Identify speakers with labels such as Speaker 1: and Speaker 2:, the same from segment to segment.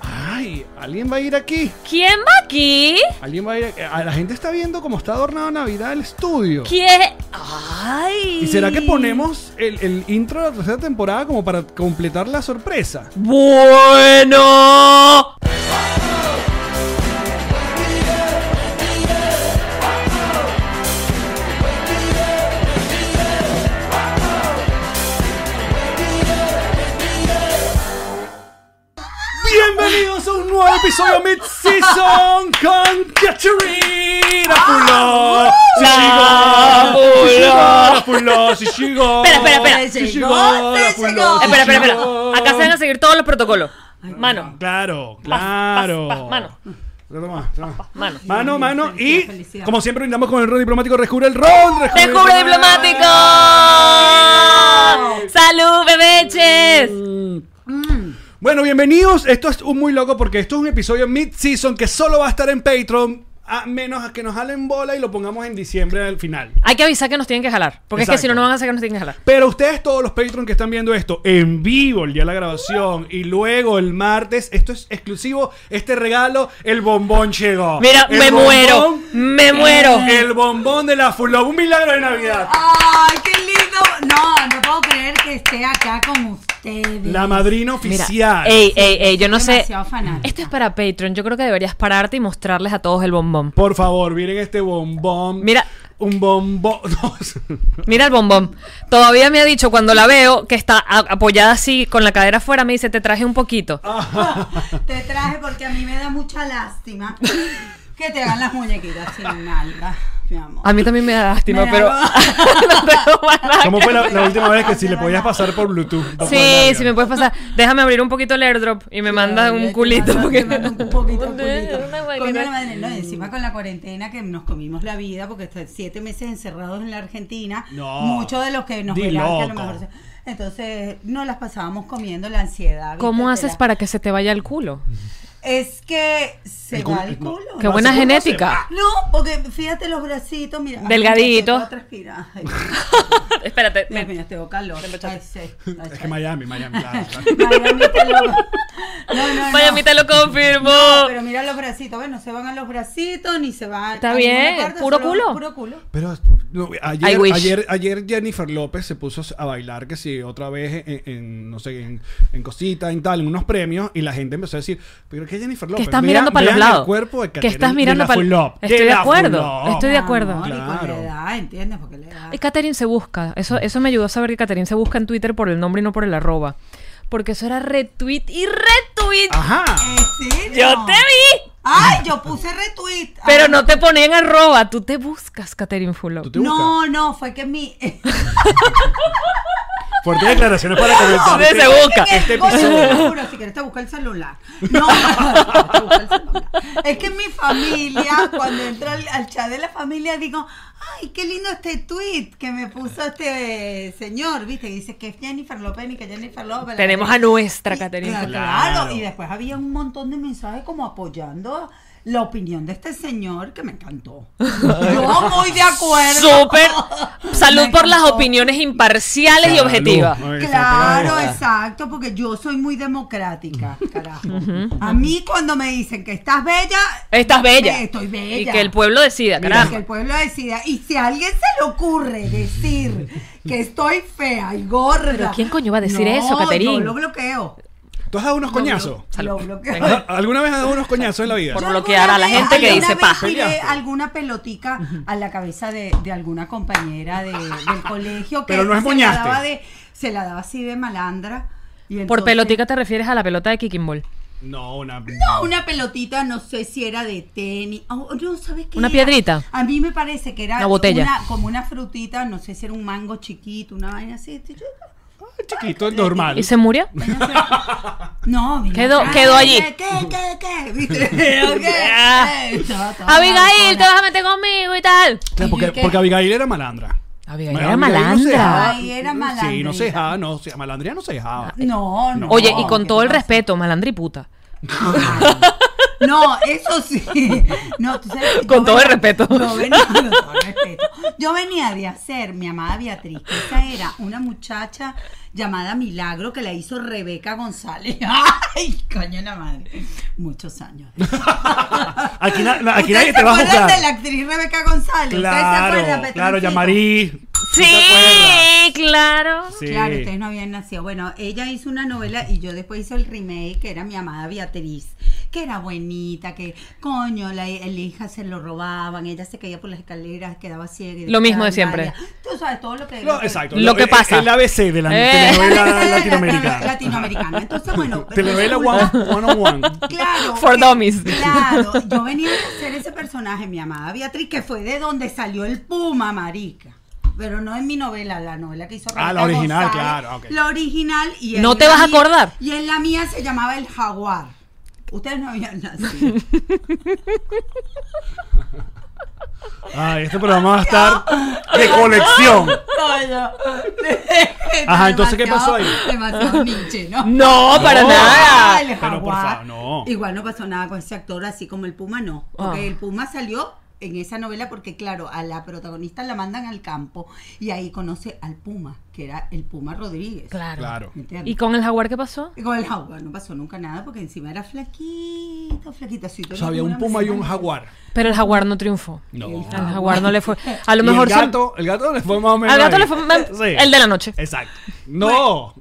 Speaker 1: Ay, alguien va a ir aquí.
Speaker 2: ¿Quién va aquí?
Speaker 1: Alguien va a ir aquí. A la gente está viendo cómo está adornado Navidad el estudio.
Speaker 2: ¿Quién? ¡Ay!
Speaker 1: ¿Y será que ponemos el, el intro de la tercera temporada como para completar la sorpresa?
Speaker 2: Bueno.
Speaker 1: Bienvenidos a un nuevo episodio Mid Season con Katerina
Speaker 2: Ah,
Speaker 1: Fuló. Si llegó, la Fuló, si llegó.
Speaker 2: Espera, espera, espera.
Speaker 1: Si
Speaker 3: Se
Speaker 1: llegó,
Speaker 3: llegó,
Speaker 1: la
Speaker 3: se
Speaker 1: Fuló,
Speaker 3: llegó.
Speaker 1: si
Speaker 2: Espera, espera, espera.
Speaker 1: llegó.
Speaker 2: Acá se van a seguir todos los protocolos. Mano.
Speaker 1: Claro,
Speaker 2: pas,
Speaker 1: claro.
Speaker 2: pas, mano.
Speaker 1: Toma, toma.
Speaker 2: Mano.
Speaker 1: Mano, mano. Y
Speaker 3: Felicidad.
Speaker 1: como siempre brindamos con el rol diplomático, descubre el rol.
Speaker 2: ¡Descubre diplomático! ¡Salud, bebeches!
Speaker 1: Mm. Bueno, bienvenidos. Esto es un muy loco porque esto es un episodio mid-season que solo va a estar en Patreon. A menos a que nos jalen bola y lo pongamos en diciembre al final.
Speaker 2: Hay que avisar que nos tienen que jalar. Porque es que
Speaker 1: Exacto.
Speaker 2: si no, no van a sacar, nos tienen que jalar.
Speaker 1: Pero ustedes, todos los Patreon que están viendo esto en vivo el día de la grabación y luego el martes, esto es exclusivo. Este regalo, el bombón llegó.
Speaker 2: Mira,
Speaker 1: El
Speaker 2: me
Speaker 1: bombón,
Speaker 2: muero. Me muero.
Speaker 1: El bombón de la Full Love, un milagro de Navidad.
Speaker 3: ¡Ay, qué lindo! No, no puedo creer que esté acá con ustedes.
Speaker 1: La madrina oficial.
Speaker 2: Ey, ey, ey, yo no sé.
Speaker 3: Demasiado fanática.
Speaker 2: Esto es para Patreon. Yo creo que deberías pararte y mostrarles a todos el bombón.
Speaker 1: Por favor, miren este bombón.
Speaker 2: Mira.
Speaker 1: Un bombón. No,
Speaker 2: Mira el bombón. Todavía me ha dicho cuando la veo que está a- apoyada así con la cadera afuera, me dice, te traje un poquito.
Speaker 3: Ah. Te traje porque a mí me da mucha lástima que te hagan las muñequitas sin nalga, mi amor.
Speaker 2: A mí también me da Ah, lástima,
Speaker 3: Me da-
Speaker 2: pero... no tengo más nada
Speaker 1: ¿Cómo
Speaker 2: que-
Speaker 1: fue la, la última vez que si le podías pasar por Bluetooth?
Speaker 2: Sí, si me puedes pasar. Déjame abrir un poquito el airdrop y me manda
Speaker 3: Ay,
Speaker 2: un
Speaker 3: te
Speaker 2: culito.
Speaker 3: mando-
Speaker 2: porque-
Speaker 3: te mando un poquito, un
Speaker 2: Una
Speaker 3: culito.
Speaker 2: huevona.
Speaker 3: Coño, la madre, no, y encima con la cuarentena que nos comimos la vida porque estos siete meses encerrados en la Argentina,
Speaker 1: No.
Speaker 3: muchos de los que nos
Speaker 1: Di
Speaker 3: velaban, que a lo
Speaker 1: loco.
Speaker 3: mejor se- entonces nos las pasábamos comiendo la ansiedad. ¿viste?
Speaker 2: ¿Cómo
Speaker 3: Te
Speaker 2: haces
Speaker 3: la-
Speaker 2: para que se te vaya el culo?
Speaker 3: Es que se
Speaker 1: El culo-
Speaker 3: va el
Speaker 1: no.
Speaker 3: culo.
Speaker 2: Qué
Speaker 3: ¿no?
Speaker 2: buena
Speaker 1: ¿cómo
Speaker 2: genética.
Speaker 3: No, porque fíjate los bracitos, mira. ay,
Speaker 2: Delgadito.
Speaker 3: mira, tengo tres piras. Ay, Ah.
Speaker 2: Espérate.
Speaker 3: Dios mío, tengo calor. este Ay, sí. Ay,
Speaker 1: Es
Speaker 3: sí.
Speaker 1: que Miami, Miami, claro. claro.
Speaker 3: Miami te lo- No, no, no.
Speaker 2: Vaya, a mí te lo confirmo.
Speaker 3: Pero mira los bracitos, bueno, se van a los bracitos ni se van.
Speaker 2: Está
Speaker 3: a
Speaker 2: bien,
Speaker 3: ninguna parte,
Speaker 2: puro
Speaker 3: solo
Speaker 2: culo.
Speaker 3: Puro culo.
Speaker 1: Pero no,
Speaker 2: I
Speaker 1: ayer,
Speaker 2: wish.
Speaker 1: ayer, ayer Jennifer López se puso a bailar que sí, otra vez en, en, no sé, en, en cositas, en tal, en unos premios, y la gente empezó a decir, pero que Jennifer López.
Speaker 2: que estás
Speaker 1: Vean-
Speaker 2: mirando para los
Speaker 1: vean el
Speaker 2: lados.
Speaker 1: cuerpo de
Speaker 2: que
Speaker 1: Catherine-
Speaker 2: estás
Speaker 1: de
Speaker 2: mirando
Speaker 1: la
Speaker 2: para
Speaker 1: Full Love,
Speaker 2: Estoy de,
Speaker 1: la Full
Speaker 2: acuerdo.
Speaker 1: Love.
Speaker 2: Estoy de acuerdo.
Speaker 3: Amor, y con
Speaker 1: Claro.
Speaker 3: la edad, ¿entiendes? Porque la edad.
Speaker 2: Y Catherine se busca. Eso, eso me ayudó a saber que Catherine se busca en Twitter por el nombre y no por el arroba. Porque eso era retweet y retweet.
Speaker 1: Ajá.
Speaker 3: Ah. ¿En serio?
Speaker 2: ¡Yo te vi!
Speaker 3: Ay, yo puse retweet.
Speaker 2: Pero
Speaker 3: Ay,
Speaker 2: no te ponían arroba. Tú te buscas, Catherine Fulop.
Speaker 1: Tú te buscas.
Speaker 3: No, no, fue que mi.
Speaker 1: Fuerte declaraciones para comentar.
Speaker 2: Sí, se busca.
Speaker 3: Este episodio. si quieres te busca el celular. No, te busca el celular. Es que en mi familia, cuando entro al, al chat de la familia, digo, ay, qué lindo este tweet que me puso este eh, señor, ¿viste? Que dice que es Jennifer López y que Jennifer López.
Speaker 2: Tenemos a nuestra Catherine
Speaker 3: Claro,
Speaker 2: Fulop.
Speaker 1: Claro.
Speaker 3: y después había un montón de mensajes como apoyando la opinión de este señor que me encantó. Yo muy de acuerdo.
Speaker 2: Súper. Salud
Speaker 3: Me
Speaker 2: por las
Speaker 3: encantó.
Speaker 2: opiniones imparciales y objetivas.
Speaker 1: Salud. Ay,
Speaker 3: Claro,
Speaker 1: exacto.
Speaker 3: exacto, porque yo soy muy democrática, carajo. A mí cuando me dicen que estás bella,
Speaker 2: Estás bella.
Speaker 3: Eh, estoy bella.
Speaker 2: Y que el pueblo decida,
Speaker 3: mira, que
Speaker 2: caramba.
Speaker 3: el pueblo decida. Y si a alguien se le ocurre decir que estoy fea y gorda.
Speaker 2: Pero ¿quién coño va a decir
Speaker 3: No,
Speaker 2: eso,
Speaker 3: Yo
Speaker 2: Caterín?
Speaker 3: lo bloqueo.
Speaker 1: ¿Tú has dado unos coñazos?
Speaker 3: Lo bloqueo.
Speaker 1: ¿Ah, ¿Alguna vez has dado unos coñazos en la vida?
Speaker 2: Por
Speaker 3: Yo
Speaker 2: bloquear a
Speaker 3: alguna
Speaker 2: la gente
Speaker 3: vez-
Speaker 2: que dice
Speaker 3: alguna vez
Speaker 2: pa.
Speaker 3: tiré
Speaker 1: Peleaste.
Speaker 3: alguna pelotica a la cabeza de, de alguna compañera de- del colegio que
Speaker 1: Pero no es
Speaker 3: se, la
Speaker 1: moñaste.
Speaker 3: daba de, se la daba así de malandra. y
Speaker 2: Por
Speaker 3: entonces-
Speaker 2: pelotica te refieres a la pelota de kicking ball.
Speaker 1: No, una.
Speaker 3: No, Oh, una pelotita, no sé si era de tenis. o- o no, ¿sabes qué?
Speaker 2: Una
Speaker 3: era?
Speaker 2: piedrita.
Speaker 3: A mí me parece que era
Speaker 2: Una botella.
Speaker 3: como una frutita, no sé si era un mango chiquito, una vaina así. Este, Yo-
Speaker 1: fresquito, normal.
Speaker 2: ¿Y se murió?
Speaker 3: No, mi
Speaker 2: Quedó-
Speaker 3: mamá,
Speaker 2: quedó allí.
Speaker 3: ¿Qué, qué, qué? ¿Viste? ¿Qué?
Speaker 2: Ah.
Speaker 3: Eh, estaba toda
Speaker 2: Abigail, te
Speaker 3: maricona.
Speaker 2: vas a meter conmigo y tal.
Speaker 1: Claro, porque,
Speaker 3: ¿Y qué?
Speaker 1: porque Abigail era malandra.
Speaker 2: Abigail era
Speaker 1: no se dejaba.
Speaker 2: malandra.
Speaker 3: Ay, era
Speaker 1: Sí, no
Speaker 3: malandrita.
Speaker 1: se dejaba, no, se- malandría no se dejaba.
Speaker 3: No, no.
Speaker 2: Oye, y con
Speaker 3: ¿qué
Speaker 2: todo el
Speaker 3: pasa?
Speaker 2: respeto, malandra y puta.
Speaker 3: No, eso sí. No, tú sabes que
Speaker 2: Con
Speaker 3: yo
Speaker 2: todo el respeto.
Speaker 3: Yo venía, con todo el respeto. Yo venía de hacer mi amada Beatriz, que esa era una muchacha llamada Milagro que la hizo Rebeca González. ¡Ay, coño de la madre! Muchos años.
Speaker 1: Aquí, na- na- aquí
Speaker 3: ¿Ustedes
Speaker 1: nadie
Speaker 3: Ah. se
Speaker 1: te va a
Speaker 3: acuerdan
Speaker 1: juzgar.
Speaker 3: de la actriz Rebeca González? ¿Ustedes se acuerdan,
Speaker 1: Claro,
Speaker 3: Petroncito?
Speaker 1: claro, Yamari.
Speaker 2: Sí, claro.
Speaker 1: Sí.
Speaker 3: Claro, ustedes no habían nacido. Bueno, ella hizo una novela y yo después hice el remake, que era mi amada Beatriz, que era buenita, que coño, la, la hija se lo robaban, ella se caía por las escaleras, quedaba ciega. y
Speaker 2: Lo mismo de
Speaker 3: quedaba
Speaker 2: siempre.
Speaker 3: malaria. Tú sabes todo lo que...
Speaker 1: No, exacto.
Speaker 2: Lo que
Speaker 1: eh,
Speaker 2: pasa.
Speaker 1: El ABC de la
Speaker 2: Eh.
Speaker 1: telenovela
Speaker 3: La-
Speaker 1: latinoamericana.
Speaker 3: Latinoamericana. Entonces, bueno.
Speaker 1: telenovela
Speaker 3: resulta-
Speaker 1: one, one on one.
Speaker 3: Claro.
Speaker 2: For
Speaker 3: que-
Speaker 2: dummies.
Speaker 3: Claro. Yo venía a hacer ese personaje, mi amada Beatriz, que fue de donde salió el Puma, marica. Pero no en mi novela, la novela que hizo
Speaker 1: Ah, la
Speaker 3: Roberta
Speaker 1: original,
Speaker 3: González,
Speaker 1: claro, ok.
Speaker 3: La original y en
Speaker 2: No te
Speaker 3: la
Speaker 2: vas a
Speaker 3: mía-
Speaker 2: acordar.
Speaker 3: Y en la mía se llamaba El Jaguar. Ustedes no habían nacido.
Speaker 1: Ay, este programa va a estar de colección.
Speaker 3: Coño.
Speaker 1: Ajá, entonces, ¿qué pasó ahí?
Speaker 3: Demasiado Nietzsche, ¿no?
Speaker 2: No, para
Speaker 1: No.
Speaker 2: nada.
Speaker 3: Ah, el
Speaker 1: Pero, por favor,
Speaker 3: jaguar.
Speaker 1: no.
Speaker 3: Igual no pasó nada con ese actor, así como el Puma no. Porque
Speaker 2: Ah.
Speaker 3: el Puma salió en esa novela porque, claro, a la protagonista la mandan al campo y ahí conoce al Puma, que era el Puma Rodríguez.
Speaker 2: Claro.
Speaker 1: Claro.
Speaker 3: ¿Me entiendes?
Speaker 2: ¿Y con el jaguar qué pasó?
Speaker 3: Y con el jaguar no pasó nunca nada porque encima era flaquito, flaquito. Así,
Speaker 1: O
Speaker 3: todo
Speaker 1: sea, había un
Speaker 3: como una
Speaker 1: puma y un
Speaker 3: manzana.
Speaker 1: jaguar.
Speaker 2: Pero el jaguar no triunfó.
Speaker 1: No.
Speaker 2: Al jaguar no le fue. A
Speaker 1: Ah, Y
Speaker 2: lo mejor
Speaker 1: el
Speaker 2: son-
Speaker 1: gato, el gato le fue más o menos.
Speaker 2: Al gato
Speaker 1: ahí.
Speaker 2: le fue más-
Speaker 1: Sí.
Speaker 2: el de la noche.
Speaker 1: Exacto. No.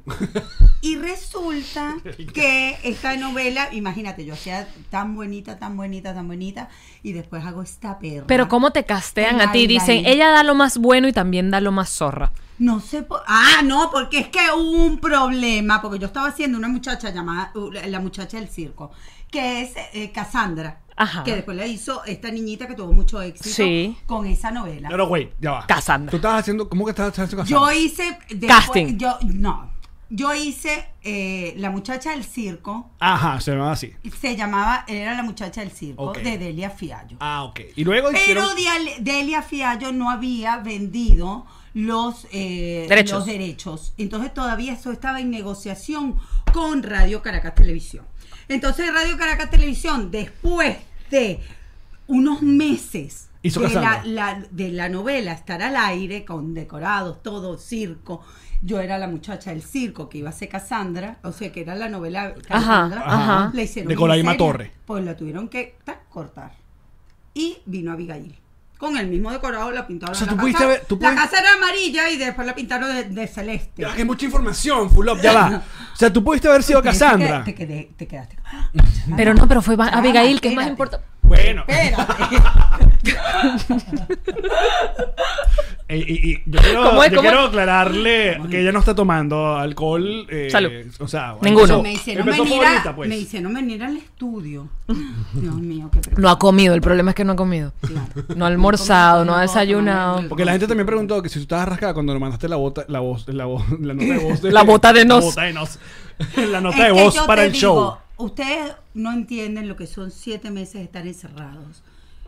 Speaker 3: Y resulta que esta novela, imagínate, yo hacía tan bonita, tan bonita, tan bonita, y después hago esta perra.
Speaker 2: Pero cómo te castean a ti,
Speaker 3: Ay,
Speaker 2: dicen,
Speaker 3: ay.
Speaker 2: ella da lo más bueno y también da lo más zorra.
Speaker 3: No sé por... Ah, no, porque es que hubo un problema, porque yo estaba haciendo una muchacha llamada, uh, la la muchacha del circo, que es eh, Cassandra,
Speaker 2: Ajá.
Speaker 3: que después la hizo esta niñita que tuvo mucho éxito
Speaker 2: Sí.
Speaker 3: con esa novela.
Speaker 1: Pero, güey, ya va.
Speaker 2: Cassandra.
Speaker 1: Tú estabas haciendo. ¿Cómo que estabas haciendo
Speaker 3: Yo
Speaker 1: Cassandra?
Speaker 3: hice... después-
Speaker 2: Casting.
Speaker 3: Yo, no, yo hice eh, la muchacha del circo,
Speaker 1: Ajá, se llamaba así.
Speaker 3: se llamaba, era la muchacha del circo,
Speaker 1: Ok.
Speaker 3: de Delia Fiallo.
Speaker 1: Ah, ok. Y luego hicieron.
Speaker 3: Pero Dial- Delia Fiallo no había vendido los, eh,
Speaker 2: Derechos.
Speaker 3: los derechos. Entonces todavía eso estaba en negociación con Radio Caracas Televisión. Entonces Radio Caracas Televisión, después de unos meses
Speaker 1: Hizo
Speaker 3: de, la,
Speaker 1: Cassandra.
Speaker 3: la- de la novela estar al aire, con decorados, todo, circo. Yo era la muchacha del circo que iba a ser Cassandra, o sea que era la novela Cassandra.
Speaker 2: ajá.
Speaker 3: Le hicieron
Speaker 1: De Colaima
Speaker 3: miniserie,
Speaker 1: Torre.
Speaker 3: Pues la tuvieron que tac, cortar y vino Abigail. Con el mismo decorado la pintaron.
Speaker 1: O sea,
Speaker 3: la
Speaker 1: tú
Speaker 3: casa-
Speaker 1: pudiste ver- tú
Speaker 3: la
Speaker 1: pudiste-
Speaker 3: casa era amarilla y después la pintaron de, de celeste.
Speaker 1: Ya, que mucha información, full up, ya va. O sea, tú pudiste haber sido
Speaker 3: Te quedaste-
Speaker 1: Cassandra.
Speaker 3: Te, quedé- te quedaste.
Speaker 2: Pero no, pero fue ba-
Speaker 3: Ah,
Speaker 2: Abigail, que es más
Speaker 3: espérate.
Speaker 2: importante.
Speaker 1: Bueno,
Speaker 3: Espérate.
Speaker 1: eh, y- y yo quiero,
Speaker 2: ¿Cómo es?
Speaker 1: yo
Speaker 2: ¿Cómo
Speaker 1: quiero
Speaker 2: es?
Speaker 1: aclararle que ella no está tomando alcohol. eh,
Speaker 2: Salud.
Speaker 1: O sea,
Speaker 2: Ninguno.
Speaker 1: empezó-
Speaker 3: me, hicieron
Speaker 1: empezó
Speaker 3: venir
Speaker 1: favorita,
Speaker 3: a,
Speaker 1: pues.
Speaker 3: me hicieron venir al estudio. Dios mío, qué
Speaker 2: No ha comido, el problema es que no ha comido. No ha almorzado, no ha desayunado.
Speaker 1: Porque la gente también preguntó que si tú estabas rascada cuando nos mandaste la bota, la voz, la voz, la nota de voz.
Speaker 2: La bota de nos.
Speaker 1: La bota de nos. La
Speaker 3: Es
Speaker 1: nota de
Speaker 3: que
Speaker 1: voz
Speaker 3: yo
Speaker 1: para
Speaker 3: te
Speaker 1: el
Speaker 3: digo,
Speaker 1: show.
Speaker 3: Ustedes no entienden lo que son siete meses de estar encerrados.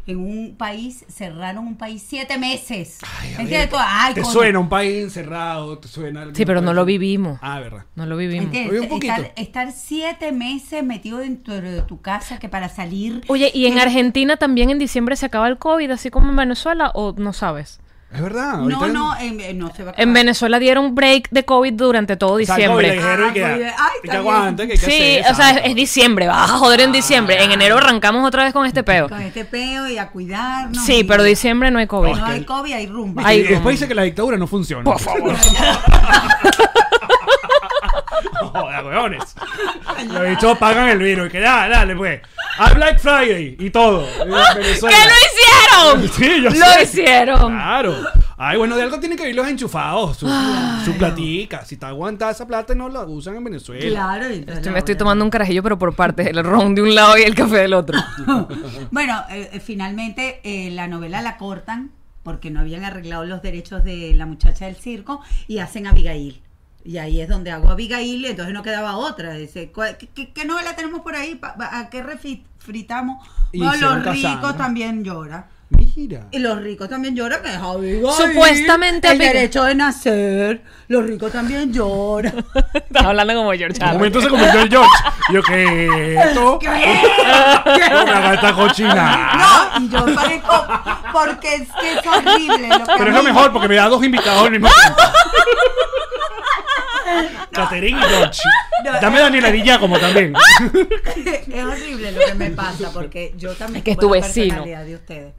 Speaker 3: En un país, cerraron un país siete meses. ¿Entiendes? Tú, Ay,
Speaker 1: te
Speaker 3: coño.
Speaker 1: suena un país encerrado, te suena. algo-
Speaker 2: Sí, pero no lo vivimos.
Speaker 1: Ah, verdad.
Speaker 2: No lo vivimos.
Speaker 3: Entiendes,
Speaker 1: Oye, un poquito.
Speaker 3: estar, estar siete meses metido dentro de tu casa que para salir.
Speaker 2: Oye, ¿y en
Speaker 3: que-
Speaker 2: Argentina también en diciembre se acaba el COVID, así como en Venezuela? ¿O no sabes?
Speaker 1: Es verdad.
Speaker 3: No,
Speaker 1: ahorita-
Speaker 3: no, en- en- no se va a
Speaker 2: En
Speaker 3: acabar.
Speaker 2: Venezuela dieron break de COVID durante todo
Speaker 1: O sea, algo
Speaker 2: diciembre.
Speaker 1: viajero y
Speaker 3: Ah,
Speaker 1: que-
Speaker 3: muy bien. Ay,
Speaker 1: y que
Speaker 3: está
Speaker 1: aguante, que hay que
Speaker 2: Sí,
Speaker 1: hacer,
Speaker 2: o sea,
Speaker 1: ¿sabes?
Speaker 2: es, es diciembre, vas a joder en diciembre. En enero arrancamos otra vez con este peo.
Speaker 3: Con este peo y a cuidarnos.
Speaker 2: Sí,
Speaker 3: y-
Speaker 2: pero diciembre no hay COVID.
Speaker 3: No hay COVID, hay rumba.
Speaker 2: Ay,
Speaker 1: Y después
Speaker 2: Román.
Speaker 1: dice que la dictadura no funciona. Por favor. Joder, weones. Los bichos pagan el virus. Y que dale, dale, pues. A Black Friday y todo. en
Speaker 2: ¡Que
Speaker 1: Venezuela.
Speaker 2: lo hicieron!
Speaker 1: Sí, yo
Speaker 2: ¡Lo
Speaker 1: sé.
Speaker 2: hicieron!
Speaker 1: Claro. Ay, bueno, de algo tienen que vivir los enchufados. Su, su platica. Si está aguantada esa plata, no la usan en Venezuela.
Speaker 3: Claro, entonces
Speaker 2: Estoy-
Speaker 3: la
Speaker 2: me estoy
Speaker 3: hora.
Speaker 2: tomando un carajillo, pero por partes. El ron de un lado y el café del otro.
Speaker 3: Bueno, eh, eh, finalmente eh, la novela la cortan porque no habían arreglado los derechos de la muchacha del circo y hacen Abigail. Y ahí es donde hago Abigail, entonces no quedaba otra. Dice, ¿cuál- ¿qué, qué, qué novela tenemos por ahí? Pa- pa- ¿A qué refritamos?
Speaker 1: Y
Speaker 3: No,
Speaker 1: hicieron
Speaker 3: los ricos
Speaker 1: Cassandra.
Speaker 3: también lloran.
Speaker 1: Mira.
Speaker 3: Y los ricos también lloran, que es Abigail.
Speaker 2: Supuestamente
Speaker 3: El
Speaker 2: Abigail.
Speaker 3: derecho de nacer. Los ricos también lloran.
Speaker 2: Estás hablando como George
Speaker 1: Un
Speaker 2: Harris.
Speaker 1: momento se convirtió en George. Y Yo, ¿qué es esto?
Speaker 3: ¿Qué?
Speaker 1: No me haga esta cochina.
Speaker 3: No, y yo parezco, porque es que es horrible. Lo que
Speaker 1: Pero
Speaker 3: a
Speaker 1: es lo
Speaker 3: mí-
Speaker 1: mejor porque me da dos invitados al mismo tiempo. Catherine y George.
Speaker 3: No,
Speaker 1: Dame
Speaker 3: eh.
Speaker 1: Daniela Villagamo también.
Speaker 3: Es horrible lo que me pasa, porque yo también.
Speaker 2: Es que es tu
Speaker 3: tengo la
Speaker 2: vecino.
Speaker 3: personalidad de ustedes.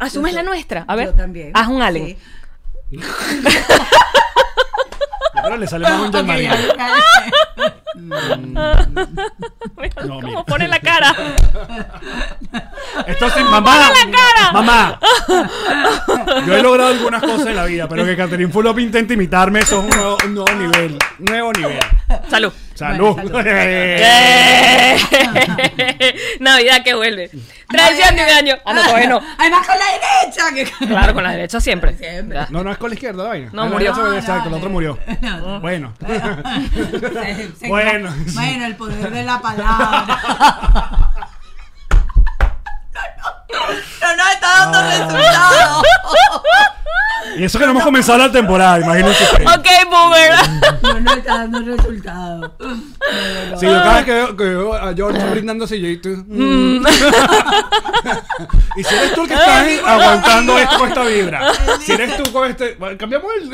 Speaker 2: Asumes la nuestra. A ver.
Speaker 3: Yo también.
Speaker 2: Haz un alien.
Speaker 3: Sí.
Speaker 1: Ahora le sale más un John
Speaker 3: Ok,
Speaker 1: María.
Speaker 3: ya, ya.
Speaker 1: No, mira.
Speaker 2: ¿Cómo pone la cara?
Speaker 1: Esto sí, mamá. Mamá. Yo he logrado algunas cosas en la vida, pero que Catherine Fulop intente imitarme, eso es un nuevo, un nuevo nivel. Nuevo nivel.
Speaker 2: Salud.
Speaker 1: Salud.
Speaker 3: Bueno,
Speaker 2: Navidad que vuelve. Traición de un año. Ah, no, todavía no.
Speaker 3: Además con la derecha. que-
Speaker 2: Claro, con la derecha siempre.
Speaker 3: Siempre.
Speaker 2: Ya.
Speaker 1: No, no es con la izquierda la vaina.
Speaker 2: No,
Speaker 1: Ah,
Speaker 2: murió.
Speaker 1: ya se ve,
Speaker 3: No,
Speaker 1: Exacto, el
Speaker 3: no,
Speaker 1: otro
Speaker 3: no.
Speaker 1: murió. Bueno.
Speaker 3: Se- se-
Speaker 1: Bueno.
Speaker 3: Bueno, el poder de la palabra. No, no, no, no está dando
Speaker 2: Ah.
Speaker 3: resultado.
Speaker 1: Y eso que no hemos comenzado la temporada, imagínense. ustedes.
Speaker 2: Ok, boomer.
Speaker 3: No, no está dando resultado.
Speaker 1: Si yo cada vez que veo, que veo a George brindando así, yo y tú. mm. y si eres tú el que estás ahí aguantando esto con esta vibra. Si eres tú con este. bueno, Cambiamos el.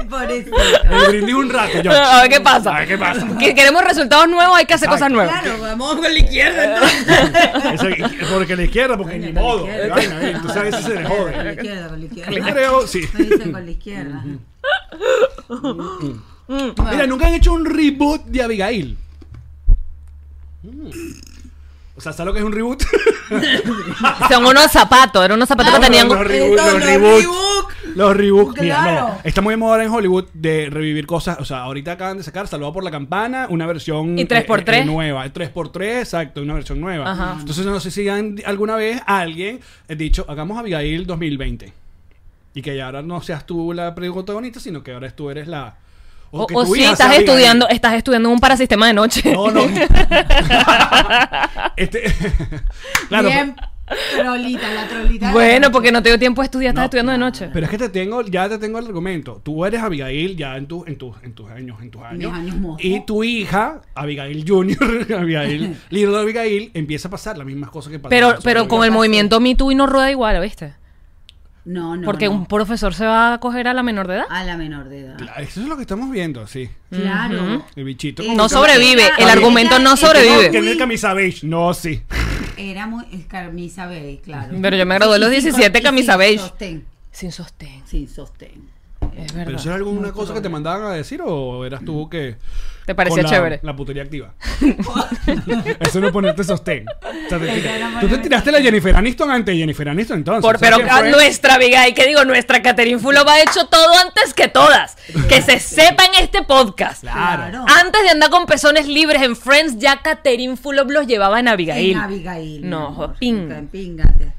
Speaker 3: Por eso.
Speaker 1: el brindis un rato, George.
Speaker 2: A ver qué pasa.
Speaker 1: A ver qué pasa.
Speaker 2: Que queremos resultados nuevos, hay que hacer cosas nuevas.
Speaker 3: Claro, vamos con la izquierda entonces.
Speaker 1: Eso, porque la izquierda, porque ni
Speaker 3: la
Speaker 1: modo.
Speaker 3: izquierda.
Speaker 1: vaina, ¿eh? Entonces a veces se le
Speaker 3: Con la
Speaker 1: jode.
Speaker 3: izquierda, con la
Speaker 1: Yo
Speaker 3: izquierda.
Speaker 1: creo, sí.
Speaker 3: Me dicen con la izquierda.
Speaker 1: Mira, nunca han hecho un reboot de Abigail. Mm. O sea, ¿sabes lo que es un reboot?
Speaker 2: Son unos zapatos, eran unos zapatos que tenían.
Speaker 1: los, reboot,
Speaker 3: Eso,
Speaker 1: los
Speaker 3: los
Speaker 1: reboot.
Speaker 3: reboot.
Speaker 1: Los reboot. Mira,
Speaker 3: Claro.
Speaker 1: no. Está muy de moda en Hollywood de revivir cosas. O sea, ahorita acaban de sacar Salvado por la Campana, una versión eh,
Speaker 2: Y 3x3.
Speaker 1: nueva. 3x3, exacto, una versión nueva.
Speaker 2: Ajá.
Speaker 1: Entonces, no sé si han- alguna vez alguien ha dicho, hagamos Abigail 2020. Y que ya ahora no seas tú la protagonista, sino que ahora tú eres la.
Speaker 2: O,
Speaker 1: que
Speaker 2: o
Speaker 1: tu
Speaker 2: sí,
Speaker 1: hija sea
Speaker 2: estás
Speaker 1: Abigail.
Speaker 2: estudiando, estás estudiando un parasistema de noche.
Speaker 1: No, no. este, claro,
Speaker 3: Bien, trolita, la trolita.
Speaker 2: Bueno, porque no te dio tiempo de estudiar, estás
Speaker 1: No.
Speaker 2: estudiando de noche.
Speaker 1: pero, pero es que te tengo, ya te tengo el argumento. Tú eres Abigail ya en, tu- en, tus- en tus años, en tus años.
Speaker 3: años mojo.
Speaker 1: y tu hija, Abigail Junior, Abigail, Little Abigail, empieza a pasar las mismas cosas que pasaron.
Speaker 2: Pero,
Speaker 1: en su
Speaker 2: pero
Speaker 1: vida.
Speaker 2: con el movimiento Me Too y no rueda igual, ¿viste?
Speaker 3: No, no.
Speaker 2: Porque
Speaker 3: no.
Speaker 2: un profesor se va a coger a la menor de edad.
Speaker 1: Ah.
Speaker 3: A la menor de edad.
Speaker 1: Claro, Eso es lo que estamos viendo, sí.
Speaker 3: Claro.
Speaker 1: El bichito.
Speaker 3: Eh,
Speaker 1: como
Speaker 2: No
Speaker 1: que-
Speaker 2: sobrevive, el
Speaker 1: Ella-
Speaker 2: argumento no
Speaker 3: ella-
Speaker 1: Que
Speaker 2: sobrevive.
Speaker 1: tiene camisa beige. No, sí.
Speaker 3: Era muy es camisa beige, claro.
Speaker 2: Pero yo me gradué a los
Speaker 3: Y sin
Speaker 2: 17
Speaker 3: co- y
Speaker 2: camisa
Speaker 3: sin
Speaker 2: beige.
Speaker 3: Sostén,
Speaker 2: Sin sostén.
Speaker 3: sin sostén.
Speaker 2: Es
Speaker 1: ¿Pero
Speaker 2: verdad.
Speaker 1: eso era alguna cosa que te mandaban a decir o eras tú que.
Speaker 2: ¿Te parecía
Speaker 1: con la-
Speaker 2: chévere?
Speaker 1: La putería activa. Eso no es ponerte sostén. O sea, te
Speaker 3: Eso
Speaker 1: tira-
Speaker 3: era
Speaker 1: Tú te
Speaker 3: ponerme
Speaker 1: tiraste la Jennifer Aniston ante Jennifer Aniston entonces.
Speaker 2: Por,
Speaker 1: o sea,
Speaker 2: pero
Speaker 1: que
Speaker 2: ah,
Speaker 1: fue-
Speaker 2: nuestra amiga, y que digo, nuestra Caterin Fulop ha hecho todo antes que todas. Que se sepa en este podcast.
Speaker 1: Claro.
Speaker 2: Antes de andar con pezones libres en Friends, ya Caterin Fulop los llevaba en Abigail.
Speaker 3: En Abigail.
Speaker 2: No,
Speaker 3: mi amor,
Speaker 2: pinga.
Speaker 3: en pingate.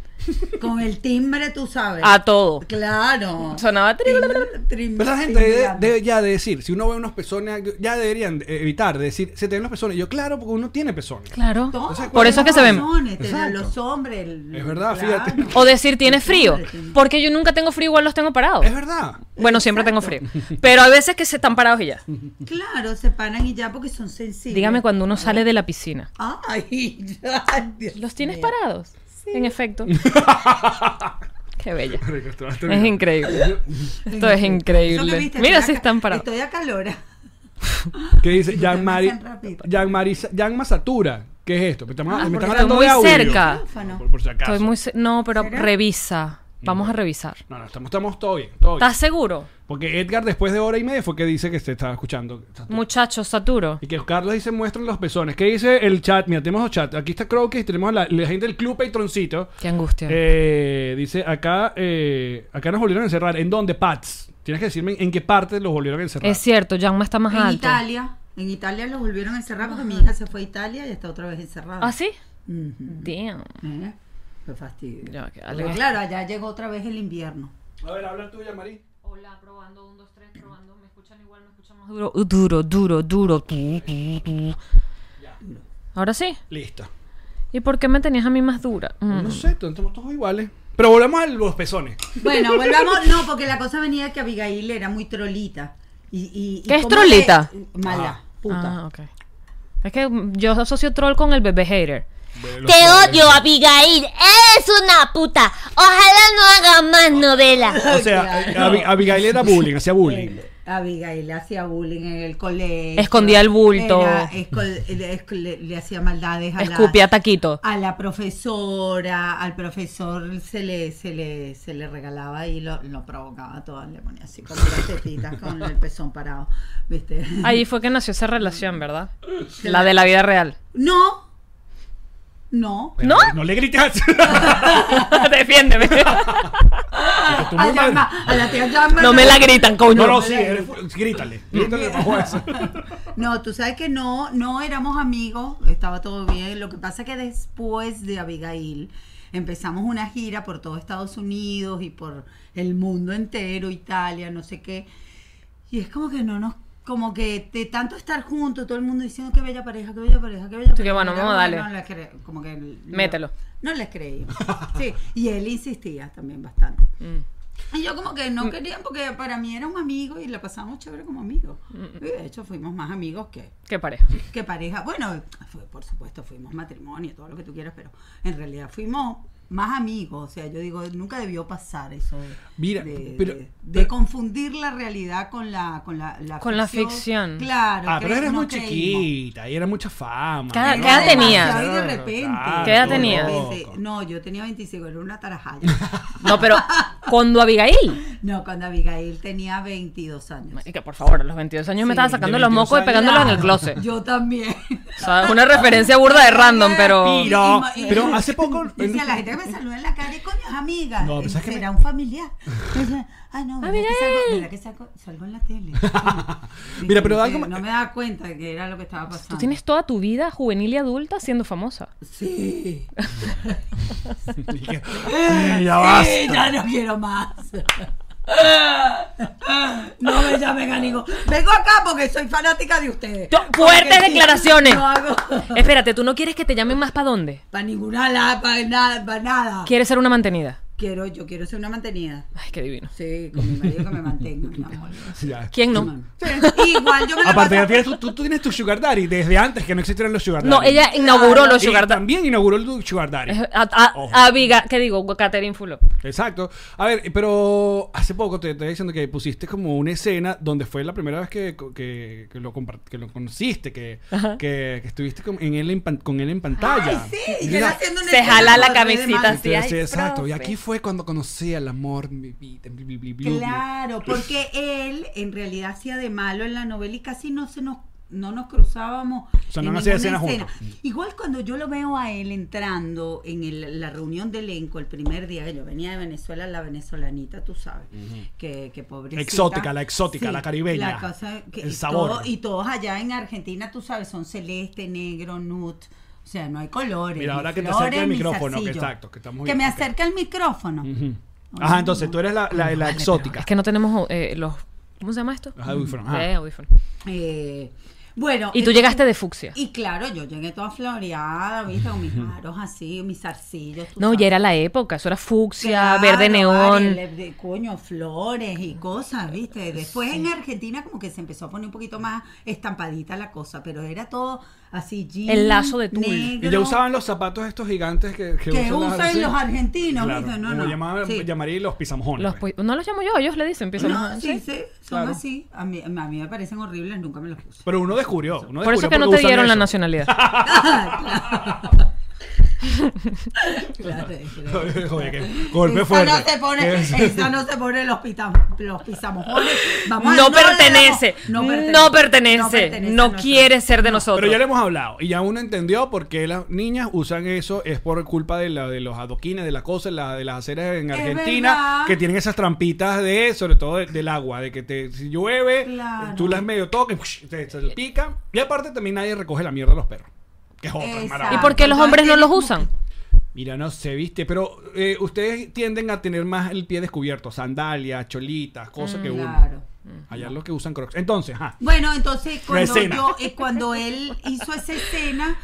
Speaker 3: Con el timbre, tú sabes.
Speaker 2: A todo.
Speaker 3: Claro.
Speaker 2: Sonaba tri-
Speaker 3: Timbre- timbre-
Speaker 1: Pero la gente debe,
Speaker 3: timbrando.
Speaker 1: debe ya de decir, si uno ve unos pezones, ya deberían de evitar de decir, se te ven los pezones. Y Yo, claro, porque uno tiene pezones.
Speaker 2: Claro.
Speaker 3: Todo,
Speaker 2: Por eso es que se ven.
Speaker 3: razones, te dan
Speaker 1: Exacto.
Speaker 3: Los hombres. el-
Speaker 1: Es verdad,
Speaker 3: claro.
Speaker 1: fíjate.
Speaker 2: O decir, tiene
Speaker 3: Los
Speaker 2: frío.
Speaker 3: hombres tienen-
Speaker 2: Porque yo nunca tengo frío, igual los tengo parados.
Speaker 1: Es verdad.
Speaker 2: Bueno, siempre tengo frío. Pero hay veces que se están parados y ya.
Speaker 3: Claro, se paran y ya porque son sensibles.
Speaker 2: Dígame cuando uno sale de la piscina.
Speaker 3: Ay, ya, Dios
Speaker 2: ¿Los tienes
Speaker 3: mío.
Speaker 2: parados? En efecto. Qué bella. Es
Speaker 1: Pero
Speaker 2: increíble. Esto es
Speaker 3: Eso que
Speaker 2: increíble.
Speaker 3: viste,
Speaker 2: Mira
Speaker 3: estoy
Speaker 2: si
Speaker 3: aca-
Speaker 2: están parados.
Speaker 3: Estoy a calor.
Speaker 1: ¿Qué dice? Jan Mari,
Speaker 3: Tan rápido.
Speaker 1: Jan Marisa- Jan Masatura. ¿Qué es esto? Me están- me
Speaker 2: Ah, porque
Speaker 1: están
Speaker 2: estoy
Speaker 1: dando
Speaker 2: muy
Speaker 1: de audio.
Speaker 2: cerca.
Speaker 1: Por, por si acaso.
Speaker 2: Estoy muy... se- No, pero
Speaker 3: ¿Será?
Speaker 2: revisa. Vamos a revisar.
Speaker 1: No, no, estamos, estamos todo bien, todo bien.
Speaker 2: ¿Estás seguro?
Speaker 1: Porque Edgar después de hora y media fue que dice que se estaba escuchando.
Speaker 2: Muchachos, Saturo.
Speaker 1: Y que Carlos dice muestran los pezones. ¿Qué dice el chat? Mira, tenemos los chats. Aquí está Crowcase, tenemos la, la gente del Club Patroncito.
Speaker 2: Qué angustia.
Speaker 1: Eh, dice, acá, eh, acá nos volvieron a encerrar. ¿En dónde, Pats? Tienes que decirme en qué parte los volvieron a encerrar.
Speaker 2: Es cierto, Jan está más
Speaker 3: En
Speaker 2: alto.
Speaker 3: Italia. En Italia los volvieron a encerrar porque mi hija se fue a Italia y está otra vez encerrada.
Speaker 2: ¿Ah, sí?
Speaker 3: Ujú.
Speaker 2: Damn.
Speaker 3: ¿Eh? Qué fastidio.
Speaker 2: Ya, que
Speaker 3: Pero
Speaker 2: ale-
Speaker 3: claro, allá llegó otra vez el invierno.
Speaker 1: A ver, habla tuya, Marí.
Speaker 2: Hola, probando, un, dos, tres, probando, ¿me escuchan? escuchan igual, me escuchan más duro. Uh, Duro, duro, duro. Tu, tu, tu. Ahora sí.
Speaker 1: Listo.
Speaker 2: ¿Y por qué me tenías a mí más dura? Mm.
Speaker 1: No sé, todos estamos todos iguales. Pero volvamos a los pezones.
Speaker 3: Bueno, volvamos. No, porque la cosa venía de que Abigail era muy trolita. Y, y- y
Speaker 2: ¿Qué es
Speaker 3: cómo
Speaker 2: trolita?
Speaker 3: que- mala,
Speaker 1: Ah.
Speaker 3: puta.
Speaker 2: Ah, ok. Es que mm, yo asocio troll con el bebé hater.
Speaker 1: De los
Speaker 4: Te
Speaker 1: pezones.
Speaker 4: odio, Abigail. Eres una puta. Ojalá no haga más novelas.
Speaker 1: O sea, Abi- Abigail era bullying, hacía bullying.
Speaker 2: Ah.
Speaker 3: Abigail hacía bullying en el colegio.
Speaker 2: Escondía el bulto.
Speaker 3: Era escol- le- escol- le, le hacía maldades a
Speaker 2: Escupía
Speaker 3: la,
Speaker 2: taquito.
Speaker 3: a la profesora. Al profesor se le, se le, se le regalaba y lo, lo provocaba todo. Le ponía así como las tetitas con el pezón parado. ¿Viste?
Speaker 2: Ahí fue que nació esa relación, ¿verdad? La de la vida real.
Speaker 3: No. No.
Speaker 1: Pero
Speaker 2: ¿No?
Speaker 1: No le gritas.
Speaker 2: Defiéndeme.
Speaker 1: Porque tú
Speaker 3: A,
Speaker 1: muy mal.
Speaker 3: Yama- a la tía Yama-
Speaker 2: no me la gritan, coño.
Speaker 1: No, no, sí, eres fu- grítale. Grítale para jugar eso.
Speaker 3: No, tú sabes que no, no éramos amigos, estaba todo bien. Lo que pasa que después de Abigail empezamos una gira por todo Estados Unidos y por el mundo entero, Italia, no sé qué. Y es como que no nos, como que de tanto estar juntos, todo el mundo diciendo que bella pareja, que bella pareja, que bella
Speaker 2: Tú
Speaker 3: pareja.
Speaker 2: que bueno,
Speaker 3: Era
Speaker 2: vamos,
Speaker 3: como que
Speaker 2: dale.
Speaker 3: no les cre- como que no-
Speaker 2: Mételo.
Speaker 3: No, les creí. Sí, y él insistía también bastante.
Speaker 2: Mm.
Speaker 3: Y yo como que
Speaker 1: Mm.
Speaker 3: no quería porque para mí era un amigo y la pasamos chévere como amigos. Y de hecho fuimos más amigos que,
Speaker 2: Qué pareja.
Speaker 3: que pareja. Bueno, fue- por supuesto fuimos matrimonio, todo lo que tú quieras, pero en realidad fuimos más amigos. O sea, yo digo, nunca debió pasar eso de,
Speaker 1: Mira,
Speaker 3: de,
Speaker 1: pero-
Speaker 3: de- de
Speaker 1: pero-
Speaker 3: confundir la realidad con la con la,
Speaker 2: Con la ficción.
Speaker 3: Claro.
Speaker 1: Ah, pero
Speaker 3: cre-
Speaker 1: eras
Speaker 3: no
Speaker 1: muy
Speaker 3: creímos.
Speaker 1: chiquita y era mucha fama.
Speaker 2: Cada-
Speaker 1: ¿no?
Speaker 2: ¿Qué cada edad
Speaker 3: No,
Speaker 2: tenías?
Speaker 3: demasiado, y de repente.
Speaker 1: Claro,
Speaker 2: ¿Qué edad
Speaker 1: todo
Speaker 2: tenías?
Speaker 1: loco.
Speaker 3: No, yo tenía 25, era una tarajaya.
Speaker 2: No, pero cuando Abigail.
Speaker 3: No, cuando Abigail tenía 22 años.
Speaker 2: Marica, por favor, a los 22 años me estaba sacando
Speaker 1: de
Speaker 2: los mocos y
Speaker 1: 22
Speaker 2: pegándolos en el
Speaker 3: Claro,
Speaker 2: closet.
Speaker 3: Yo también.
Speaker 2: O sea, una referencia burda de random, pero.
Speaker 1: Piro. No,
Speaker 3: Y- y-
Speaker 1: pero hace poco-
Speaker 3: Dice a la gente que me saluda en la calle, coño, es amiga.
Speaker 1: No, pero ¿sabes qué me-
Speaker 3: Será un familiar. Entonces, ah, no, ¿verdad que, salgo, ¿verdad que salgo, salgo en la tele? Sí.
Speaker 1: Mira, pero algo-
Speaker 3: No me daba cuenta de que era lo que estaba pasando.
Speaker 2: Tú tienes toda tu vida juvenil y adulta siendo famosa.
Speaker 3: Sí.
Speaker 1: Dije, "Eh, ya vas.
Speaker 3: Sí, ya no quiero más. No me llamen a ningún. Vengo acá porque soy fanática de ustedes.
Speaker 2: Yo- ¡Fuertes
Speaker 3: Porque sí,
Speaker 2: declaraciones!
Speaker 3: No hago.
Speaker 2: Espérate, ¿tú no quieres que te llamen más para dónde?
Speaker 3: Para ninguna la, para nada, para nada.
Speaker 2: ¿Quieres ser una mantenida?
Speaker 3: Quiero, yo quiero ser una mantenida.
Speaker 2: Ay, qué divino.
Speaker 3: Sí, con mi marido que me mantenga, mi amor.
Speaker 1: Ya.
Speaker 2: ¿Quién no?
Speaker 3: Igual yo me la
Speaker 1: Aparte, ya
Speaker 3: paso-
Speaker 1: tienes tu- tú, tú tienes tu sugar daddy desde antes que no existieran los sugar daddy.
Speaker 2: No, ella inauguró
Speaker 1: Y
Speaker 2: los Sugar Daddy.
Speaker 1: También inauguró el sugar daddy.
Speaker 2: Es- a- a-
Speaker 1: Ojo.
Speaker 2: Abiga- ¿qué digo? Catherine Fulop.
Speaker 1: Exacto. A ver, pero hace poco te estaba diciendo que pusiste como una escena donde fue la primera vez que, que, que lo, compart- que lo conociste, que, que, que estuviste con, en él en pan- con él en pantalla.
Speaker 3: Ay, sí,
Speaker 1: Y
Speaker 3: yo
Speaker 1: era-
Speaker 3: era haciendo una
Speaker 2: Se
Speaker 3: escena
Speaker 2: jala la
Speaker 3: con Rey de
Speaker 2: camisita.
Speaker 3: Mar.
Speaker 2: así,
Speaker 1: Entonces,
Speaker 2: ay,
Speaker 1: exacto. Y
Speaker 2: profe.
Speaker 1: aquí fue cuando conocí al amor de mi vida. bli, bli, bli, bli, bli.
Speaker 3: Claro,
Speaker 1: Pues,
Speaker 3: porque él en realidad hacía de malo en la novela y casi no se nos no nos cruzábamos.
Speaker 1: O sea,
Speaker 3: en
Speaker 1: no hacía
Speaker 3: ninguna
Speaker 1: escenas
Speaker 3: escena. Igual cuando yo lo veo a él entrando en el- la reunión de elenco el primer día que yo venía de Venezuela, la venezolanita, tú sabes, que, que pobrecita.
Speaker 1: Exótica, la exótica, la caribeña.
Speaker 3: la cosa que-
Speaker 1: El
Speaker 3: y
Speaker 1: sabor.
Speaker 3: todo- y todos allá en Argentina, tú sabes, son celeste, negro, nude. O sea, no hay colores.
Speaker 1: Mira,
Speaker 3: ni
Speaker 1: ahora que te
Speaker 3: flores,
Speaker 1: acerque el
Speaker 3: ni
Speaker 1: micrófono, que
Speaker 3: zarcillo.
Speaker 1: exacto, que estamos
Speaker 3: Que me
Speaker 1: bien, ok.
Speaker 3: acerque el micrófono.
Speaker 1: Ujú. Ajá, entonces tú eres la, la- la exótica.
Speaker 2: Es que no tenemos eh, los. ¿Cómo se llama esto?
Speaker 1: Los audífonos, ajá.
Speaker 2: Eh, audífonos.
Speaker 3: Eh, bueno.
Speaker 2: Y tú
Speaker 3: entonces-
Speaker 2: llegaste de fucsia.
Speaker 3: Y claro, yo llegué toda floreada, ¿viste? Con mis aros así, mis zarcillos. tú
Speaker 2: No,
Speaker 3: sabes.
Speaker 2: ya era la época. Eso era fucsia,
Speaker 3: Claro,
Speaker 2: verde neón.
Speaker 3: vale, de- coño, flores y cosas, ¿viste? Después en Argentina como que se empezó a poner un poquito más estampadita la cosa, pero era todo así jean,
Speaker 2: El lazo de tul.
Speaker 3: negro,
Speaker 1: Y ya usaban los zapatos estos gigantes que, que
Speaker 3: que
Speaker 1: las-
Speaker 3: usan
Speaker 1: sí.
Speaker 3: los argentinos,
Speaker 1: Claro,
Speaker 3: ¿viste? No,
Speaker 1: como
Speaker 3: no.
Speaker 1: llamaban-
Speaker 3: sí.
Speaker 1: llamaría los pisamojones.
Speaker 2: Los
Speaker 1: pues.
Speaker 2: pu- no los llamo yo, ellos le dicen. empiezan
Speaker 3: No,
Speaker 2: a- ¿sí?
Speaker 3: sí, sí, son
Speaker 1: Claro.
Speaker 3: así. A mí, a mí me parecen horribles, nunca me los puse.
Speaker 1: Pero uno descubrió. uno
Speaker 2: Por eso es
Speaker 1: descubrió
Speaker 2: que no te
Speaker 1: porque usan
Speaker 2: dieron la
Speaker 1: eso.
Speaker 2: nacionalidad.
Speaker 3: Ah, Claro, claro.
Speaker 1: Joder, que golpe fuerte.
Speaker 3: Esa no se pone,
Speaker 1: Que es-
Speaker 3: esa no se pone los, pita, los pisamojones. Vamos a-
Speaker 2: No
Speaker 3: le damos-
Speaker 2: pertenece, no pertenece, no
Speaker 3: a
Speaker 2: quiere ser de nosotros.
Speaker 1: Pero ya le hemos hablado y ya uno entendió por qué las niñas usan eso. Es por culpa de, la, de los adoquines, de las cosas, la- de las aceras en
Speaker 3: Es
Speaker 1: Argentina,
Speaker 3: verdad.
Speaker 1: que tienen esas trampitas de, sobre todo de- del agua, de que te, si llueve, eh,
Speaker 3: Claro.
Speaker 1: tú las medio toques, psh, te, te pica. Y aparte también nadie recoge la mierda de los perros. Que es otra
Speaker 3: Exacto.
Speaker 1: maravilla.
Speaker 2: ¿Y por qué los
Speaker 3: Entonces,
Speaker 2: hombres no
Speaker 3: tiene
Speaker 2: los
Speaker 3: como-
Speaker 2: usan?
Speaker 1: Mira, no se viste, pero eh, ustedes tienden a tener más el pie descubierto, sandalias, cholitas, cosas que uno.
Speaker 3: Mm, Claro.
Speaker 1: Allá los que usan crocs. Entonces, ah, ajá.
Speaker 3: Bueno, entonces cuando,
Speaker 1: Resina.
Speaker 3: yo- eh, cuando él hizo esa escena,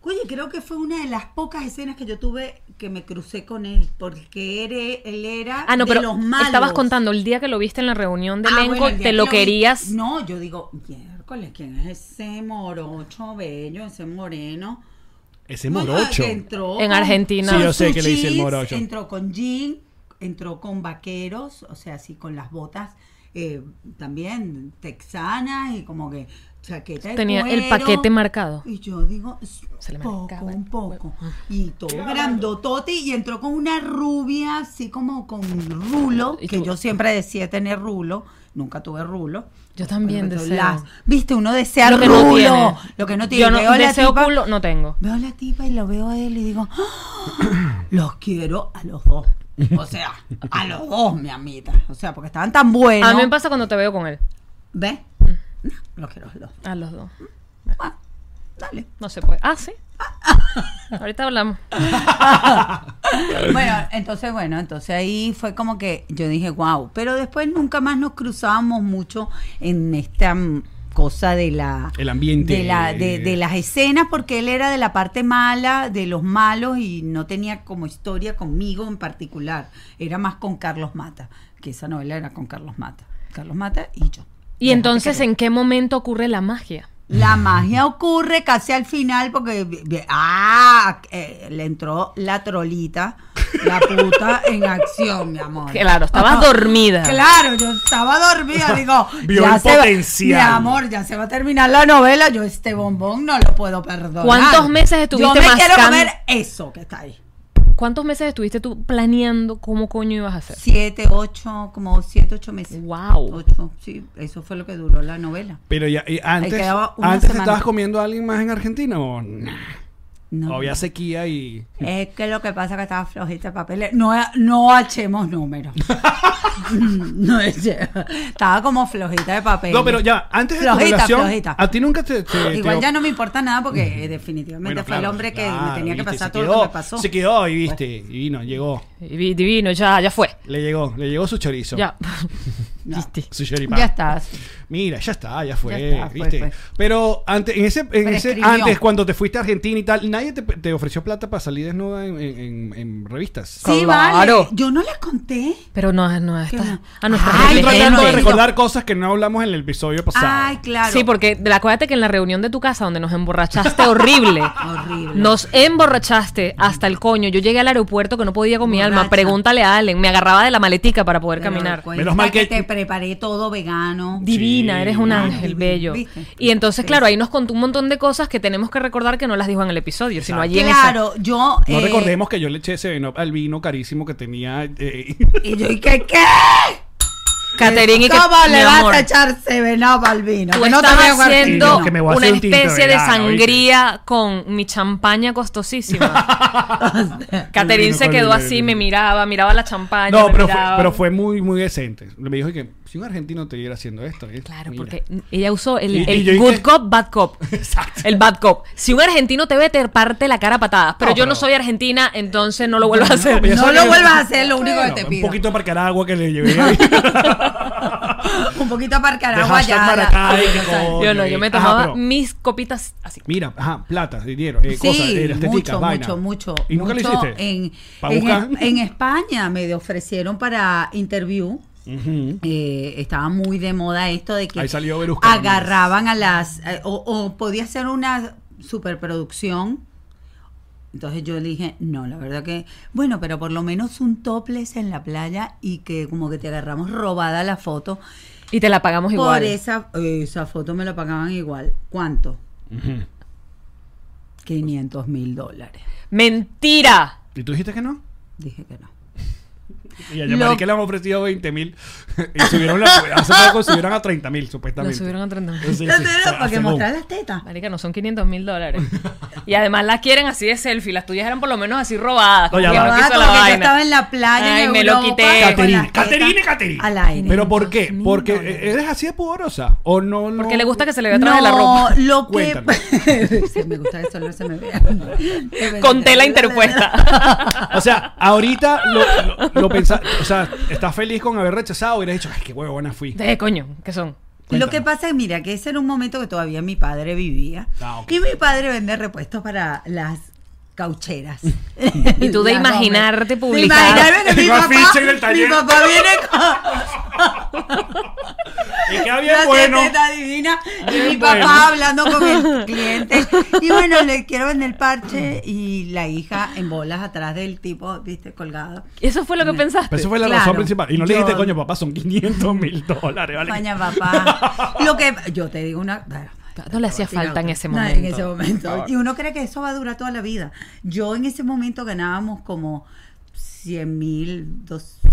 Speaker 3: oye, creo que fue una de las pocas escenas que yo tuve que me crucé con él, porque él, él era
Speaker 2: Ah, no,
Speaker 3: de
Speaker 2: pero
Speaker 3: los malos.
Speaker 2: estabas contando el día que lo viste en la reunión de
Speaker 3: Ah,
Speaker 2: elenco,
Speaker 3: bueno, el día
Speaker 2: te
Speaker 3: que
Speaker 2: lo
Speaker 3: vi-
Speaker 2: querías.
Speaker 3: No, yo digo, miércoles, ¿quién es ese morocho bello, ese moreno?
Speaker 1: Ese
Speaker 3: No,
Speaker 1: morocho.
Speaker 3: que entró
Speaker 2: En
Speaker 3: con-
Speaker 2: Argentina.
Speaker 3: con
Speaker 1: Sí, yo sé
Speaker 3: sus
Speaker 1: que le dicen
Speaker 3: jeans,
Speaker 1: morocho.
Speaker 3: Entró con jean, entró con vaqueros, o sea, así con las botas eh, también texanas y como que chaqueta de
Speaker 2: Tenía el
Speaker 3: cuero.
Speaker 2: paquete marcado.
Speaker 3: Y yo digo, s-
Speaker 2: Se le
Speaker 3: poco,
Speaker 2: marcaba
Speaker 3: un
Speaker 2: el
Speaker 3: poco. Y todo grandotote y entró con una rubia, así como con rulo,
Speaker 2: Y
Speaker 3: que
Speaker 2: tú- ah.
Speaker 3: yo siempre decía tener rulo, nunca tuve rulo.
Speaker 2: Yo también
Speaker 3: Pero
Speaker 2: deseo.
Speaker 3: las- Viste, uno desea
Speaker 2: Lo que no
Speaker 3: rulo,
Speaker 2: tiene.
Speaker 3: lo que no tiene.
Speaker 2: Yo no,
Speaker 3: Veo a la
Speaker 2: deseo
Speaker 3: tipa-
Speaker 2: culo no tengo.
Speaker 3: Veo a la tipa y lo veo a él y digo, ¡Ah! los quiero a los dos. O sea, a los dos, mi amita. O sea, porque estaban tan buenos.
Speaker 2: A mí me Mm. pasa cuando te veo con él.
Speaker 3: ¿Ves? No, los quiero a los dos.
Speaker 2: A los dos.
Speaker 3: Bueno, dale.
Speaker 2: No se puede. Ah, sí. Ahorita hablamos.
Speaker 3: Bueno, entonces, bueno, entonces ahí fue como que yo dije, wow. Pero después nunca más nos cruzábamos mucho en esta mm, cosa de la...
Speaker 1: El ambiente.
Speaker 3: De, la, de, de las escenas, porque él era de la parte mala, de los malos, y no tenía como historia conmigo en particular. Era más con Carlos Mata, que esa novela era con Carlos Mata. Carlos Mata y yo.
Speaker 2: Y entonces, ¿en qué momento ocurre la magia?
Speaker 3: La magia ocurre casi al final porque ah, eh, le entró la trolita, la puta en acción, mi amor.
Speaker 2: Claro, estabas dormida.
Speaker 3: Claro, yo estaba dormida, digo,
Speaker 1: Vio el
Speaker 3: se va-
Speaker 1: potencial.
Speaker 3: mi amor, ya se va a terminar la novela, yo este bombón no lo puedo perdonar.
Speaker 2: ¿Cuántos meses estuviste
Speaker 3: Yo me
Speaker 2: mascando?
Speaker 3: quiero comer eso que está ahí.
Speaker 2: ¿Cuántos meses estuviste tú planeando cómo coño ibas a hacer?
Speaker 3: Siete, ocho, como siete, ocho meses.
Speaker 2: Wow.
Speaker 3: Ocho, sí, eso fue lo que duró la novela.
Speaker 1: Pero ya, y antes,
Speaker 3: quedaba una
Speaker 1: antes
Speaker 3: semana.
Speaker 1: estabas comiendo a alguien más en Argentina o nah?
Speaker 3: No.
Speaker 1: Había sequía y.
Speaker 3: Es que lo que pasa es que estaba flojita de papeles. No, no hachemos números. no hachemos. Estaba como flojita de papeles.
Speaker 1: No, pero ya, antes de tu
Speaker 3: Flojita,
Speaker 1: relación,
Speaker 3: flojita.
Speaker 1: a ti nunca te... te-
Speaker 3: Igual
Speaker 1: te-
Speaker 3: ya no me importa nada porque eh, definitivamente
Speaker 1: Bueno,
Speaker 3: fue el
Speaker 1: claro,
Speaker 3: hombre que
Speaker 1: claro,
Speaker 3: me tenía que
Speaker 1: viste,
Speaker 3: pasar
Speaker 1: se
Speaker 3: todo
Speaker 1: quedó,
Speaker 3: lo que me pasó. Pues.
Speaker 1: Se quedó y viste, y vino, llegó.
Speaker 2: Divi- Divino, ya, ya fue.
Speaker 1: Le llegó, le llegó su chorizo.
Speaker 2: Ya.
Speaker 3: No.
Speaker 2: Viste.
Speaker 1: Su choripán.
Speaker 3: Ya estás.
Speaker 1: Mira, ya está, ya fue,
Speaker 3: Ya está, fue,
Speaker 1: ¿viste?
Speaker 3: fue.
Speaker 1: Pero antes, en ese, en ese
Speaker 3: Prescribió.
Speaker 1: antes cuando te fuiste a Argentina y tal, nadie te, te ofreció plata para salir desnuda en, en- en- en revistas.
Speaker 3: Sí,
Speaker 2: Claro.
Speaker 3: vale. Yo no les conté.
Speaker 2: Pero no, no,
Speaker 3: ¿Qué
Speaker 2: está-
Speaker 3: no?
Speaker 2: a nuestra
Speaker 3: Ay,
Speaker 1: Estoy
Speaker 3: bueno,
Speaker 1: tratando de
Speaker 3: sí.
Speaker 2: gente.
Speaker 1: recordar cosas que no hablamos en el episodio pasado.
Speaker 3: Ay, claro.
Speaker 2: Sí, porque de- acuérdate que en la reunión de tu casa donde nos emborrachaste horrible,
Speaker 3: Horrible.
Speaker 2: nos emborrachaste hasta el coño. Yo llegué al aeropuerto que no podía con mi alma.
Speaker 3: Borracha.
Speaker 2: Pregúntale a Allen, me agarraba de la maletica para poder
Speaker 3: Pero
Speaker 2: caminar.
Speaker 3: cuenta
Speaker 1: Menos mal que-
Speaker 3: te preparé todo vegano.
Speaker 2: Divina,
Speaker 1: Sí.
Speaker 2: eres un
Speaker 3: Ay,
Speaker 2: ángel
Speaker 3: divina,
Speaker 2: bello.
Speaker 3: ¿viste?
Speaker 2: Y entonces,
Speaker 3: Sí.
Speaker 2: claro, ahí nos contó un montón de cosas que tenemos que recordar que no las dijo en el episodio, sino allí en esa.
Speaker 3: Claro, yo.
Speaker 1: No
Speaker 3: eh,
Speaker 1: recordemos que yo le eché ese vino al vino carísimo que tenía. eh,
Speaker 3: Y yo, ¿y qué? ¿Qué?
Speaker 2: Caterine y que,
Speaker 3: ¿Cómo
Speaker 2: mi
Speaker 3: le vas
Speaker 2: amor,
Speaker 3: a echar venado al vino?
Speaker 2: Tú
Speaker 3: Que
Speaker 2: estás
Speaker 3: te veo
Speaker 2: haciendo
Speaker 3: argentino.
Speaker 1: que me voy a
Speaker 2: una
Speaker 1: hacer un tinto de
Speaker 2: especie de,
Speaker 1: verano,
Speaker 2: sangría con mi champaña costosísima. Catherine se quedó así, me miraba, miraba la champaña.
Speaker 1: No,
Speaker 2: me
Speaker 1: pero fue,
Speaker 2: miraba.
Speaker 1: pero fue muy, muy decente. Me dijo que si un argentino te viera haciendo esto. ¿eh?
Speaker 2: Claro,
Speaker 1: Mira.
Speaker 2: porque ella usó el,
Speaker 1: Y- y
Speaker 2: el
Speaker 1: yo
Speaker 2: good
Speaker 1: dije-
Speaker 2: cop, bad cop.
Speaker 1: Exacto.
Speaker 2: El bad cop. Si un argentino te ve, te parte la cara a patadas. Pero
Speaker 1: No,
Speaker 2: yo
Speaker 1: pero-
Speaker 2: no soy argentina, entonces no lo vuelvas a
Speaker 1: No,
Speaker 2: hacer.
Speaker 1: pero ya
Speaker 3: No
Speaker 1: sabes
Speaker 3: lo
Speaker 1: que-
Speaker 3: vuelvas a hacer, lo único
Speaker 1: Bueno,
Speaker 3: que te
Speaker 1: Un
Speaker 3: pido.
Speaker 1: poquito para Caragua que le llevé.
Speaker 3: Un poquito para
Speaker 1: De
Speaker 3: Caragua
Speaker 1: hashtag eh,
Speaker 3: ya.
Speaker 1: para
Speaker 3: ya.
Speaker 1: acá, y que coño,
Speaker 2: Yo no, yo
Speaker 1: y-
Speaker 2: me
Speaker 1: Ajá,
Speaker 2: tomaba
Speaker 1: Ah, pero-
Speaker 2: mis copitas así.
Speaker 1: Mira, ajá, plata, dinero, eh, cosas, eh, las teticas,
Speaker 3: mucho,
Speaker 1: vaina.
Speaker 3: mucho, mucho.
Speaker 1: ¿Y nunca
Speaker 3: mucho
Speaker 1: lo hiciste?
Speaker 3: En,
Speaker 1: Pa'
Speaker 3: en, E,
Speaker 1: buscar.
Speaker 3: en España me ofrecieron para interview.
Speaker 1: Ujú.
Speaker 3: Eh, estaba muy de moda esto de que
Speaker 1: Ahí salió Verus Cornelius.
Speaker 3: agarraban a las eh, o, o podía ser una superproducción entonces yo le dije no la verdad que bueno pero por lo menos un topless en la playa y que como que te agarramos robada la foto
Speaker 2: Y te la pagamos
Speaker 3: por
Speaker 2: igual.
Speaker 3: esa esa foto me la pagaban igual cuánto 500 mil dólares
Speaker 2: ¡Mentira!
Speaker 1: ¿Y tú dijiste que no?
Speaker 3: dije que no
Speaker 1: Y a
Speaker 3: Lo-
Speaker 1: Yamari que le han ofrecido 20 mil. y subieron la, hace poco subieron a 30 mil, supuestamente.
Speaker 2: Lo subieron a 30
Speaker 1: Sí, sí, sí,
Speaker 3: para que
Speaker 1: según.
Speaker 3: mostrar las tetas
Speaker 2: Marica, no son 500 mil dólares. Y además las quieren así de selfie. Las tuyas eran por lo menos así robadas. como
Speaker 1: ya
Speaker 2: que
Speaker 1: va.
Speaker 2: no
Speaker 3: Probaba
Speaker 2: quiso
Speaker 3: como
Speaker 2: la
Speaker 3: que yo
Speaker 2: vaina.
Speaker 3: estaba en la playa
Speaker 2: Ay,
Speaker 3: en
Speaker 2: me lo
Speaker 3: Europa
Speaker 2: quité.
Speaker 3: con
Speaker 1: Caterine,
Speaker 3: las tetas
Speaker 1: Caterine, Caterine.
Speaker 3: al aire.
Speaker 1: ¿Pero por qué?
Speaker 2: mil
Speaker 1: Porque
Speaker 2: dólares.
Speaker 1: eres así de pudorosa. ¿O no, no?
Speaker 2: Porque le gusta que se le vea atrás de la ropa.
Speaker 3: lo que...
Speaker 1: Cuéntame.
Speaker 3: me gusta que solo se me vea.
Speaker 2: Con tela interpuesta.
Speaker 1: O sea, ahorita lo, lo- lo pensa- o sea, estás feliz con haber rechazado y hubieras dicho, ay, qué huevona fui.
Speaker 2: ¿De qué coño? ¿Qué son?
Speaker 1: Cuéntame.
Speaker 3: Lo que pasa es, mira, que ese era un momento que todavía mi padre vivía.
Speaker 1: Ah, ok.
Speaker 3: Y mi padre vende repuestos para las caucheras.
Speaker 2: Y tú de
Speaker 3: Las
Speaker 2: imaginarte
Speaker 3: hombres.
Speaker 2: publicar.
Speaker 3: De imaginarme que mi
Speaker 1: Tengo afiche en el
Speaker 3: papá, mi
Speaker 1: taller.
Speaker 3: papá viene con
Speaker 1: Y queda bien
Speaker 3: una
Speaker 1: bueno.
Speaker 3: teteta divina y
Speaker 1: Bien
Speaker 3: mi papá
Speaker 1: bueno.
Speaker 3: hablando con el cliente. Y bueno, le quiero vender parche y la hija en bolas atrás del tipo, viste, colgado.
Speaker 2: Eso fue lo que pensaste.
Speaker 1: Pero eso fue la
Speaker 3: Claro.
Speaker 1: razón principal. Y no le dijiste,
Speaker 3: Yo-
Speaker 1: coño, papá, son 500 mil dólares, ¿vale?
Speaker 3: España, papá. Lo que yo te digo una. bueno,
Speaker 2: No le hacía falta en ese
Speaker 3: No,
Speaker 2: momento.
Speaker 3: en ese momento. Y uno cree que eso va a durar toda la vida. Yo en ese momento ganábamos como 100 mil,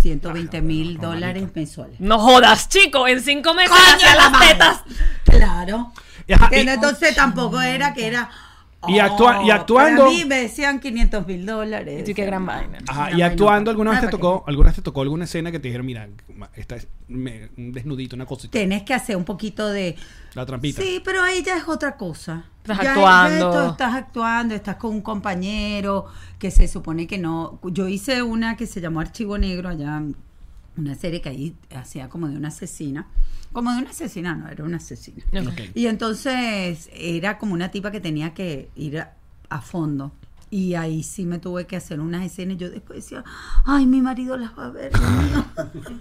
Speaker 3: 120 mil dólares mensuales.
Speaker 2: No jodas, chico, en cinco meses
Speaker 3: ¡Coño,
Speaker 2: hacía
Speaker 3: la
Speaker 2: las
Speaker 3: madre!
Speaker 2: tetas.
Speaker 3: Claro.
Speaker 1: Y, ajá,
Speaker 3: Que
Speaker 1: y-
Speaker 3: no, entonces tampoco era que era. oh,
Speaker 1: Y actua- y actuando-
Speaker 3: Para mí me decían 500 mil dólares.
Speaker 2: Y tú, qué gran vaina.
Speaker 1: ajá,
Speaker 3: Una
Speaker 1: y actuando,
Speaker 3: vainota.
Speaker 1: ¿alguna vez,
Speaker 3: Ah,
Speaker 1: te
Speaker 3: ¿para qué?
Speaker 1: tocó, ¿alguna vez te tocó alguna escena que te dijeron, mira, ma- esta es me- un desnudito, una cosita,
Speaker 3: Tienes que hacer un poquito de.
Speaker 1: la trampita?
Speaker 3: Sí, pero ahí ya es otra cosa.
Speaker 2: Estás
Speaker 3: Ya- ya
Speaker 2: actuando.
Speaker 3: esto- estás actuando, estás con un compañero que se supone que no. Yo hice una que se llamó Archivo Negro allá, una serie que ahí hacía como de una asesina. Como de una asesina, no, era una asesina.
Speaker 1: Ok.
Speaker 3: Y entonces era como una tipa que tenía que ir a, a fondo. Y ahí sí me tuve que hacer unas escenas. y Yo después decía, ay, mi marido las va a ver. Dios mío".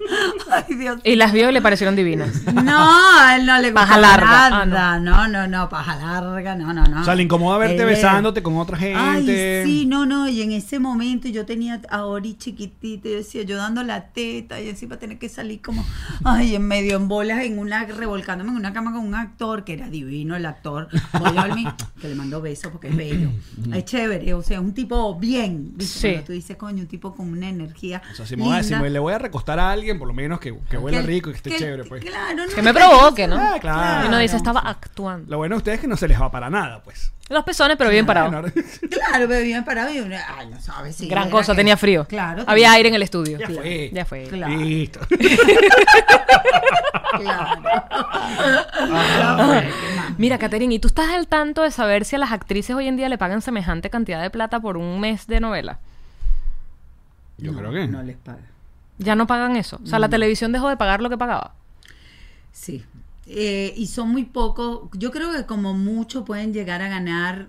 Speaker 3: ay, Dios
Speaker 2: Y las vio y le parecieron divinas.
Speaker 3: no, a él no le gusta
Speaker 2: Paja larga. Ah,
Speaker 3: nada. no. no, no, paja larga, no, no, no.
Speaker 1: O sea, le incomoda verte
Speaker 3: Él-
Speaker 1: besándote con otra gente.
Speaker 3: Eh. Ay, sí, no, no, y en ese momento yo tenía a Ori chiquitita, y yo decía, yo dando la teta, y encima tener que salir como, ay, en medio en bolas, en una, revolcándome en una cama con un actor, que era divino el actor, Boyolmi, que le mandó besos porque es bello, es chévere, o sea, un tipo bien, ¿viste?
Speaker 2: Sí.
Speaker 3: Cuando tú dices, coño, un tipo con una energía
Speaker 1: O sea, si, me voy a- si
Speaker 3: linda,
Speaker 1: me- le voy a recostar a alguien, por lo menos que, que huela
Speaker 3: que-
Speaker 1: rico y que esté
Speaker 3: que-
Speaker 1: chévere, pues.
Speaker 3: Claro, no,
Speaker 2: Que me
Speaker 3: que-
Speaker 2: provoque, ¿no?
Speaker 1: Ah, claro.
Speaker 2: Y uno dice,
Speaker 3: Claro.
Speaker 2: estaba actuando.
Speaker 1: Lo bueno de ustedes es que no se les va para nada, pues.
Speaker 2: Los pezones, pero bien parados.
Speaker 1: Bueno,
Speaker 3: Claro, pero bien parado y una- ay, no sabes si
Speaker 2: Gran
Speaker 3: era
Speaker 2: cosa,
Speaker 3: que-
Speaker 2: tenía frío.
Speaker 3: Claro.
Speaker 2: Había aire en el estudio.
Speaker 1: ya fue.
Speaker 2: Ya fue.
Speaker 3: Claro.
Speaker 1: Listo.
Speaker 3: Claro.
Speaker 2: Mira, Caterin, ¿y tú estás al tanto de saber si a las actrices hoy en día le pagan semejante cantidad de plata por un mes de novela?
Speaker 1: Yo creo que.
Speaker 3: No les paga.
Speaker 2: Ya no pagan eso. O sea,
Speaker 3: Mm.
Speaker 2: la televisión dejó de pagar lo que pagaba.
Speaker 3: Sí. Eh, y son muy pocos. Yo creo que como mucho pueden llegar a ganar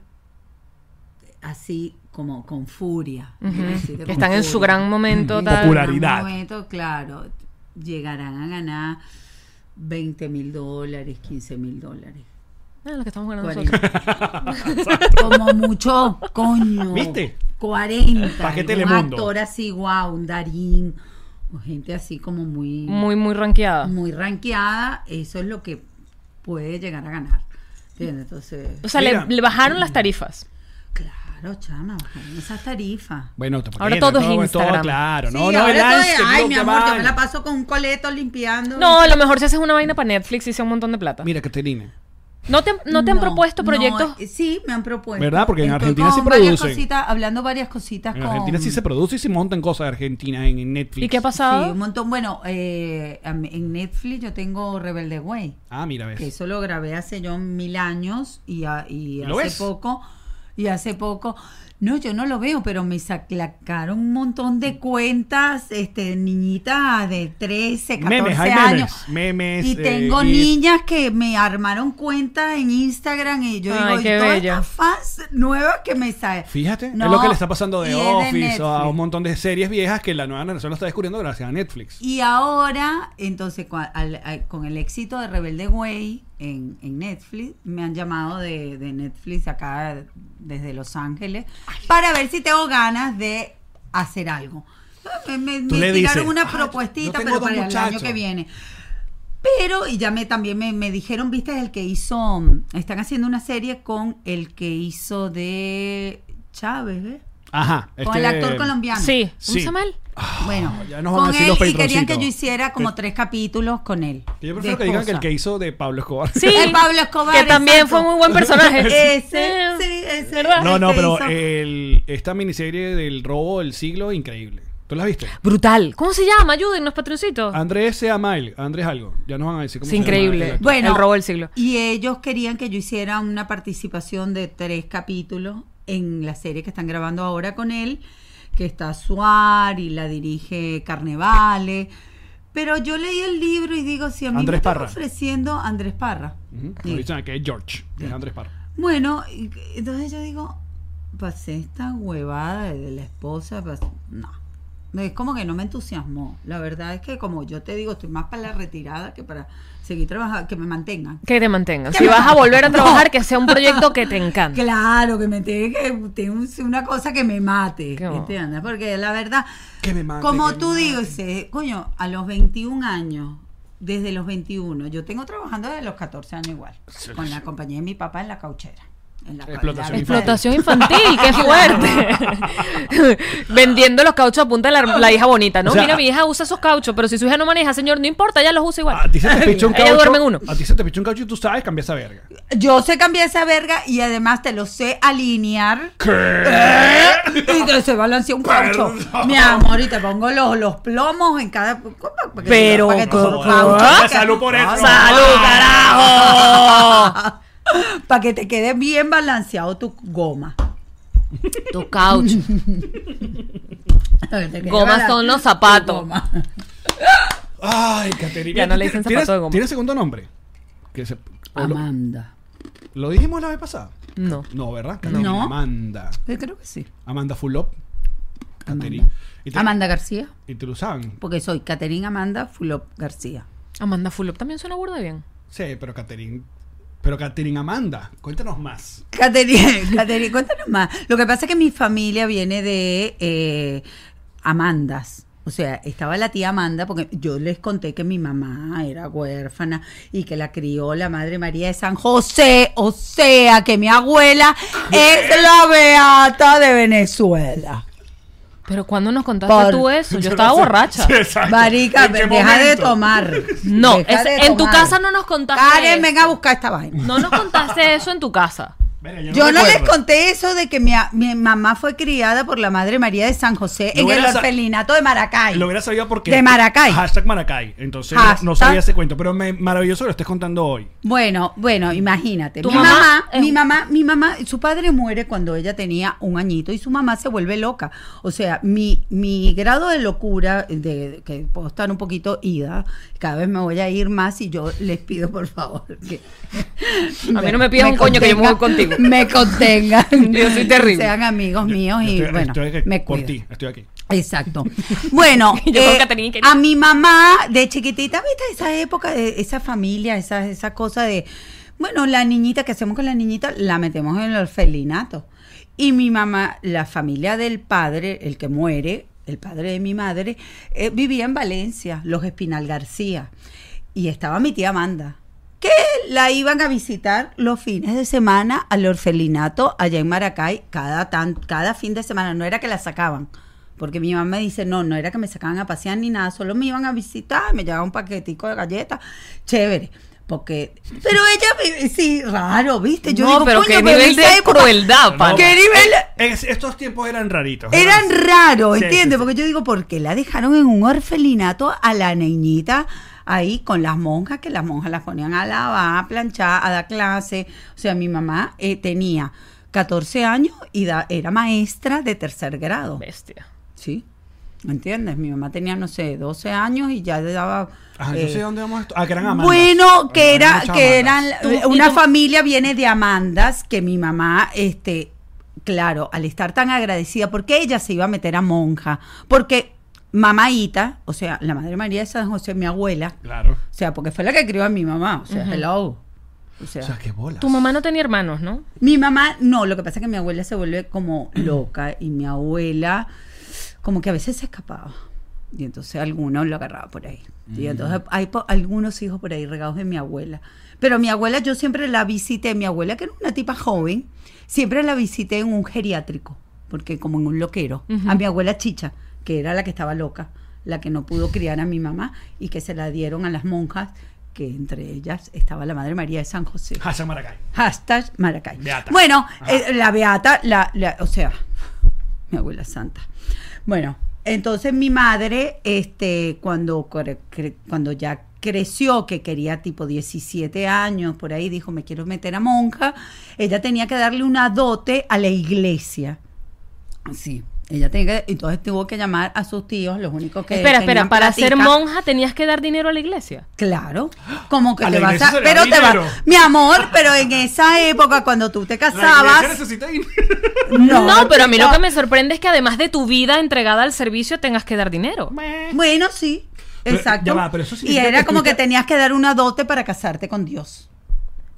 Speaker 3: así como con furia. Así que
Speaker 2: Que
Speaker 3: con
Speaker 2: están en su
Speaker 3: furia.
Speaker 2: gran momento tal.
Speaker 1: Popular.
Speaker 3: En
Speaker 1: Popularidad.
Speaker 3: algún momento, claro, llegarán a ganar 20 mil dólares, 15 mil dólares.
Speaker 2: Ah, lo que estamos ganando nosotros.
Speaker 3: 40. Como mucho, coño.
Speaker 1: ¿Viste?
Speaker 3: 40.
Speaker 1: Pa' qué
Speaker 3: un
Speaker 1: Telemundo.
Speaker 3: actor así, guau, un Darín, o gente así como muy,
Speaker 2: Muy,
Speaker 3: muy,
Speaker 2: muy ranqueada.
Speaker 3: ranqueada, eso es lo que puede llegar a ganar. ¿Entiendes? Entonces,
Speaker 2: O sea, le,
Speaker 1: Mira.
Speaker 2: le bajaron las tarifas.
Speaker 3: claro, chama, bajaron esas tarifas.
Speaker 1: Bueno, te- porque
Speaker 2: Ahora
Speaker 1: ya
Speaker 2: todo es
Speaker 1: Todo,
Speaker 2: Instagram.
Speaker 1: claro.
Speaker 3: Sí,
Speaker 1: No, no,
Speaker 3: ahora
Speaker 1: el
Speaker 3: todo de,
Speaker 1: Instagram,
Speaker 3: ay,
Speaker 1: no,
Speaker 3: mi
Speaker 1: qué
Speaker 3: amor, yo
Speaker 1: vaina".
Speaker 3: me la paso con un coleto limpiando.
Speaker 2: No, a lo mejor si haces una vaina para Netflix hice un montón de plata.
Speaker 1: Mira, Caterina.
Speaker 2: ¿No te, no te han propuesto
Speaker 3: no,
Speaker 2: proyectos?
Speaker 3: eh, sí, me han propuesto.
Speaker 1: ¿Verdad? Porque en Argentina
Speaker 3: con
Speaker 1: sí
Speaker 3: varias
Speaker 1: producen.
Speaker 3: cositas- hablando varias cositas
Speaker 1: En
Speaker 3: Ah, con...
Speaker 1: Argentina sí se produce y se montan cosas de Argentina en, en Netflix.
Speaker 2: ¿Y qué ha
Speaker 3: Sí,
Speaker 2: pasado?
Speaker 3: un montón. Bueno, eh, a mí- en Netflix yo tengo Rebelde Way,
Speaker 1: Ah, mira, ves.
Speaker 3: que eso lo grabé hace yo mil años y, a- y hace
Speaker 1: ¿Lo ves?
Speaker 3: poco, y hace poco, no, yo no lo veo, pero me sacaron un montón
Speaker 1: Mm.
Speaker 3: de cuentas, este, niñitas de 13, 14
Speaker 1: Memes, hay memes,
Speaker 3: años.
Speaker 1: memes,
Speaker 3: Y
Speaker 1: eh,
Speaker 3: tengo
Speaker 1: gifs.
Speaker 3: niñas que me armaron cuentas en Instagram y yo
Speaker 2: Ay,
Speaker 3: digo,
Speaker 2: qué
Speaker 3: y todas
Speaker 2: bello.
Speaker 3: estas fans nuevas que me salen.
Speaker 1: Fíjate, es
Speaker 3: No,
Speaker 1: lo que le está pasando de
Speaker 3: y es
Speaker 1: Office o a
Speaker 3: Netflix.
Speaker 1: un montón de series viejas que la nueva generación lo está descubriendo gracias a Netflix.
Speaker 3: Y ahora, entonces, cua- al- al- con el éxito de Rebelde Way en, en Netflix, me han llamado de, de Netflix acá desde Los Ángeles para ver si tengo ganas de hacer algo. Me, me-
Speaker 1: Tú
Speaker 3: me
Speaker 1: le
Speaker 3: tiraron
Speaker 1: dices, "Ah,
Speaker 3: una
Speaker 1: yo
Speaker 3: propuestita,
Speaker 1: tengo
Speaker 3: pero
Speaker 1: dos
Speaker 3: para el año
Speaker 1: muchachos".
Speaker 3: que viene. Pero, y ya me también me, me dijeron, viste, el que hizo, están haciendo una serie con el que hizo de Chávez, ¿eh?
Speaker 1: Ajá.
Speaker 3: Con el
Speaker 1: este-
Speaker 3: actor colombiano.
Speaker 2: Sí. ¿Cómo
Speaker 1: Sí.
Speaker 2: se llama él?
Speaker 3: Bueno,
Speaker 1: Ah, ya nos van a
Speaker 3: con
Speaker 1: decir
Speaker 3: él
Speaker 1: los
Speaker 3: y querían que
Speaker 1: patroncitos.
Speaker 3: yo hiciera como tres capítulos con él.
Speaker 1: Que yo prefiero
Speaker 3: de
Speaker 1: que digan que el
Speaker 3: esposa.
Speaker 1: que hizo de Pablo Escobar.
Speaker 2: Sí.
Speaker 3: El Pablo Escobar,
Speaker 2: Que también
Speaker 3: exacto.
Speaker 2: fue muy buen personaje.
Speaker 3: Ese, sí, ese.
Speaker 2: ¿Verdad?
Speaker 1: No,
Speaker 3: el
Speaker 1: no,
Speaker 3: que
Speaker 1: pero eh,
Speaker 3: hizo-
Speaker 1: el- esta miniserie del robo del siglo, increíble. ¿Tú la has visto?
Speaker 2: Brutal. ¿Cómo se llama? Ayúdennos,
Speaker 1: Ah,
Speaker 3: Oh.
Speaker 2: patroncitos.
Speaker 1: Andrés sea Mail, Andrés algo. Ya nos van a decir cómo
Speaker 2: Es
Speaker 1: se llama
Speaker 2: increíble.
Speaker 1: el actor.
Speaker 3: Bueno,
Speaker 2: El robo del siglo.
Speaker 3: Y ellos querían que yo hiciera una participación de tres capítulos en la serie que están grabando ahora con él, que está Suar y la dirige Carnevale. Pero yo leí el libro y digo, si a mí me
Speaker 1: Andrés
Speaker 3: están
Speaker 1: Parra.
Speaker 3: ofreciendo Andrés Parra.
Speaker 1: Ujú. Lo dicen que es George, que es Andrés Parra.
Speaker 3: Bueno, y- entonces yo digo, pasé esta huevada de de la esposa, pas- no. Es como que no me entusiasmó. La verdad es que, como yo te digo, estoy más para la retirada que para seguir trabajando, que me mantengan.
Speaker 2: Que te mantengan. Si vas a volver a trabajar, que sea un proyecto que te encante.
Speaker 3: Claro, que me tiene que tiene un- una cosa que me mate,
Speaker 2: Qué bueno.
Speaker 3: ¿entiendes? Porque la verdad,
Speaker 1: Que me mate,
Speaker 3: como
Speaker 1: que me
Speaker 3: tú dices, coño, a los 21 años, desde los 21, yo tengo trabajando desde los 14 años igual, con la compañía de mi papá en la cauchera. En la,
Speaker 1: Explotación
Speaker 3: en la-
Speaker 2: Explotación infantil, qué fuerte. Vendiendo los cauchos a punta de la, la hija bonita, ¿no?
Speaker 1: O sea,
Speaker 2: Mira, mi hija usa esos cauchos, pero si su hija no maneja, señor, no importa, ella los usa igual.
Speaker 1: A ti se Ah, te pichó un
Speaker 2: Ella
Speaker 1: caucho.
Speaker 2: duerme en uno.
Speaker 1: A ti se te pichó un caucho y tú sabes cambiar esa verga.
Speaker 3: Yo sé cambiar esa verga y además te lo sé alinear.
Speaker 1: ¿Eh?
Speaker 3: Y te se balancea un caucho. Mi amor, y te pongo los, los plomos en cada. ¿cómo? Para que-
Speaker 2: Pero,
Speaker 3: para que tu
Speaker 2: ¿cómo?
Speaker 3: caucho-
Speaker 1: Ah, salud por eso.
Speaker 2: ¡Salud, carajo!
Speaker 3: Para que te quede bien balanceado tu goma.
Speaker 2: Tu caucho.
Speaker 3: Para que te quede
Speaker 2: Gomas
Speaker 3: balan-
Speaker 2: son los
Speaker 3: tu
Speaker 2: zapatos.
Speaker 3: goma.
Speaker 1: Ay, Caterina.
Speaker 2: Ya no le dicen
Speaker 1: ¿Tienes-
Speaker 2: zapato de goma.
Speaker 1: ¿Tienes segundo nombre? Que se- o lo,
Speaker 3: Amanda.
Speaker 1: lo dijimos la vez pasada?
Speaker 2: No.
Speaker 1: No, ¿verdad? Caterina,
Speaker 3: No.
Speaker 1: Amanda.
Speaker 3: Yo Eh, creo que sí.
Speaker 1: Amanda Fulop. Caterina. Y te-
Speaker 3: Amanda García.
Speaker 1: Y te lo usaban.
Speaker 3: Porque soy Caterina Amanda Fulop García.
Speaker 2: Amanda Fulop también suena burda bien.
Speaker 1: Sí, pero Caterina. Pero Caterina Amanda, cuéntanos más.
Speaker 3: Caterina, Caterina, cuéntanos más. Lo que pasa es que mi familia viene de eh, Amandas. O sea, estaba la tía Amanda, porque yo les conté que mi mamá era huérfana y que la crió la Madre María de San José. O sea, que mi abuela es la beata de Venezuela.
Speaker 2: Pero cuando nos contaste
Speaker 3: Por-
Speaker 2: tú eso, yo estaba borracha.
Speaker 1: Sí, exacto.
Speaker 3: Marica,
Speaker 1: ¿En qué
Speaker 3: deja de
Speaker 1: momento?
Speaker 3: tomar.
Speaker 2: No,
Speaker 3: Deja
Speaker 2: es-
Speaker 3: de
Speaker 2: en tu
Speaker 3: tomar.
Speaker 2: casa no nos contaste.
Speaker 3: Karen,
Speaker 2: eso.
Speaker 3: venga a buscar esta vaina.
Speaker 2: No nos contaste eso en tu casa.
Speaker 1: Mira,
Speaker 3: Yo no les
Speaker 1: recuerdo.
Speaker 3: conté eso de que mi, a- mi mamá fue criada por la Madre María de San
Speaker 1: Lo
Speaker 3: José en el
Speaker 1: hubiera sa-
Speaker 3: orfelinato de Maracay.
Speaker 1: Lo hubiera sabido porque.
Speaker 3: De Maracay.
Speaker 1: Hashtag Maracay. Entonces no- no
Speaker 3: Hashtag-
Speaker 1: sabía ese cuento. Pero me, maravilloso que lo estés contando hoy.
Speaker 3: Bueno, bueno, imagínate.
Speaker 2: Tu
Speaker 3: Mi
Speaker 2: mamá
Speaker 3: mamá,
Speaker 2: es-
Speaker 3: mi mamá, mi mamá, su padre muere cuando ella tenía un añito y su mamá se vuelve loca. O sea, mi, mi grado de locura, de, de que puedo estar un poquito ida, cada vez me voy a ir más y yo les pido por favor que
Speaker 2: A mí no me pidas un coño, que yo me voy
Speaker 3: contengan-
Speaker 2: contigo.
Speaker 3: Me contengan.
Speaker 2: Yo soy terrible.
Speaker 3: Sean amigos míos
Speaker 1: Yo
Speaker 3: y
Speaker 1: estoy-
Speaker 3: bueno,
Speaker 1: estoy aquí
Speaker 3: me
Speaker 1: por
Speaker 3: cuido.
Speaker 1: ti, estoy aquí.
Speaker 3: Exacto. Bueno, eh,
Speaker 2: Yo con Caterina y Kenny.
Speaker 3: a mi mamá de chiquitita, ¿viste? Esa época, de esa familia, esa, esa cosa de, bueno, la niñita, que hacemos con la niñita? La metemos en el orfelinato. Y mi mamá, la familia del padre, el que muere, el padre de mi madre, eh, vivía en Valencia, los Espinal García. Y estaba mi tía Amanda, que la iban a visitar los fines de semana al orfelinato allá en Maracay, cada, tan, cada fin de semana. No era que la sacaban, porque mi mamá me dice, no, no era que me sacaban a pasear ni nada, solo me iban a visitar, me llevaban un paquetico de galletas, chévere. Porque, pero ella, vive- sí, raro, ¿viste? Yo
Speaker 2: no,
Speaker 3: digo,
Speaker 2: pero
Speaker 3: "Coño,
Speaker 2: qué
Speaker 3: en
Speaker 2: nivel
Speaker 3: esa
Speaker 2: de
Speaker 3: época-
Speaker 2: crueldad, pana.
Speaker 3: ¿Qué nivel?
Speaker 1: Es- estos tiempos eran raritos.
Speaker 3: Eran raros,
Speaker 1: Sí, sí, sí.
Speaker 3: ¿entiendes? Porque yo digo, ¿por qué la dejaron en un orfelinato a la niñita ahí con las monjas? Que las monjas las ponían a lavar, a planchar, a dar clase. O sea, mi mamá eh, tenía 14 años y da- era maestra de tercer grado.
Speaker 2: Bestia.
Speaker 3: ¿Sí? ¿Entiendes? Mi mamá tenía, no sé, 12 años y ya le daba...
Speaker 1: Ah,
Speaker 3: eh,
Speaker 1: yo sé dónde vamos a esto. Ah, que eran amandas.
Speaker 3: bueno, que
Speaker 1: Eran
Speaker 3: era,
Speaker 1: muchas
Speaker 3: que
Speaker 1: amandas.
Speaker 3: eran eh,
Speaker 2: Tú- y
Speaker 3: una
Speaker 2: tú-
Speaker 3: familia viene de Amandas, que mi mamá, este, claro, al estar tan agradecida, porque ella se iba a meter a monja, porque mamaita, o sea, la Madre María de San José, mi abuela,
Speaker 1: Claro.
Speaker 3: o sea, porque fue la que crió a mi mamá, o sea, hello. O sea,
Speaker 1: O sea, qué bolas.
Speaker 2: Tu mamá no tenía hermanos, ¿no?
Speaker 3: mi mamá, no, lo que pasa es que mi abuela se vuelve como loca y mi abuela como que a veces se escapaba. Y entonces alguno lo agarraba por ahí. Y entonces hay po- algunos hijos por ahí regados de mi abuela. Pero mi abuela, yo siempre la visité. Mi abuela, que era una tipa joven, siempre la visité en un geriátrico, porque como en un loquero. A mi abuela Chicha, que era la que estaba loca, la que no pudo criar a mi mamá y que se la dieron a las monjas, que entre ellas estaba la Madre María de San José.
Speaker 1: Hashtag Maracay.
Speaker 3: Hashtag Maracay.
Speaker 1: Beata.
Speaker 3: Bueno,
Speaker 1: Ajá.
Speaker 3: eh, la beata, la, la- o sea, mi abuela santa. Bueno, entonces mi madre, este, cuando, cre- cre- cuando ya creció, que quería tipo 17 años, por ahí dijo, me quiero meter a monja, ella tenía que darle una dote a la iglesia. Sí. Ella tenía que, entonces tuvo que llamar a sus tíos, los únicos que.
Speaker 2: espera, espera,
Speaker 3: tenían
Speaker 2: para
Speaker 3: platica.
Speaker 2: ser monja tenías que dar dinero a la iglesia.
Speaker 3: Claro, como que
Speaker 1: A
Speaker 3: te
Speaker 1: la
Speaker 3: vas
Speaker 1: iglesia
Speaker 3: a.
Speaker 1: se le da
Speaker 3: Pero te
Speaker 1: dinero.
Speaker 3: vas. Mi amor, pero en esa época, cuando tú te
Speaker 1: La iglesia
Speaker 3: casabas.
Speaker 1: necesita ir.
Speaker 2: No, pero a mí lo que me sorprende es que además de tu vida entregada al servicio tengas que dar dinero.
Speaker 3: Bueno, sí.
Speaker 1: Pero,
Speaker 3: Exacto.
Speaker 1: ya va, pero eso
Speaker 3: y
Speaker 1: significa
Speaker 3: era
Speaker 1: que tú
Speaker 3: como que
Speaker 1: te-
Speaker 3: tenías que dar una dote para casarte con Dios.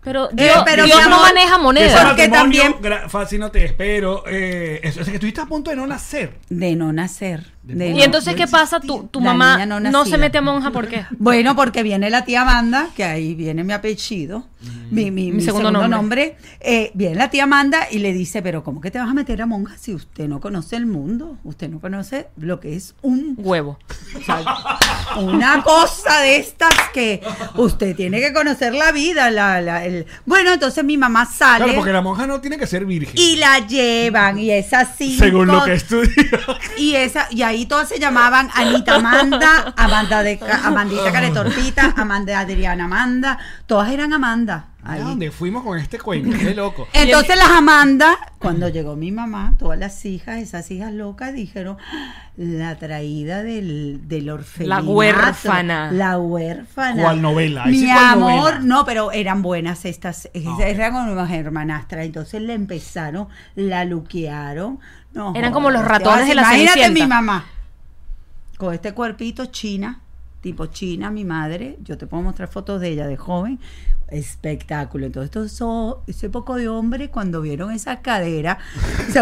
Speaker 2: Pero
Speaker 3: Eh,
Speaker 2: Dios,
Speaker 3: pero,
Speaker 2: Dios
Speaker 3: mi
Speaker 2: no
Speaker 3: amor,
Speaker 2: maneja
Speaker 3: Porque
Speaker 2: moneda.
Speaker 3: eso- también-
Speaker 1: Fácil no te espero. Eh, eso, es que tú estás a punto de no nacer.
Speaker 3: De no nacer. de
Speaker 2: Y
Speaker 3: no-
Speaker 2: entonces, ¿qué pasa? Tu, tu
Speaker 3: La
Speaker 2: mamá
Speaker 3: niña
Speaker 2: no,
Speaker 3: no
Speaker 2: se
Speaker 3: nacida.
Speaker 2: mete a monja, ¿por qué?
Speaker 3: Bueno, porque viene la tía Amanda, que ahí viene mi apellido,
Speaker 1: Mm.
Speaker 3: mi, mi-
Speaker 2: Mi
Speaker 3: mi
Speaker 2: segundo
Speaker 3: segundo,
Speaker 2: nombre.
Speaker 3: nombre. Eh, viene la tía Amanda y le dice, pero ¿cómo que te vas a meter a monja si usted no conoce el mundo? Usted no conoce lo que es un,
Speaker 2: Huevo.
Speaker 3: una cosa de estas que usted tiene que conocer la vida. La, la- el-". Bueno, entonces mi mamá sale
Speaker 1: Claro, porque la monja no tiene que ser virgen.
Speaker 3: y la llevan y es así.
Speaker 1: según lo que estudia.
Speaker 3: Y esa, y ahí todas se llamaban Anita Amanda, Amanda de Ca- Amandita Caretortita, Amanda Adriana Amanda, todas eran Amanda.
Speaker 1: ¿A
Speaker 3: ahí.
Speaker 1: dónde fuimos con este cuento? Qué loco.
Speaker 3: Entonces las Amanda, cuando llegó mi mamá, todas las hijas, esas hijas locas, dijeron "Ah, la traída del, del orfanato.
Speaker 2: huérfana.
Speaker 3: La huérfana.
Speaker 1: ¿Cuál novela? Ahí sí,
Speaker 3: Mi
Speaker 1: ¿cuál
Speaker 3: amor,
Speaker 1: novela?
Speaker 3: no, pero eran buenas estas, eh,
Speaker 1: Ah.
Speaker 3: eran como unas hermanastras. Entonces le empezaron, la luquearon. No,
Speaker 2: Eran como los
Speaker 3: jodas, te vas a-
Speaker 2: ratones de la
Speaker 3: Imagínate
Speaker 2: Cenicienta.
Speaker 3: mi mamá. Con este cuerpito china, tipo china, mi madre, yo te puedo mostrar fotos de ella de joven, espectáculo. Entonces, todo eso- ese poco de hombre, cuando vieron esa cadera, se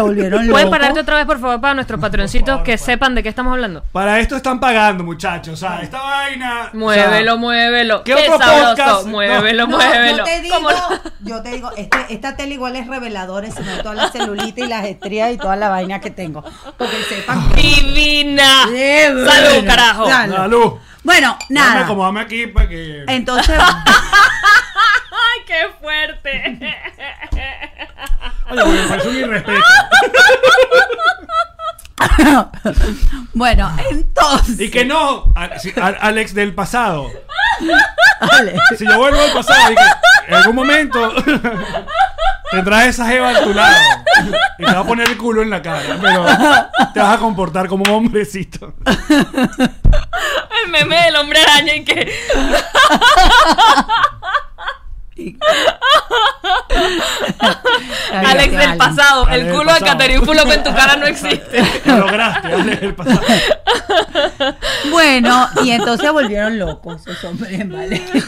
Speaker 3: volvieron locos.
Speaker 2: ¿Puedes pararte otra vez, por favor, para nuestros patroncitos
Speaker 1: favor,
Speaker 2: que
Speaker 3: pues.
Speaker 1: pa-
Speaker 2: sepan de qué estamos hablando?
Speaker 1: Para esto están pagando, muchachos. O sea, esta vaina. o sea,
Speaker 2: Muévelo, muévelo.
Speaker 1: ¿qué
Speaker 2: Qué,
Speaker 1: otro
Speaker 2: sabroso.
Speaker 1: podcast?
Speaker 2: Muévelo,
Speaker 3: No,
Speaker 2: muévelo.
Speaker 3: yo te digo,
Speaker 2: ¿Cómo no?
Speaker 3: yo te digo, este- esta tele igual es reveladora, se me toda la celulita y las estrías y toda la vaina que tengo. Porque sepan que...
Speaker 2: Divina.
Speaker 3: Bueno,
Speaker 2: Salud, carajo.
Speaker 3: salud.
Speaker 1: Salud.
Speaker 3: Bueno,
Speaker 1: Dame,
Speaker 3: nada.
Speaker 1: acomodame aquí para que.
Speaker 3: Entonces,
Speaker 2: Ay, qué fuerte.
Speaker 1: Oye, porque me parece un irrespeto.
Speaker 3: bueno, entonces.
Speaker 1: Y que no, a- si- a- Alex del pasado.
Speaker 3: Alex.
Speaker 1: Si yo vuelvo al pasado, y que en algún momento tendrás esa jeva a tu lado. Y te va a poner el culo en la cara. Pero te vas a comportar como un hombrecito.
Speaker 2: El meme del hombre araña y que. Alex del pasado,
Speaker 1: Alex
Speaker 2: el
Speaker 1: del
Speaker 2: culo de
Speaker 1: pasado.
Speaker 2: Caterín Fulop en tu cara no existe.
Speaker 1: Lo lograste, Alex del pasado.
Speaker 3: Bueno, y entonces volvieron locos esos hombres en Valencia.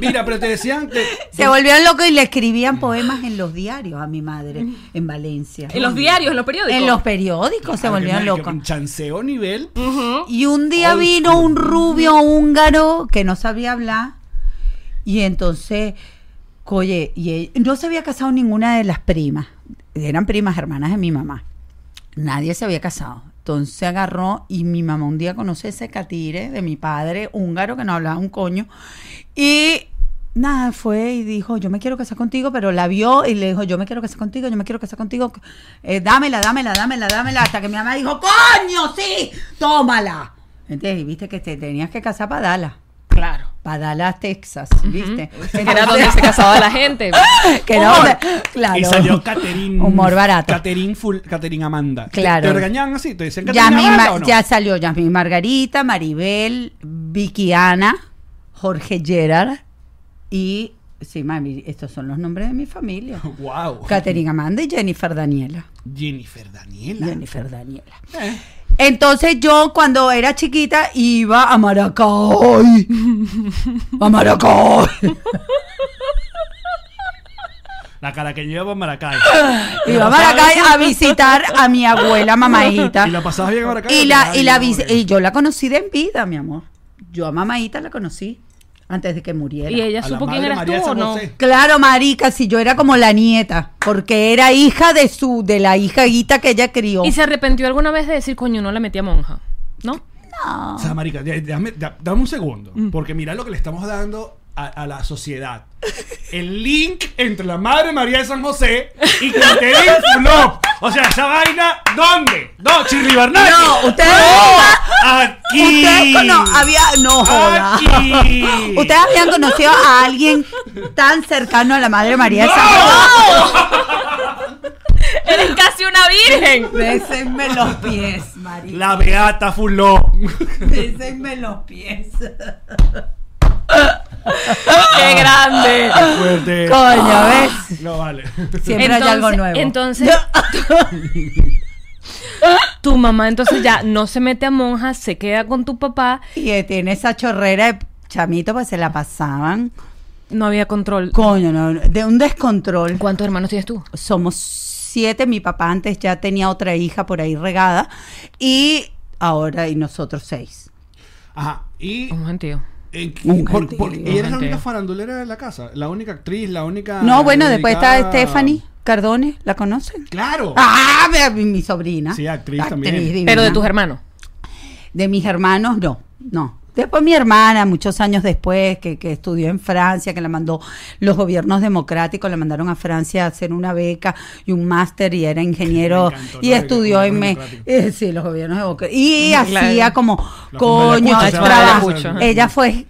Speaker 1: Mira, pero te decían que.
Speaker 3: Se volvieron locos y le escribían poemas en los diarios a mi madre en Valencia.
Speaker 2: En los diarios, en los periódicos.
Speaker 3: En los periódicos
Speaker 1: Ah,
Speaker 3: se volvieron locos.
Speaker 1: Un chanceo nivel.
Speaker 3: Y un día vino un rubio húngaro que no sabía hablar. Y entonces, oye, y él- no se había casado ninguna de las primas. Eran primas hermanas de mi mamá. Nadie se había casado. Entonces agarró y mi mamá un día conoce ese catire de mi padre húngaro que no hablaba un coño. Y nada, fue y dijo, yo me quiero casar contigo, pero la vio y le dijo, yo me quiero casar contigo, yo me quiero casar contigo. Eh, dámela, dámela, dámela, dámela. Hasta que mi mamá dijo, coño, sí, tómala. Entonces, y viste que te tenías que casar para darla. Claro. Para Dallas, Texas, ¿viste?
Speaker 2: Que era donde se casaba la gente.
Speaker 3: Que era donde- claro.
Speaker 1: Y salió Caterín.
Speaker 3: Humor barato.
Speaker 1: Caterín full. Caterín Amanda. ¿Te-
Speaker 3: Claro.
Speaker 1: ¿Te, regañaban así? ¿Te decían Caterín
Speaker 3: Yasmín
Speaker 1: Amanda
Speaker 3: Ma-
Speaker 1: o no?
Speaker 3: Ya salió Yasmín Margarita, Maribel, Vicky Ana, Jorge Gerard y. Sí, mami, estos son los nombres de mi familia.
Speaker 1: Wow.
Speaker 3: Caterina Amanda y Jennifer Daniela.
Speaker 1: Jennifer Daniela.
Speaker 3: Jennifer Daniela.
Speaker 1: Eh.
Speaker 3: Entonces yo cuando era chiquita iba a Maracay. A Maracay.
Speaker 1: La cara que lleva para Maracay.
Speaker 3: Iba a Maracay a visitar a mi abuela mamaita.
Speaker 1: ¿Y la pasabas bien a Maracay?
Speaker 3: Y,
Speaker 1: o
Speaker 3: la,
Speaker 1: te
Speaker 3: y, la,
Speaker 1: bien?
Speaker 3: vis- y yo la conocí de en vida, mi amor. Yo a mamaita la conocí antes de que muriera.
Speaker 2: Y ella
Speaker 1: A la
Speaker 2: supo quién
Speaker 1: madre
Speaker 2: eras tú
Speaker 1: María de
Speaker 2: o
Speaker 1: San
Speaker 2: no.
Speaker 1: José.
Speaker 3: Claro, marica, si yo era como la nieta, porque era hija de su, de la hija guita que ella crió.
Speaker 2: Y se arrepintió alguna vez de decir, coño, no la metí a monja. ¿No?
Speaker 3: Ah.
Speaker 1: O sea, marica, ya- déjame- da- dame un segundo.
Speaker 3: Mm.
Speaker 1: Porque mira lo que le estamos dando a, a la sociedad. El link entre la Madre María de San José y Caterín Fulop. O sea, esa vaina, ¿dónde? No, Chirri Bernal.
Speaker 3: No, ustedes-
Speaker 1: aquí.
Speaker 3: Ustedes cono- había,
Speaker 2: Ah,
Speaker 3: no joda.
Speaker 1: Aquí.
Speaker 3: Ustedes habían conocido a alguien tan cercano a la Madre María de San José.
Speaker 2: Eres casi una virgen.
Speaker 3: Bésenme los pies, María.
Speaker 1: La beata fuló.
Speaker 3: Bésenme los pies.
Speaker 2: ¡Qué grande!
Speaker 1: Fuerte.
Speaker 5: Coño, ¿ves?
Speaker 1: No vale.
Speaker 5: Siempre hay algo nuevo.
Speaker 2: Entonces, tu mamá entonces ya no se mete a monja, se queda con tu papá,
Speaker 3: Y eh, tiene esa chorrera de chamito, pues se la pasaban.
Speaker 2: no había control.
Speaker 3: Coño, no, no, de un descontrol.
Speaker 2: ¿Cuántos hermanos tienes tú?
Speaker 3: Somos siete, mi papá antes ya tenía otra hija por ahí regada. Y ahora, y nosotros seis.
Speaker 1: Ajá. Y.
Speaker 2: Un gentío.
Speaker 1: eh,
Speaker 3: Un
Speaker 1: por-
Speaker 3: gentío.
Speaker 1: por- y eres la única
Speaker 2: Gentío.
Speaker 1: farandulera de la casa. La única actriz, la única.
Speaker 3: No, bueno, después está
Speaker 1: dedicada-
Speaker 3: Stephanie Cardone, ¿la conocen?
Speaker 1: Claro.
Speaker 3: Ah, mi- mi, mi sobrina.
Speaker 1: Oh. Sí, actriz también.
Speaker 3: divina.
Speaker 2: Pero de tus hermanos.
Speaker 3: De mis hermanos, no, no. Después mi hermana, muchos años después, que, que estudió en Francia, que la mandó los gobiernos democráticos, la mandaron a Francia a hacer una beca y un máster y era ingeniero
Speaker 1: Me encantó,
Speaker 3: y
Speaker 1: ¿no?
Speaker 3: estudió
Speaker 1: El
Speaker 3: en... Me,
Speaker 1: gobierno
Speaker 3: eh, sí, los gobiernos democráticos. Y
Speaker 2: Mm, Claro.
Speaker 3: hacía como,
Speaker 1: La
Speaker 3: coño,
Speaker 1: fundación,
Speaker 2: se llama
Speaker 3: trabajo.
Speaker 2: Ayacucho, ajá.
Speaker 3: Ella fue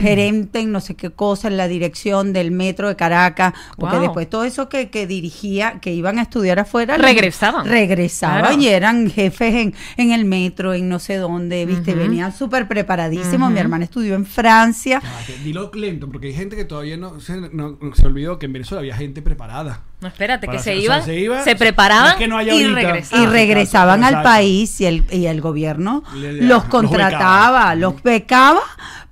Speaker 3: gerente en no sé qué cosa, en la dirección del metro de Caracas, porque
Speaker 2: Wow.
Speaker 3: después todo eso que, que dirigía, que iban a estudiar afuera, los-
Speaker 2: Regresaban.
Speaker 3: Regresaban
Speaker 2: Claro.
Speaker 3: y eran jefes en, en el metro, en no sé dónde, viste, venían súper preparadísimos. Mi hermana estudió en Francia.
Speaker 1: Ah, que- Dilo lento, porque hay gente que todavía no se, no- se olvidó que en Venezuela había gente preparada.
Speaker 2: No, espérate,
Speaker 1: Para
Speaker 2: que se
Speaker 1: hacer- o
Speaker 2: iban,
Speaker 1: sea,
Speaker 2: se,
Speaker 1: iba-
Speaker 2: preparaban
Speaker 1: no es que no haya
Speaker 2: y
Speaker 1: ahorita.
Speaker 3: Y
Speaker 2: regresaban.
Speaker 1: re-
Speaker 3: regresaban
Speaker 1: exacto,
Speaker 3: al
Speaker 1: exacto.
Speaker 3: país y el, y el gobierno
Speaker 1: Le- le-
Speaker 3: los
Speaker 1: los
Speaker 3: contrataba,
Speaker 1: becaba.
Speaker 3: los becaba,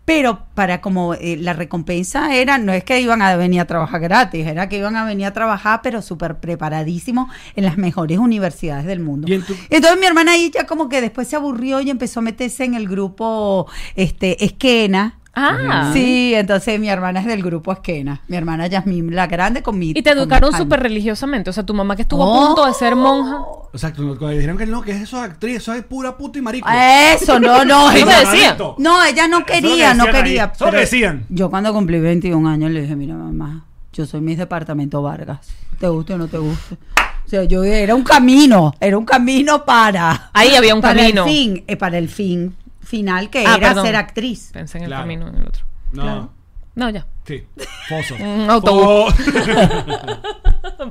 Speaker 3: pero para como eh, la recompensa era, no es que iban a venir a trabajar gratis, era que iban a venir a trabajar, pero súper preparadísimos en las mejores universidades del mundo.
Speaker 1: Y en tu-
Speaker 3: Entonces mi hermana ahí ya como que después se aburrió y empezó a meterse en el grupo este Esquena.
Speaker 2: Ah,
Speaker 3: Sí, entonces mi hermana es del grupo Esquena. Mi hermana Yasmín la grande con mi.
Speaker 2: Y te
Speaker 3: con mi
Speaker 2: educaron
Speaker 3: Jaime.
Speaker 2: súper religiosamente. O sea, tu mamá que estuvo
Speaker 3: Oh.
Speaker 2: a punto de ser monja.
Speaker 1: O sea, cuando cuando dijeron que no, que eso es actriz, eso es pura puta y marico.
Speaker 3: Eso, no, Eh, no.
Speaker 2: ¿Qué
Speaker 3: ella-
Speaker 2: me decía?
Speaker 1: Eso
Speaker 3: No, ella no
Speaker 1: es lo que
Speaker 3: quería,
Speaker 1: decían
Speaker 3: no
Speaker 1: ahí.
Speaker 3: quería.
Speaker 1: Eso es lo que
Speaker 3: pero
Speaker 1: decían.
Speaker 3: Yo cuando cumplí 21 años le dije, mira mamá, yo soy mis departamento Vargas. ¿Te guste o no te guste? O sea, yo era un camino, era un camino para...
Speaker 2: Ahí había un
Speaker 3: para
Speaker 2: camino.
Speaker 3: El fin, eh, para el fin final, que
Speaker 2: Ah,
Speaker 3: era
Speaker 2: perdón.
Speaker 3: ser actriz.
Speaker 2: Pensé en el
Speaker 1: Claro.
Speaker 2: camino, en el otro.
Speaker 1: No,
Speaker 2: No, ya.
Speaker 1: sí. Foso. Oh.
Speaker 2: Un autobús.
Speaker 1: Fo-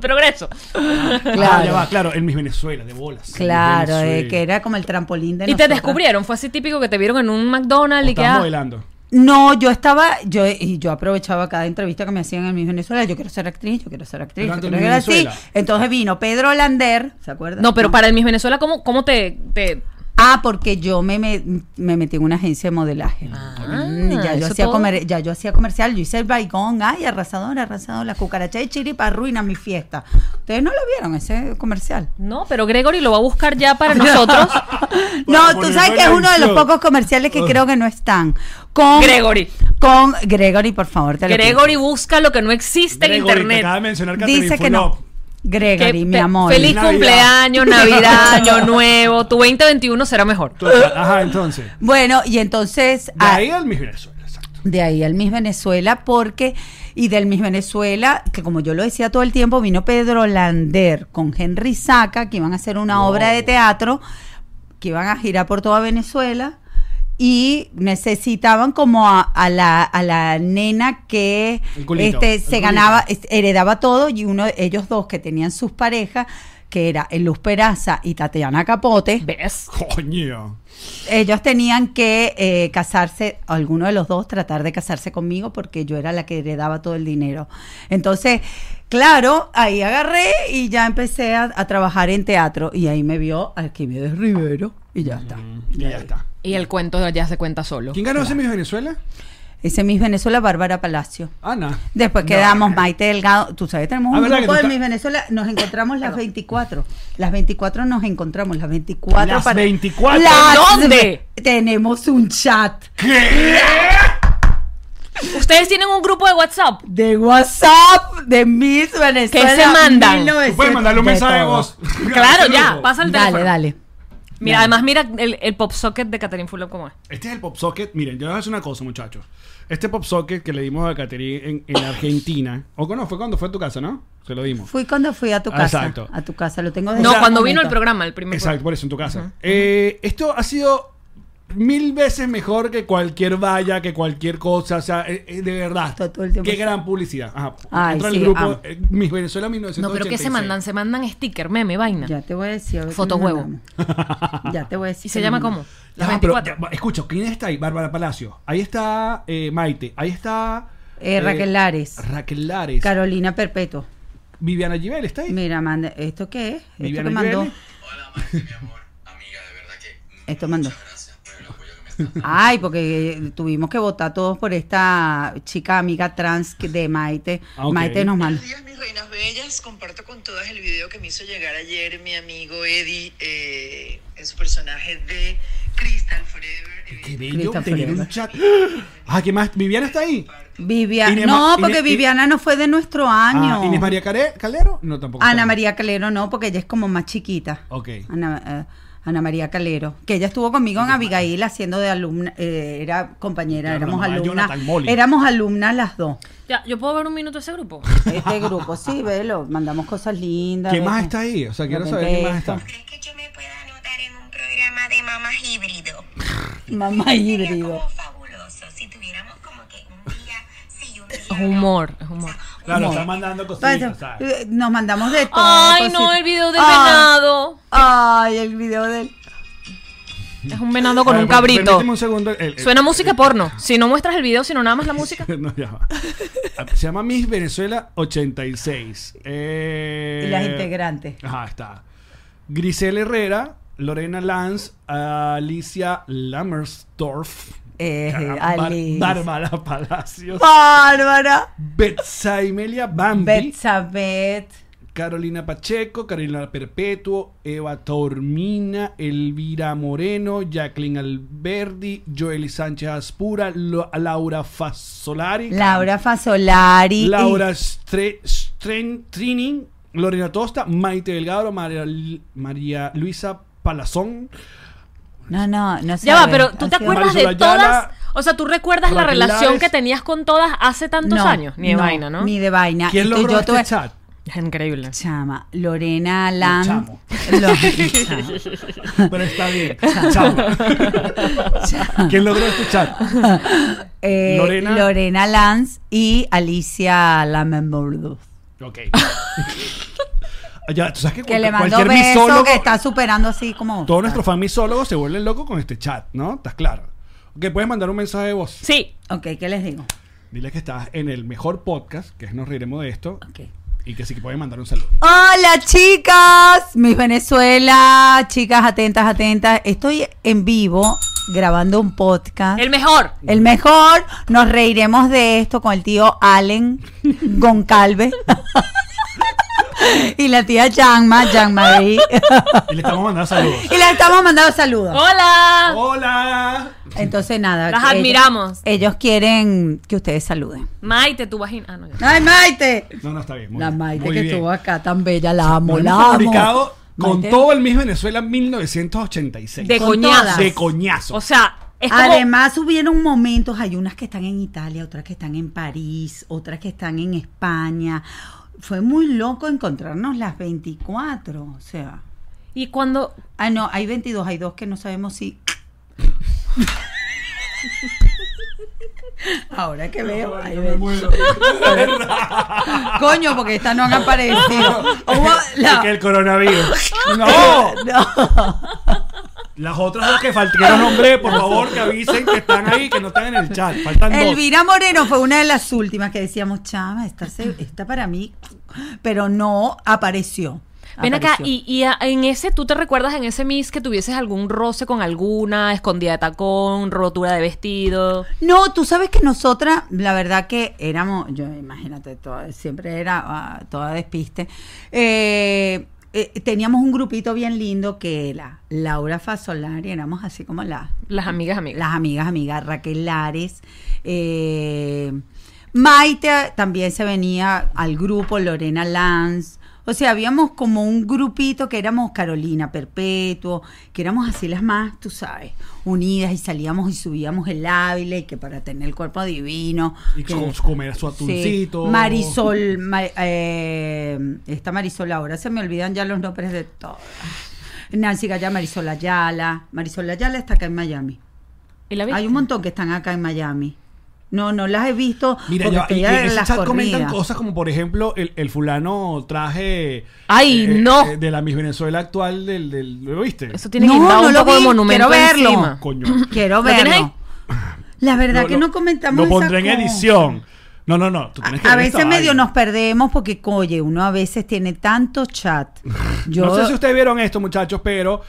Speaker 2: Progreso.
Speaker 1: Ah, ya
Speaker 3: Claro,
Speaker 1: va, claro, en mis Venezuela, de bolas.
Speaker 3: claro,
Speaker 1: En mis
Speaker 3: eh,
Speaker 1: Venezuela.
Speaker 3: que era como el trampolín de
Speaker 2: Y te
Speaker 3: nosotras.
Speaker 2: descubrieron, fue así típico que te vieron en un
Speaker 1: O
Speaker 2: McDonald's y que
Speaker 1: Estás
Speaker 2: ah,
Speaker 1: modelando.
Speaker 3: No, yo estaba, yo y yo aprovechaba cada entrevista que me hacían en Miss Venezuela, yo quiero ser actriz, yo quiero ser
Speaker 1: Pero
Speaker 3: actriz, yo
Speaker 1: antes
Speaker 3: quiero
Speaker 1: Miss
Speaker 3: ser así.
Speaker 1: Venezuela.
Speaker 3: Entonces vino Pedro Lander, ¿se acuerdan?
Speaker 2: No, pero para el Miss Venezuela, ¿cómo, cómo te, te-
Speaker 3: Ah, porque yo me, me, me metí en una agencia de modelaje. Mm, y ya,
Speaker 2: Ah,
Speaker 3: yo
Speaker 2: eso
Speaker 3: hacía
Speaker 2: todo.
Speaker 3: comer- ya yo hacía comercial, yo hice el baigón, ay, arrasador, arrasador, la cucaracha de chiripa arruina mi fiesta. Ustedes no lo vieron ese comercial.
Speaker 2: No, pero Gregory lo va a buscar ya para nosotros.
Speaker 1: Para
Speaker 3: no, tú
Speaker 1: ponerlo
Speaker 3: sabes
Speaker 1: en
Speaker 3: que es
Speaker 1: la
Speaker 3: uno de los
Speaker 1: edición.
Speaker 3: pocos comerciales que creo que no están. Con
Speaker 2: Gregory.
Speaker 3: Con Gregory, por favor, te lo pido.
Speaker 2: Gregory busca lo que no existe en
Speaker 1: Gregory, te
Speaker 2: internet.
Speaker 1: acaba de mencionar Catherine
Speaker 3: Dice que
Speaker 1: Fulop.
Speaker 3: no. Gregory,
Speaker 2: Que
Speaker 3: mi
Speaker 2: fe-
Speaker 3: amor.
Speaker 2: Feliz
Speaker 1: Navidad.
Speaker 2: cumpleaños, Navidad, Año Nuevo. Tu 2021 será mejor.
Speaker 1: Entonces, ajá, entonces. De
Speaker 3: Bueno, y entonces. ah,
Speaker 1: ahí al mis Venezuela, exacto.
Speaker 3: De ahí al Miss Venezuela, porque, y del Miss Venezuela, que como yo lo decía todo el tiempo, vino Pedro Lander con Henry Saca, que iban a hacer una obra de teatro, que iban a girar por toda Venezuela, y necesitaban como a, a la, a la nena que
Speaker 1: El culito,
Speaker 3: este,
Speaker 1: el
Speaker 3: se
Speaker 1: culito.
Speaker 3: ganaba, es- heredaba todo, y uno de ellos dos que tenían sus parejas, que era Luz Peraza y Tatiana Capote,
Speaker 2: ¿Ves?
Speaker 1: Coño.
Speaker 3: ellos tenían que eh, casarse, alguno de los dos, tratar de casarse conmigo porque yo era la que heredaba todo el dinero. Entonces, claro, ahí agarré y ya empecé a, a trabajar en teatro y ahí me vio Arquímedes Rivero y ya está.
Speaker 1: Y ya está.
Speaker 2: Y el cuento ya se cuenta solo.
Speaker 1: ¿Quién ganó ese Miss Venezuela?
Speaker 3: Ese Miss Venezuela, Bárbara Palacio.
Speaker 1: Ana.
Speaker 3: Después quedamos Maite Delgado. Tú sabes, tenemos
Speaker 1: Ah,
Speaker 3: un
Speaker 1: ¿verdad
Speaker 3: grupo
Speaker 1: que tú
Speaker 3: de
Speaker 1: ta-
Speaker 3: Miss Venezuela. Nos encontramos las 24. Las 24 nos encontramos. Las 24.
Speaker 1: ¿Las 24?
Speaker 2: ¿Dónde?
Speaker 3: Tenemos un chat.
Speaker 2: Ustedes tienen un grupo de WhatsApp.
Speaker 3: de WhatsApp de Miss Venezuela.
Speaker 2: ¿Qué se mandan?
Speaker 3: 1900.
Speaker 1: Tú puedes mandarle un
Speaker 3: De
Speaker 1: mensaje de
Speaker 3: todo.
Speaker 1: voz.
Speaker 2: Claro, ya.
Speaker 1: Saludo.
Speaker 2: Pasa el
Speaker 3: Dale,
Speaker 2: teléfono.
Speaker 3: dale.
Speaker 2: Mira, además, mira el, el pop socket de Catherine Fulop como es.
Speaker 1: Este es el pop socket. Miren, yo les voy a decir una cosa, muchachos. Este pop socket que le dimos a Caterine en, en Argentina. O no, fue cuando fue a tu casa, ¿no? Se lo dimos.
Speaker 3: Fui cuando fui a tu casa.
Speaker 1: Exacto.
Speaker 3: A tu casa, lo tengo desde
Speaker 2: No,
Speaker 3: ese
Speaker 2: cuando vino el
Speaker 3: momento.
Speaker 2: programa, el primer
Speaker 1: Exacto, por eso, en tu casa. Eh, esto ha sido mil veces mejor que cualquier valla, que cualquier cosa. O sea, eh, eh, de verdad.
Speaker 3: Todo- todo el tiempo
Speaker 1: Qué
Speaker 3: es-
Speaker 1: gran publicidad. Ajá.
Speaker 3: Ay,
Speaker 1: Entra
Speaker 3: sí,
Speaker 1: el grupo
Speaker 3: amo.
Speaker 1: eh, Mis Venezuela
Speaker 2: No,
Speaker 1: 1986.
Speaker 2: pero ¿qué se mandan? Se mandan sticker, meme, vaina.
Speaker 3: Ya te voy a decir. a ver
Speaker 2: Foto
Speaker 3: qué nos
Speaker 2: huevo.
Speaker 3: mandamos. Ya te voy a decir.
Speaker 2: ¿Y se llama cómo? Las
Speaker 1: Ya, pero,
Speaker 2: 24.
Speaker 1: ya, escucha, ¿quién está ahí? Bárbara Palacio. Ahí está eh, Maite. Ahí está.
Speaker 3: Eh, Raquel Lares.
Speaker 1: Raquel Lares.
Speaker 3: Carolina Perpetuo.
Speaker 1: Viviana Givel está ahí.
Speaker 3: Mira, manda, ¿esto qué es? Esto
Speaker 1: Viviana
Speaker 3: que mandó.
Speaker 1: Givelli.
Speaker 6: Hola, Maxi, mi amor, amiga, de verdad que
Speaker 3: Esto mandó.
Speaker 6: muchas gracias por el apoyo que me estás dando.
Speaker 3: Ay, porque eh, tuvimos que votar todos por esta chica amiga trans que- de Maite.
Speaker 1: Ah, ok.
Speaker 3: Maite nos mandó.
Speaker 7: Buenos días, mis reinas bellas. Comparto con todas el video que me hizo llegar ayer mi amigo Eddie eh, en su personaje de Crystal Forever.
Speaker 1: Qué
Speaker 7: evidentemente.
Speaker 1: bello
Speaker 3: Christopher
Speaker 1: tener un
Speaker 3: Ever.
Speaker 1: chat. Ah, ¿qué más? ¿Viviana está ahí?
Speaker 3: Viviana.
Speaker 1: Inés Ma-
Speaker 3: no, porque
Speaker 1: Inés-
Speaker 3: Viviana no fue de nuestro año.
Speaker 1: Ah, ¿Inés María Care- Calero? No, tampoco. está
Speaker 3: Ana
Speaker 1: ahí.
Speaker 3: María Calero no, porque ella es como más chiquita.
Speaker 1: Ok.
Speaker 3: Ana, eh, Ana María Calero, que ella estuvo conmigo en Abigail haciendo de alumna, eh, era compañera,
Speaker 1: Claro,
Speaker 3: éramos
Speaker 1: la mamá de
Speaker 3: alumnas,
Speaker 1: Jonathan Molly.
Speaker 3: éramos alumnas las dos.
Speaker 2: Ya, ¿yo puedo ver un minuto ese grupo?
Speaker 3: Este grupo, sí, velo, mandamos cosas lindas.
Speaker 1: ¿Qué más
Speaker 3: vete.
Speaker 1: está ahí? O sea, quiero
Speaker 3: De
Speaker 1: saber qué más está.
Speaker 3: repente
Speaker 8: ¿Crees que yo me pueda anotar en un programa de mamás híbrido?
Speaker 3: Mamá
Speaker 8: Sería
Speaker 3: híbrido.
Speaker 8: como fabuloso si tuviéramos como que un día sí y un día
Speaker 2: Es
Speaker 8: no.
Speaker 2: humor, es humor.
Speaker 1: Claro, está mandando cositas.
Speaker 3: Vaya,
Speaker 1: ¿sabes?
Speaker 3: eh, Nos mandamos de todo.
Speaker 2: Ay, no,
Speaker 3: cosita.
Speaker 2: el video del
Speaker 3: Ay,
Speaker 2: venado.
Speaker 3: Ay, el video del.
Speaker 2: Es un venado con
Speaker 1: A ver,
Speaker 2: un
Speaker 1: per-
Speaker 2: cabrito.
Speaker 1: permíteme un segundo. El- el-
Speaker 2: Suena música porno. Si no muestras el video, sino nada más la música.
Speaker 1: No, ya va. Ah, Se llama Miss Venezuela 86. Eh,
Speaker 3: Y las integrantes.
Speaker 1: Ajá, está. Grisel Herrera, Lorena Lanz, Alicia Lammersdorf,
Speaker 3: Eh,
Speaker 1: Bar-
Speaker 3: Alice.
Speaker 1: Bárbara Palacios,
Speaker 3: Bárbara.
Speaker 1: Betsaimelia Bambi,
Speaker 3: Betsabet.
Speaker 1: Carolina Pacheco, Carolina Perpetuo, Eva Tormina, Elvira Moreno, Jacqueline Alberdi, Joely Sánchez Aspura, Lo- Laura Fasolari,
Speaker 3: Laura Fasolari.
Speaker 1: Laura Stre- Stren- Trini, Lorena Tosta, Maite Delgado, María, María Luisa Palazón,
Speaker 3: No, no, no sé.
Speaker 2: Ya va, pero ¿tú te
Speaker 3: Así va.
Speaker 2: acuerdas
Speaker 1: Marisol
Speaker 2: de
Speaker 1: Ayala,
Speaker 2: todas? O sea, ¿tú recuerdas la
Speaker 1: Raquel
Speaker 2: relación
Speaker 1: Lares.
Speaker 2: que tenías con todas hace tantos años? Ni de vaina, ¿no?
Speaker 3: Ni de vaina.
Speaker 1: ¿Quién
Speaker 3: Ah, Y tú-
Speaker 1: logró
Speaker 3: yo
Speaker 1: este
Speaker 3: tuve-
Speaker 1: chat?
Speaker 2: Es increíble.
Speaker 3: Chama, Lorena Lan.
Speaker 1: chamo.
Speaker 3: Lo- chamo.
Speaker 1: Pero está bien. Chao. ¿Quién logró este chat?
Speaker 3: Eh,
Speaker 1: Lorena.
Speaker 3: Lorena. Lanz y Alicia Lamemordo.
Speaker 1: Ok. Ya, tú sabes que,
Speaker 3: Que le
Speaker 1: cual-
Speaker 3: mandó
Speaker 1: cualquier
Speaker 3: beso
Speaker 1: misólogo,
Speaker 3: que está superando así como.
Speaker 1: todo nuestro fan misólogo se vuelve loco con este chat, ¿no? ¿Estás claro? Que puedes mandar un mensaje de voz.
Speaker 2: Sí.
Speaker 3: Ok, ¿qué les digo?
Speaker 1: Dile que estás en el mejor podcast, que es Nos Riremos de Esto,
Speaker 3: Ok.
Speaker 1: y que sí que puedes mandar un saludo.
Speaker 3: Hola chicas, mis Venezuela, chicas atentas, atentas. Estoy en vivo grabando un podcast.
Speaker 2: El
Speaker 3: El,
Speaker 2: mejor.
Speaker 3: mejor, nos reiremos de esto con el tío Allen Goncalve y la tía Yanma, Yanmarie.
Speaker 1: Y le estamos mandando saludos.
Speaker 3: y le estamos mandando saludos.
Speaker 2: ¡Hola!
Speaker 1: Hola.
Speaker 3: Entonces nada.
Speaker 2: Las
Speaker 3: ellos-
Speaker 2: admiramos.
Speaker 3: Ellos quieren que ustedes saluden.
Speaker 2: Maite, tu vagina. Ah, no, ya.
Speaker 3: ¡Ay, Maite!
Speaker 1: No, no está bien. muy
Speaker 3: la
Speaker 1: bien,
Speaker 3: Maite
Speaker 1: muy
Speaker 3: que
Speaker 1: bien.
Speaker 3: estuvo acá tan bella, la
Speaker 1: Nos
Speaker 3: amo,
Speaker 1: hemos
Speaker 3: la amo.
Speaker 1: comunicado con
Speaker 3: Maite.
Speaker 1: todo el Miss Venezuela 1986.
Speaker 2: De
Speaker 3: Con
Speaker 2: coñadas.
Speaker 3: todas.
Speaker 1: De coñazo.
Speaker 2: O sea, es como...
Speaker 3: Además hubieron momentos, hay unas que están en Italia, otras que están en París, otras que están en España. Fue muy loco encontrarnos las 24, o sea.
Speaker 2: Y cuando...
Speaker 3: Ah, no, hay 22, hay dos que no sabemos si... Ahora que veo, hay 22. Coño, porque estas no han aparecido. Hubo la-
Speaker 1: Que el coronavirus. ¡No!
Speaker 3: No.
Speaker 1: Las otras dos que faltaron, hombre, por favor, que avisen que están ahí, que no están en el chat. Faltan dos.
Speaker 3: Elvira Moreno fue una de las últimas que decíamos, chama, esta, se- esta para mí, pero no apareció.
Speaker 2: Ven acá,
Speaker 3: Apareció.
Speaker 2: y, y a- en ese, ¿tú te recuerdas en ese Miss que tuvieses algún roce con alguna, escondida de tacón, rotura de vestido?
Speaker 3: No, tú sabes que nosotras, la verdad que éramos, yo imagínate, toda- siempre era ah, toda despiste. Eh, eh, teníamos un grupito bien lindo que era Laura Fasolari, éramos así como la,
Speaker 2: Las amigas, amigas.
Speaker 3: las amigas, amigas, Raquel Lares. eh, Maite también se venía al grupo, Lorena Lanz. O sea, habíamos como un grupito que éramos Carolina Perpetuo, que éramos así las más, tú sabes, unidas y salíamos y subíamos el ávila y que para tener el cuerpo divino.
Speaker 1: Y
Speaker 3: que-
Speaker 1: con- comer su
Speaker 3: Sí.
Speaker 1: atuncito.
Speaker 3: Marisol, ma- eh, esta Marisol ahora se me olvidan ya los nombres de todas. Nancy Gallá, Marisol Ayala. Marisol Ayala está acá en Miami.
Speaker 9: ¿Y la viste?
Speaker 3: Hay un montón que están acá en Miami. No, no las he visto.
Speaker 1: Mira,
Speaker 3: porque
Speaker 1: ya,
Speaker 3: estoy
Speaker 1: y, y
Speaker 3: a
Speaker 1: en ese
Speaker 3: las
Speaker 1: chat comentan
Speaker 3: corridas.
Speaker 1: cosas como, por ejemplo, el, el fulano traje.
Speaker 2: ¡Ay, no!
Speaker 1: eh, de la Miss Venezuela actual, del, del- ¿lo viste?
Speaker 2: Eso tiene
Speaker 3: No,
Speaker 2: que dar
Speaker 3: no
Speaker 2: un
Speaker 3: lo
Speaker 2: poco de
Speaker 3: vi,
Speaker 2: monumento
Speaker 3: quiero verlo.
Speaker 2: encima.
Speaker 1: Coño.
Speaker 2: ¿Lo
Speaker 3: Quiero
Speaker 2: tienes
Speaker 3: verlo. La verdad
Speaker 1: Lo-
Speaker 3: que
Speaker 1: lo-
Speaker 3: no comentamos
Speaker 1: Lo pondré
Speaker 3: esa
Speaker 1: en
Speaker 3: cosa.
Speaker 1: edición. No, no, no. tú tienes que
Speaker 3: A, a
Speaker 1: ver esta
Speaker 3: veces medio
Speaker 1: vaina.
Speaker 3: nos perdemos porque, oye, uno a veces tiene tanto chat. Yo,
Speaker 1: No sé si ustedes vieron esto, muchachos, pero.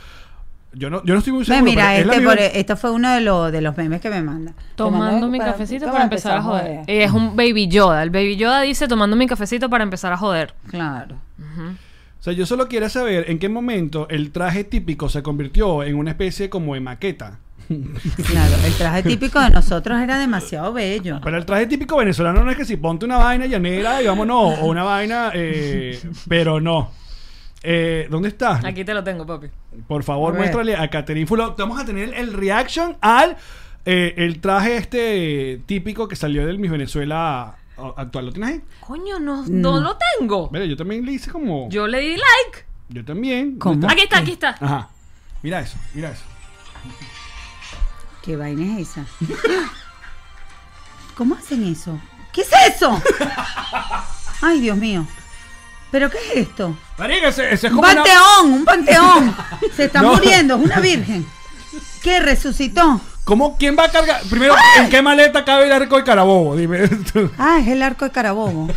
Speaker 1: Yo no, yo no estoy muy
Speaker 3: Ve,
Speaker 1: seguro.
Speaker 3: mira,
Speaker 1: pero es la
Speaker 3: este,
Speaker 1: misma-
Speaker 3: por- este fue uno de los, de los memes que me manda. Te
Speaker 2: Tomando
Speaker 3: manda
Speaker 2: mi
Speaker 3: para-
Speaker 2: cafecito
Speaker 3: para
Speaker 2: para empezar a joder. Eh. Y es un Baby Yoda. El Baby Yoda dice tomando mi cafecito para empezar a joder.
Speaker 3: Claro.
Speaker 1: O sea, yo solo quiero saber en qué momento el traje típico se convirtió en una especie como de maqueta.
Speaker 3: Claro, el traje típico de nosotros era demasiado bello.
Speaker 1: Ah, Pero el traje típico venezolano no es que si ponte una vaina llanera y vámonos, o una vaina, eh, pero no. Eh, ¿Dónde estás?
Speaker 2: Aquí te lo tengo, papi.
Speaker 1: Por favor,
Speaker 3: A ver.
Speaker 1: muéstrale a Caterine Fulop. Vamos a tener el reaction al eh, el traje este típico que salió del Miss Venezuela a- actual. ¿Lo tienes ahí?
Speaker 2: Coño, no, no lo tengo.
Speaker 1: Mira, yo también le hice como... Yo,
Speaker 2: Yo le di like.
Speaker 1: también.
Speaker 3: ¿Cómo?
Speaker 1: ¿Dónde
Speaker 2: Aquí está, aquí está.
Speaker 1: está? Ajá. Mira eso, mira eso.
Speaker 3: ¿Qué vaina es esa? ¿Cómo hacen eso? ¿Qué es eso? Ay, Dios mío. ¿Pero qué es esto?
Speaker 1: Marica, ese, ese es
Speaker 3: Un
Speaker 1: como una-
Speaker 3: panteón, un panteón. Se está
Speaker 1: No.
Speaker 3: muriendo, es una virgen. ¿Qué resucitó?
Speaker 1: ¿Cómo? ¿Quién va a cargar? Primero, ¿en qué maleta cabe el arco de Carabobo? Dime. tú.
Speaker 3: Ah, es el arco de Carabobo.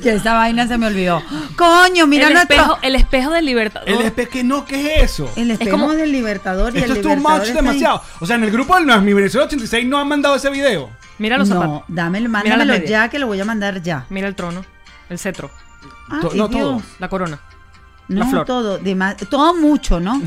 Speaker 3: Ya esa vaina se me olvidó. Coño, mira
Speaker 2: el,
Speaker 3: nuestro.
Speaker 2: espejo, el espejo Oh, del libertador.
Speaker 1: El espe que no, ¿qué es eso?
Speaker 3: El espejo
Speaker 2: como-
Speaker 3: del Libertador y
Speaker 1: Esto
Speaker 3: el
Speaker 1: es too
Speaker 3: Libertador
Speaker 1: much,
Speaker 3: está ahí.
Speaker 1: demasiado. O sea, en el grupo de los Miss Venezuela 86 no han mandado ese video.
Speaker 2: Mira los zapatos.
Speaker 3: No, dámelo,
Speaker 2: las
Speaker 3: mándamelo
Speaker 2: medias.
Speaker 3: ya que lo voy a mandar ya.
Speaker 2: Mira el trono. El cetro.
Speaker 3: Ay,
Speaker 1: To- no
Speaker 3: Dios.
Speaker 1: todo.
Speaker 2: La corona.
Speaker 3: No,
Speaker 2: flor.
Speaker 3: todo, dema- todo mucho, ¿no?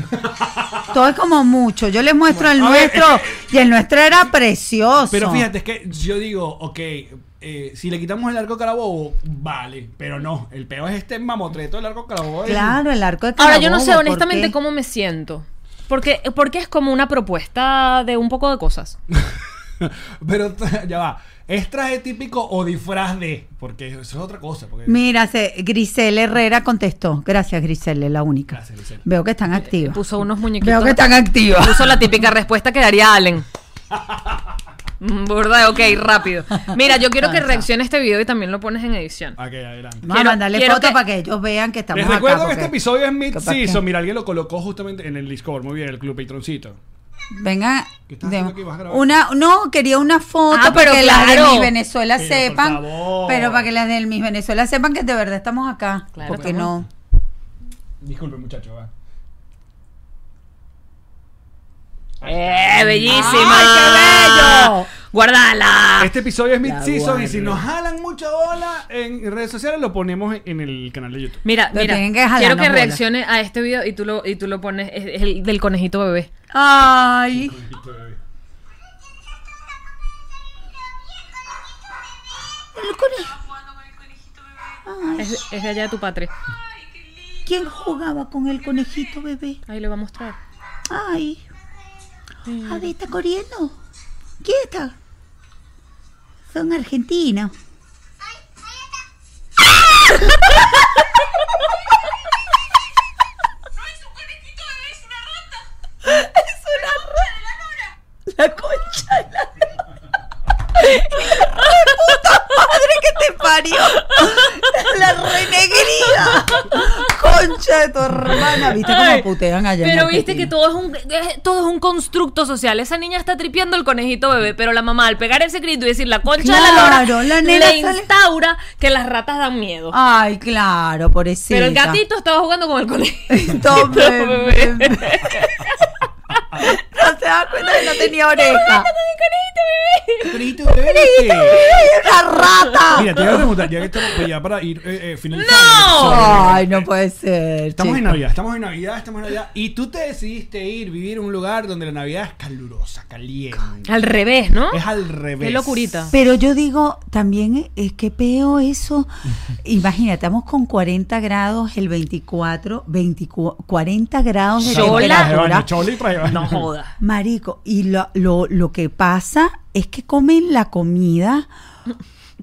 Speaker 3: todo es como mucho. Yo les muestro el
Speaker 1: a ver,
Speaker 3: nuestro
Speaker 2: eh,
Speaker 3: y el nuestro era precioso.
Speaker 1: Pero fíjate, es que yo digo, ok, eh, si le quitamos el arco de Carabobo, vale. Pero no, el peor es este mamotreto del arco de Carabobo.
Speaker 3: Claro, el arco de
Speaker 2: eh, Ahora, yo no sé
Speaker 3: Carabobo, ¿por
Speaker 2: honestamente
Speaker 3: qué?
Speaker 2: cómo me siento. Porque, porque es como una propuesta de un poco de cosas.
Speaker 1: Pero ya va. ¿Es traje típico o disfraz de? Porque eso es otra cosa. Porque...
Speaker 3: Mira, se- Grisel Herrera contestó. Gracias, Grisel, es la única.
Speaker 1: Gracias, Grisel.
Speaker 3: Veo que están activas.
Speaker 2: Puso unos muñequitos.
Speaker 3: Veo que están activas.
Speaker 2: Puso la típica respuesta que daría Allen. Mm, Burda, ok, rápido. Mira, yo quiero que reaccione este video y también lo pones en edición.
Speaker 1: Ok, adelante.
Speaker 3: Vamos a
Speaker 2: Quiero-
Speaker 3: mandarle
Speaker 2: quiero
Speaker 3: fotos
Speaker 2: que-
Speaker 3: para que ellos vean que estamos
Speaker 1: Les recuerdo
Speaker 3: acá,
Speaker 1: que
Speaker 3: porque-
Speaker 1: este episodio es
Speaker 3: ¿Para qué?
Speaker 1: mid-season. Mira, alguien lo colocó justamente en el Discord. Muy bien, el Club Patroncito.
Speaker 3: Venga,
Speaker 1: ¿Qué estás
Speaker 3: de-
Speaker 1: haciendo aquí? ¿Vas a grabar?
Speaker 3: una, no, quería una foto
Speaker 2: Ah,
Speaker 3: para
Speaker 2: pero
Speaker 3: que las de
Speaker 2: claro.
Speaker 3: mi Venezuela
Speaker 1: Pero, por
Speaker 3: sepan,
Speaker 1: favor.
Speaker 3: pero para que las de mis Venezuela sepan que de verdad estamos acá,
Speaker 2: Claro,
Speaker 3: porque
Speaker 2: estamos-
Speaker 3: no.
Speaker 1: Disculpe, muchacho. Va.
Speaker 2: ¡Eh, bellísima!
Speaker 3: bello!
Speaker 2: ¡Guárdala!
Speaker 1: Este episodio es mid-season
Speaker 3: guardia.
Speaker 1: y si nos jalan mucha bola en redes sociales lo ponemos en- en el canal de YouTube.
Speaker 2: Mira,
Speaker 3: Lo
Speaker 2: mira,
Speaker 3: tienen que jalar,
Speaker 2: quiero
Speaker 3: no
Speaker 2: que
Speaker 3: bola.
Speaker 2: reaccione a este video y tú lo, y tú lo pones, es, es el del conejito bebé.
Speaker 3: Ay,
Speaker 2: Es, es de allá de tu patria.
Speaker 3: ¿quién jugaba con el conejito bebé?
Speaker 2: Ahí lo va a mostrar.
Speaker 3: Ay, a ver, está corriendo. ¿Quién está? Son argentinos. La concha de la... ¡Puta madre que te parió! ¡La renegrida! ¡Concha de tu hermana! ¿Viste
Speaker 2: Ay,
Speaker 3: cómo putean allá en
Speaker 2: Pero viste que
Speaker 3: Argentina?
Speaker 2: todo es un eh, todo es un constructo social. Esa niña está tripeando el conejito bebé, pero la mamá al pegar ese grito y decir la concha de la
Speaker 3: Claro,
Speaker 2: lora
Speaker 3: la nena
Speaker 2: le
Speaker 3: sale- Ah,
Speaker 2: instaura que las ratas dan miedo.
Speaker 3: Ay, claro, pobrecita.
Speaker 2: pero el gatito estaba jugando con el conejito.
Speaker 3: Todo bebé.
Speaker 2: bebé.
Speaker 3: No se da cuenta que no tenía oreja.
Speaker 1: Conejito bebé.
Speaker 3: ¡Ay, una rata!
Speaker 1: Mira, te voy a preguntar, ya que estamos pues ya para ir eh, eh, finalizando.
Speaker 2: ¡No!
Speaker 1: Sorry.
Speaker 3: Ay, no puede ser.
Speaker 1: Estamos en
Speaker 3: chico.
Speaker 1: Navidad, estamos en Navidad, estamos en Navidad. Y tú te decidiste ir, vivir en un lugar donde la Navidad es calurosa, caliente.
Speaker 2: Al revés, ¿no?
Speaker 1: Es al revés.
Speaker 2: Qué locurita.
Speaker 3: Pero yo digo, también es que peo eso. Imagínate, estamos con 40 grados el 24, 24 40 grados de
Speaker 2: Sola.
Speaker 1: Traje baño,
Speaker 3: temperatura.
Speaker 1: choli, traje baño.
Speaker 2: No joda.
Speaker 3: Marico, y lo, lo, lo que pasa es que comen la comida